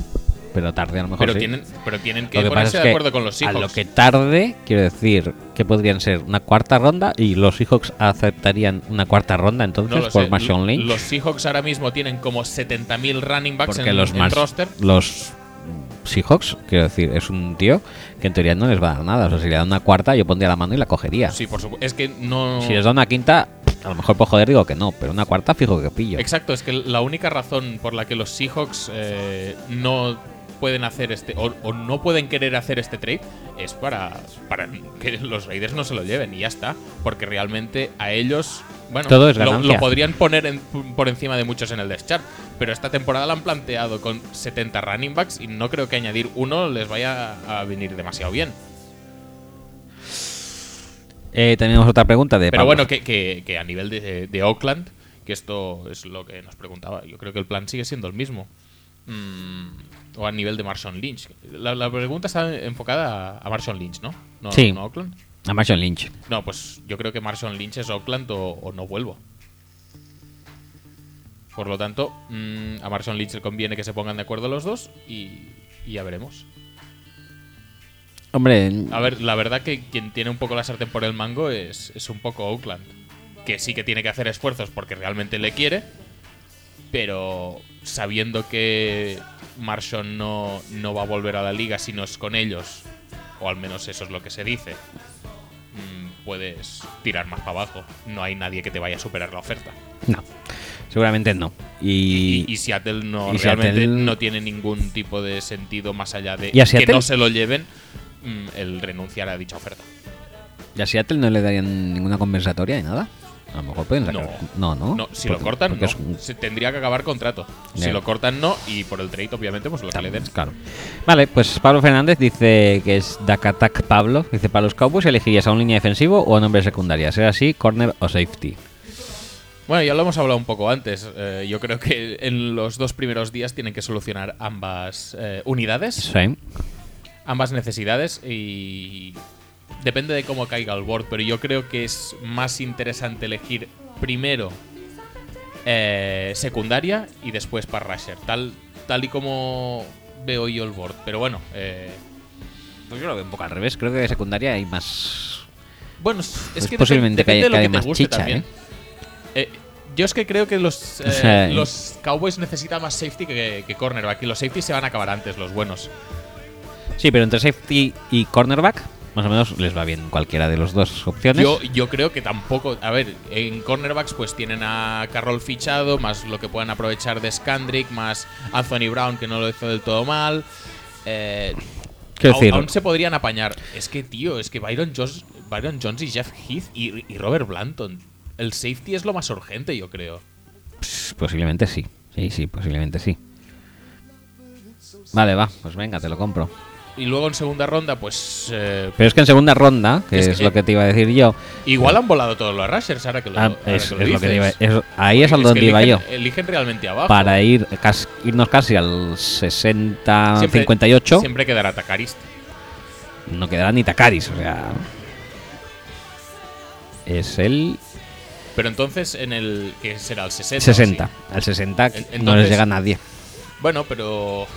S1: pero tarde a lo mejor.
S2: Pero
S1: sí.
S2: tienen, pero tienen
S1: Lo
S2: que
S1: que pasa
S2: ponerse
S1: es
S2: de
S1: que
S2: acuerdo con los
S1: a
S2: Seahawks.
S1: lo que tarde, quiero decir que podrían ser una cuarta ronda y los Seahawks aceptarían una cuarta ronda
S2: No
S1: entonces
S2: lo
S1: por
S2: sé.
S1: Marshawn Lynch.
S2: Los Seahawks ahora mismo tienen como 70.000 running backs
S1: porque
S2: en,
S1: los
S2: en
S1: Mars-
S2: roster.
S1: los Seahawks, quiero decir, es un tío que en teoría no les va a dar nada. O sea, si le dan una cuarta, yo pondría la mano y la cogería.
S2: Sí, por supuesto. Es que no.
S1: Si les dan una quinta, a lo mejor por joder digo que no, pero una cuarta fijo que pillo.
S2: Exacto, es que la única razón por la que los Seahawks eh, no pueden hacer este o, o no pueden querer hacer este trade es para, para que los Raiders no se lo lleven y ya está, porque realmente a ellos bueno,
S1: Todo es
S2: lo- lo,
S1: ganancia.
S2: podrían poner en- por encima de muchos en el deschart, pero esta temporada la han planteado con 70 running backs y no creo que añadir uno les vaya a venir demasiado bien.
S1: Eh, tenemos otra pregunta de
S2: Pero
S1: Pablo.
S2: bueno, que, que- que a nivel de, de Oakland, que esto es lo que nos preguntaba, yo creo que el plan sigue siendo el mismo. Mm, o a nivel de Marshawn Lynch. La, la pregunta está enfocada a, a Marshawn Lynch, ¿no? ¿No,
S1: Sí.
S2: no a Oakland?
S1: A Marshawn Lynch.
S2: No, pues yo creo que Marshawn Lynch es Oakland o, o no vuelvo. Por lo tanto, mm, a Marshawn Lynch le conviene que se pongan de acuerdo los dos y, y ya veremos.
S1: Hombre,
S2: A ver, la verdad que quien tiene un poco la sartén por el mango es, es un poco Oakland. Que sí que tiene que hacer esfuerzos porque realmente le quiere. Pero sabiendo que Marshawn no, no va a volver a la liga si no es con ellos, o al menos eso es lo que se dice, mm, puedes tirar más para abajo. No hay nadie que te vaya a superar la oferta.
S1: no. Seguramente no. Y,
S2: Y, y Seattle no
S1: y
S2: realmente
S1: Seattle-
S2: no tiene ningún tipo de sentido más allá de
S1: ¿Y a
S2: que
S1: Seattle?
S2: no se lo lleven mm, el renunciar a dicha oferta.
S1: y a Seattle no le darían ninguna compensatoria ni nada. A lo mejor pueden sacar. No, no.
S2: No, si
S1: Porque-
S2: lo cortan,
S1: porque
S2: no.
S1: es un-
S2: Se tendría que acabar contrato. Si
S1: Ya.
S2: lo cortan, no. Y por el trade, obviamente, pues lo que le den.
S1: Claro. Vale, pues Pablo Fernández dice que es Dakatak Pablo. Dice, para los Cowboys elegirías a un línea defensivo o a un hombre secundaria. Ser así, corner o safety.
S2: Bueno, ya lo hemos hablado un poco antes. Eh, yo creo que en los dos primeros días tienen que solucionar ambas eh, unidades,
S1: Sí.
S2: ambas necesidades y depende de cómo caiga el board, pero yo creo que es más interesante elegir primero eh, secundaria y después para rusher, tal, tal y como veo yo el board. Pero bueno, eh,
S1: Pues yo lo veo un poco al revés. Creo que de secundaria hay más...
S2: Bueno, es
S1: Pues
S2: que
S1: posiblemente
S2: depende,
S1: que haya-
S2: depende de
S1: que
S2: lo
S1: haya
S2: que
S1: más
S2: te
S1: chicha,
S2: guste también. Eh, yo es que creo que los, eh,
S1: sea,
S2: los Cowboys necesitan más safety que, que cornerback. Y los safeties se van a acabar antes, los buenos.
S1: Sí, pero entre safety y cornerback, más o menos les va bien cualquiera de las dos opciones.
S2: Yo, yo creo que tampoco. A ver, en cornerbacks pues tienen a Carroll fichado, más lo que puedan aprovechar de Scandrick, más Anthony Brown que no lo hizo del todo mal. Eh,
S1: Quiero
S2: au-
S1: decir-
S2: aún se podrían apañar. Es que, tío, es que Byron Jones, Byron Jones y Jeff Heath y, y Robert Blanton. El safety es lo más urgente, yo creo.
S1: Pss, Posiblemente sí. Sí, sí, posiblemente sí. Vale, va, pues venga, te lo compro.
S2: Y luego en segunda ronda, pues. eh,
S1: Pero es que en segunda ronda, que es,
S2: Es que-
S1: lo que te iba a decir yo,
S2: igual han volado todos los rushers ahora que lo,
S1: ah,
S2: ahora
S1: es,
S2: que lo
S1: es lo que te iba-
S2: dices.
S1: es- ahí es a
S2: Es
S1: donde
S2: que
S1: iba yo.
S2: eligen- Eligen realmente abajo.
S1: Para ir cas- irnos casi al 60,
S2: Siempre-
S1: 58,
S2: Siempre quedará Takarista.
S1: no quedará ni Takaris, o sea. Es el
S2: Pero entonces en el. que será el 60? o
S1: 60. Al 60 no les
S2: entonces-
S1: llega a nadie.
S2: así? Bueno, pero.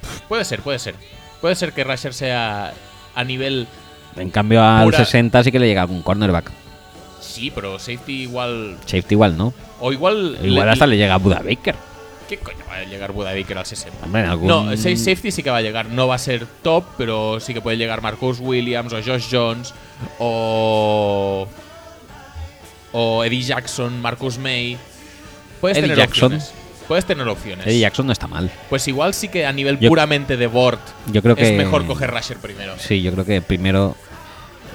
S2: pf, Puede ser, puede ser. Puede ser que Rusher sea a nivel.
S1: En cambio, al
S2: Pura-
S1: 60 sí que le llega algún cornerback.
S2: Sí, pero safety igual.
S1: Safety igual, ¿no?
S2: O igual.
S1: Igual hasta le llega a Buda Baker.
S2: ¿Qué coño va a llegar Buda Baker al 60?
S1: Hombre, en algún-
S2: No, sa- safety sí que va a llegar. No va a ser top, pero sí que puede llegar Marcus Williams o Josh Jones o. O Eddie Jackson, Marcus May. Puedes
S1: Eddie
S2: tener
S1: Jackson.
S2: opciones. Puedes tener opciones.
S1: Eddie Jackson no está mal.
S2: Pues igual sí que a nivel
S1: Yo-
S2: puramente de board
S1: yo creo que-
S2: es mejor coger Rusher primero.
S1: Sí, yo creo que primero.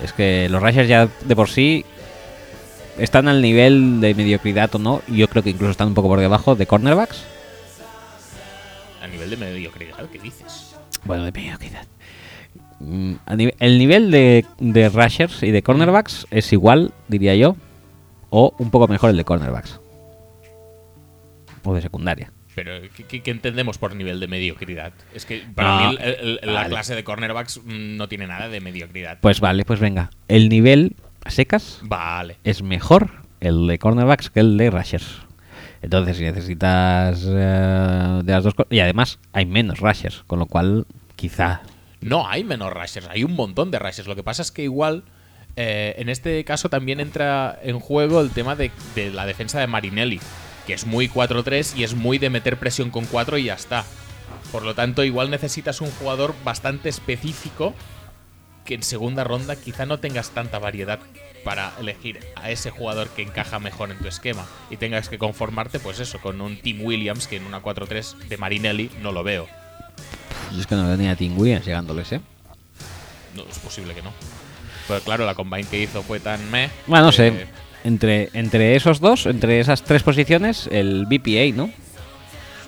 S1: Es que los Rashers ya de por sí están al nivel de mediocridad o no. Yo creo que incluso están un poco por debajo de cornerbacks.
S2: A nivel de mediocridad, ¿qué dices?
S1: Bueno, de mediocridad. Mm, a nive- El nivel de, de Rushers y de cornerbacks es igual, diría yo, o un poco mejor el de cornerbacks. O de secundaria.
S2: Pero, ¿qué, qué- qué entendemos por nivel de mediocridad? Es que para
S1: No,
S2: mí el- el- el-
S1: vale.
S2: la clase de cornerbacks mm, no tiene nada de mediocridad.
S1: Pues vale, pues venga. El nivel a secas
S2: Vale.
S1: es mejor el de cornerbacks que el de rushers. Entonces, si necesitas eh, de las dos co- y además hay menos rushers, con lo cual quizá
S2: No hay menos rushers, hay un montón de rushers. Lo que pasa es que igual eh, en este caso también entra en juego el tema de, de la defensa de Marinelli, que es muy 4-3 y es muy de meter presión con 4 y ya está. Por lo tanto, igual necesitas un jugador bastante específico que en segunda ronda quizá no tengas tanta variedad para elegir a ese jugador que encaja mejor en tu esquema y tengas que conformarte pues eso con un Tim Williams que en una 4-3 de Marinelli no lo veo.
S1: Yo es que no tenía Tim Williams llegándoles, ¿eh?
S2: No, es posible que no. Pero claro, la combine que hizo fue tan meh.
S1: Bueno, no
S2: que-
S1: sé. Entre, entre esos dos, entre esas tres posiciones, el BPA, ¿no?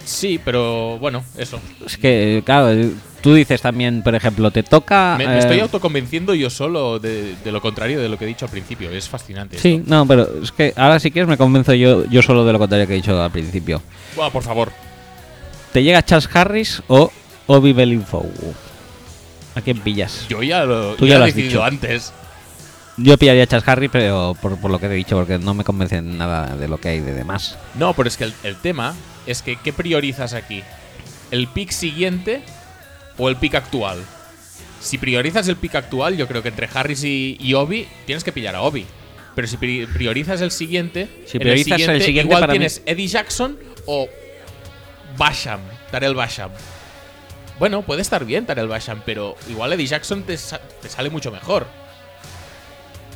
S2: Sí, pero bueno, eso.
S1: Es que, eh, claro, eh, tú dices también, por ejemplo, te toca.
S2: Me,
S1: eh,
S2: me estoy autoconvenciendo yo solo de, de lo contrario de lo que he dicho al principio. Es fascinante.
S1: Sí, no, pero es que ahora si quieres me convenzo yo, yo solo de lo contrario que he dicho al principio.
S2: esto. Buah, por favor.
S1: ¿Te llega Charles Harris o Obi Belinfo? ¿A quién pillas?
S2: Yo ya lo,
S1: Tú
S2: ya
S1: ya
S2: lo
S1: lo
S2: he
S1: has dicho.
S2: decidido antes.
S1: Yo pillaría a Charles Harris, pero por, por lo que te he dicho, porque no me convence nada de lo que hay de demás.
S2: No, pero es que el, el tema es que ¿qué priorizas aquí? ¿El pick siguiente o el pick actual? Si priorizas el pick actual, yo creo que entre Harris y, y Obi tienes que pillar a Obi. Pero si pri- priorizas el siguiente,
S1: Si
S2: en
S1: priorizas el siguiente,
S2: igual
S1: para mí-
S2: tienes Eddie Jackson o Basham, Tarel Basham. Bueno, puede estar bien Tarel Basham, pero igual Eddie Jackson te, sa- te sale mucho mejor.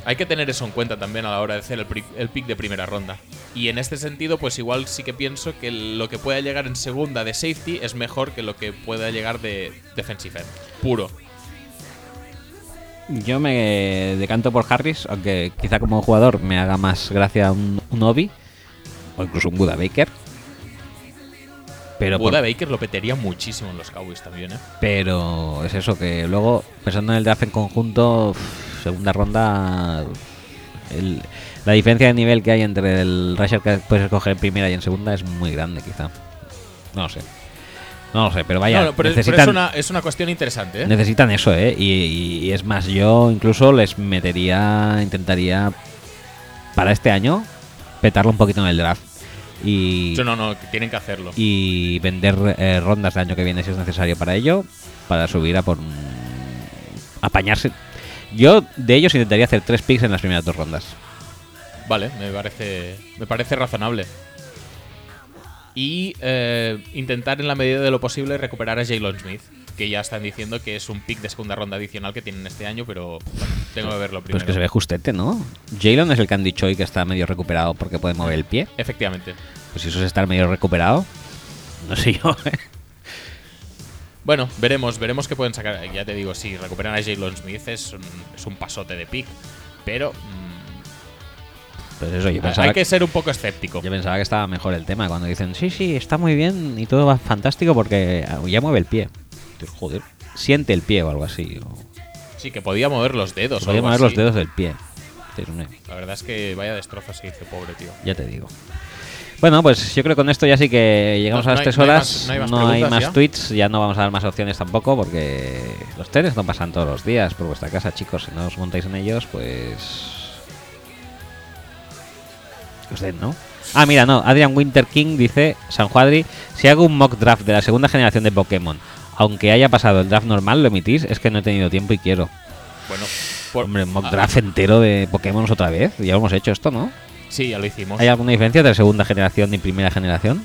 S2: Hay que tener eso en cuenta también a la hora de hacer el, pri- el pick de primera ronda. Y en este sentido, pues igual sí que pienso que lo que pueda llegar en segunda de safety es mejor que lo que pueda llegar de defensive end. Puro.
S1: Yo me decanto por Harris, aunque quizá como jugador me haga más gracia un, un Obi o incluso un Buda Baker. Pero, por-
S2: Buda Baker lo petería muchísimo en los Cowboys también, ¿eh?
S1: pero es eso, que luego pensando en el draft en conjunto, uf, segunda ronda, el- la diferencia de nivel que hay entre el Rusher que puedes escoger en primera y en segunda es muy grande quizá. No lo sé. No lo sé, pero vaya,
S2: No, no, pero, pero
S1: necesitan,
S2: es, una, es una cuestión interesante, ¿eh?
S1: Necesitan eso, ¿eh? Y, y- y es más, yo incluso les metería, intentaría para este año petarlo un poquito en el draft y,
S2: Yo no, no, que tienen que hacerlo.
S1: y vender eh, rondas el año que viene si es necesario para ello, para subir a por... un- apañarse. Yo de ellos intentaría hacer tres picks en las primeras dos rondas.
S2: Vale, me parece, me parece razonable. Y eh, intentar en la medida de lo posible recuperar a Jalen Smith, que ya están diciendo que es un pick de segunda ronda adicional que tienen este año, pero bueno, tengo que verlo
S1: Pero
S2: primero.
S1: es Pues que se ve justete, ¿no? Jalen es el que han dicho hoy que está medio recuperado porque puede mover el pie.
S2: Efectivamente.
S1: Pues si eso es estar medio recuperado, no sé yo, ¿eh?
S2: Bueno, veremos, veremos qué pueden sacar. Ya te digo, si recuperan a Jalen Smith es un, es un pasote de pick, pero mm,
S1: Pues eso, yo pensaba,
S2: Hay que ser un poco escéptico.
S1: yo pensaba que estaba mejor el tema cuando dicen, sí, sí, está muy bien y todo va fantástico porque ah, ya mueve el pie. Dices, Joder, siente el pie o algo así. O
S2: Sí, que podía mover los dedos. o
S1: podía
S2: algo
S1: mover los
S2: así.
S1: dedos del pie. Dices, "Hombre,
S2: La verdad es que vaya destroza se hizo, pobre tío.
S1: Ya te digo. Bueno, pues yo creo que con esto ya sí que llegamos
S2: No,
S1: a
S2: no hay-
S1: estas
S2: no hay
S1: horas.
S2: más- no hay más
S1: No hay
S2: preguntas
S1: más
S2: ya.
S1: tweets, ya no vamos a dar más opciones tampoco porque los trenes no pasan todos los días por vuestra casa, chicos. Si no os montáis en ellos, pues. que os den, ¿no? Ah, mira, no. Adrian Winter King dice: Sanjuadri, si hago un mock draft de la segunda generación de Pokémon, aunque haya pasado el draft normal, lo emitís, es que no he tenido tiempo y quiero.
S2: Bueno, por-
S1: Hombre, mock
S2: ah,
S1: draft entero de Pokémon otra vez. Ya hemos hecho esto, ¿no?
S2: sí, ya lo hicimos.
S1: ¿Hay alguna diferencia entre segunda generación y primera generación?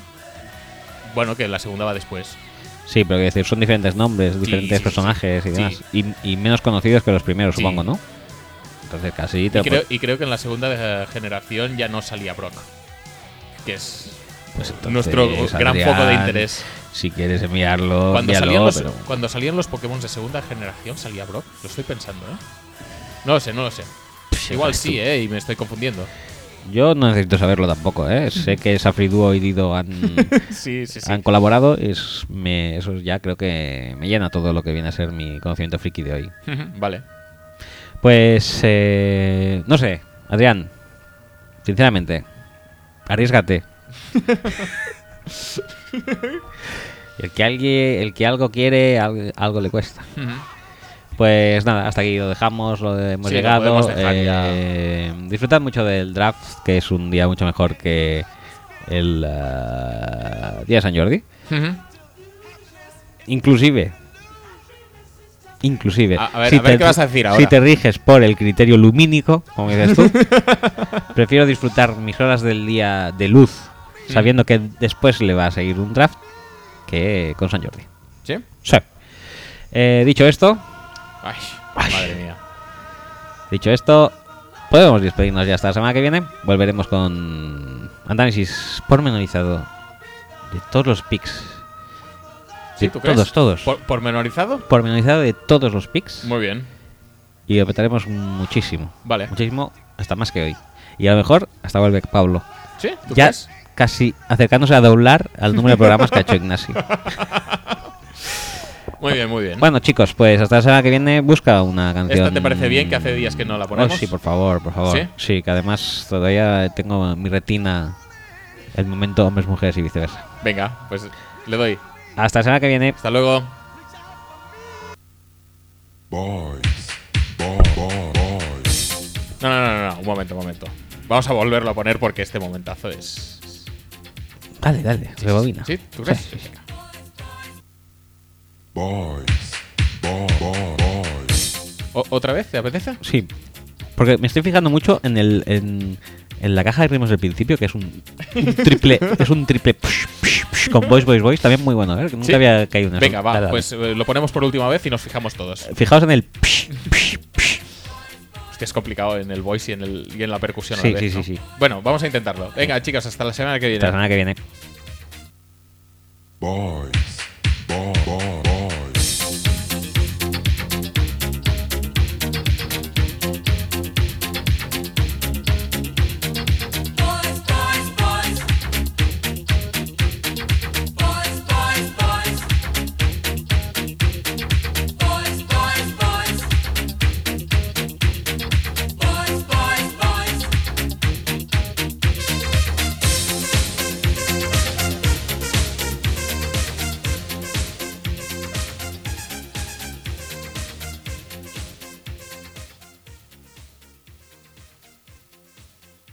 S2: Bueno, que la segunda va después.
S1: Sí, pero quiero decir, son diferentes nombres, diferentes
S2: sí,
S1: personajes y
S2: sí.
S1: demás. Y, y menos conocidos que los primeros,
S2: Sí.
S1: supongo, ¿no? Entonces casi te
S2: Y
S1: lo
S2: creo,
S1: puedes-
S2: y creo que en la segunda eh, generación ya no salía Brock. Que es
S1: pues entonces,
S2: nuestro gran
S1: Adrián,
S2: foco de interés.
S1: Si quieres enviarlo,
S2: Cuando
S1: envíalo,
S2: salían, los,
S1: pero-
S2: cuando salían los Pokémon de segunda generación, ¿salía Brock? Lo estoy pensando, ¿eh? No lo sé, no lo sé.
S1: Pff,
S2: Igual
S1: sabes
S2: sí, ¿eh? Y me estoy confundiendo.
S1: Yo no necesito saberlo tampoco, ¿eh? Sé que Safriduo y Dido han,
S2: Sí, sí, sí.
S1: han colaborado. Es, me, eso ya creo que me llena todo lo que viene a ser mi conocimiento friki de hoy.
S2: vale.
S1: Pues, eh, no sé, Adrián, sinceramente, arriesgate. el, que alguien, el que algo quiere, al- algo le cuesta.
S2: Ujú.
S1: Pues nada, hasta aquí lo dejamos, lo de- hemos
S2: Sí, lo
S1: llegado.
S2: podemos dejar
S1: Eh, disfrutad mucho del draft, que es un día mucho mejor que el eh, día de San Jordi.
S2: Ujú.
S1: Inclusive. Inclusive.
S2: A- a ver- a ver qué vas a decir
S1: Si
S2: ahora.
S1: te riges por el criterio lumínico, como dices tú, prefiero disfrutar mis horas del día de luz, sabiendo que después le va a seguir un draft, que con San Jordi.
S2: ¿Sí?
S1: Sí. Eh, dicho esto,
S2: Ay,
S1: Ay.
S2: madre mía.
S1: dicho esto, podemos despedirnos ya hasta la semana que viene. Volveremos con análisis pormenorizado de todos los picks.
S2: Sí,
S1: De
S2: ¿tú
S1: todos,
S2: crees?
S1: todos.
S2: ¿Por- ¿Pormenorizado?
S1: Pormenorizado de todos los picks.
S2: Muy bien.
S1: Y apretaremos muchísimo.
S2: Vale.
S1: Muchísimo, hasta más que hoy. Y a lo mejor hasta vuelve Pablo.
S2: ¿Sí? ¿Tú
S1: Ya
S2: crees?
S1: casi acercándose a doblar al número de programas que ha hecho Ignacio.
S2: Muy bien, muy bien.
S1: Bueno, chicos, pues hasta la semana que viene busca una canción.
S2: ¿Esta te parece bien, que hace días que no la
S1: Oh,
S2: ponemos?
S1: sí, por favor, por favor.
S2: ¿Sí?
S1: que además todavía tengo en mi retina el momento hombres, mujeres y viceversa.
S2: Venga, pues le doy.
S1: Hasta la semana que viene.
S2: Hasta luego.
S4: Boys. Boy, boy, boys.
S2: No, no, no, no, no, un momento, un momento. Vamos a volverlo a poner porque este momentazo es.
S1: Dale, dale, rebobina.
S2: ¿Sí? ¿Tú crees? Venga.
S4: Boys. Boy, boy, boys.
S2: O- ¿Otra vez? ¿Te apetece?
S1: Sí. Porque me estoy fijando mucho en el en, en la caja de ritmos del principio, que es un, un triple, es un triple psh, psh, psh, con voice, voice, voice, también muy bueno, ¿eh? Que nunca
S2: Sí.
S1: había caído en eso.
S2: Venga, va,
S1: Dale, dale.
S2: pues eh, lo ponemos por última vez y nos fijamos todos.
S1: Fijaos en el psh, psh, psh.
S2: Es que es complicado en el voice y en, el, y en la percusión a
S1: Sí,
S2: la vez,
S1: sí,
S2: ¿no?
S1: sí, sí.
S2: Bueno, vamos a intentarlo. Venga, chicos, hasta la semana que viene.
S1: hasta la semana que viene.
S4: Boys.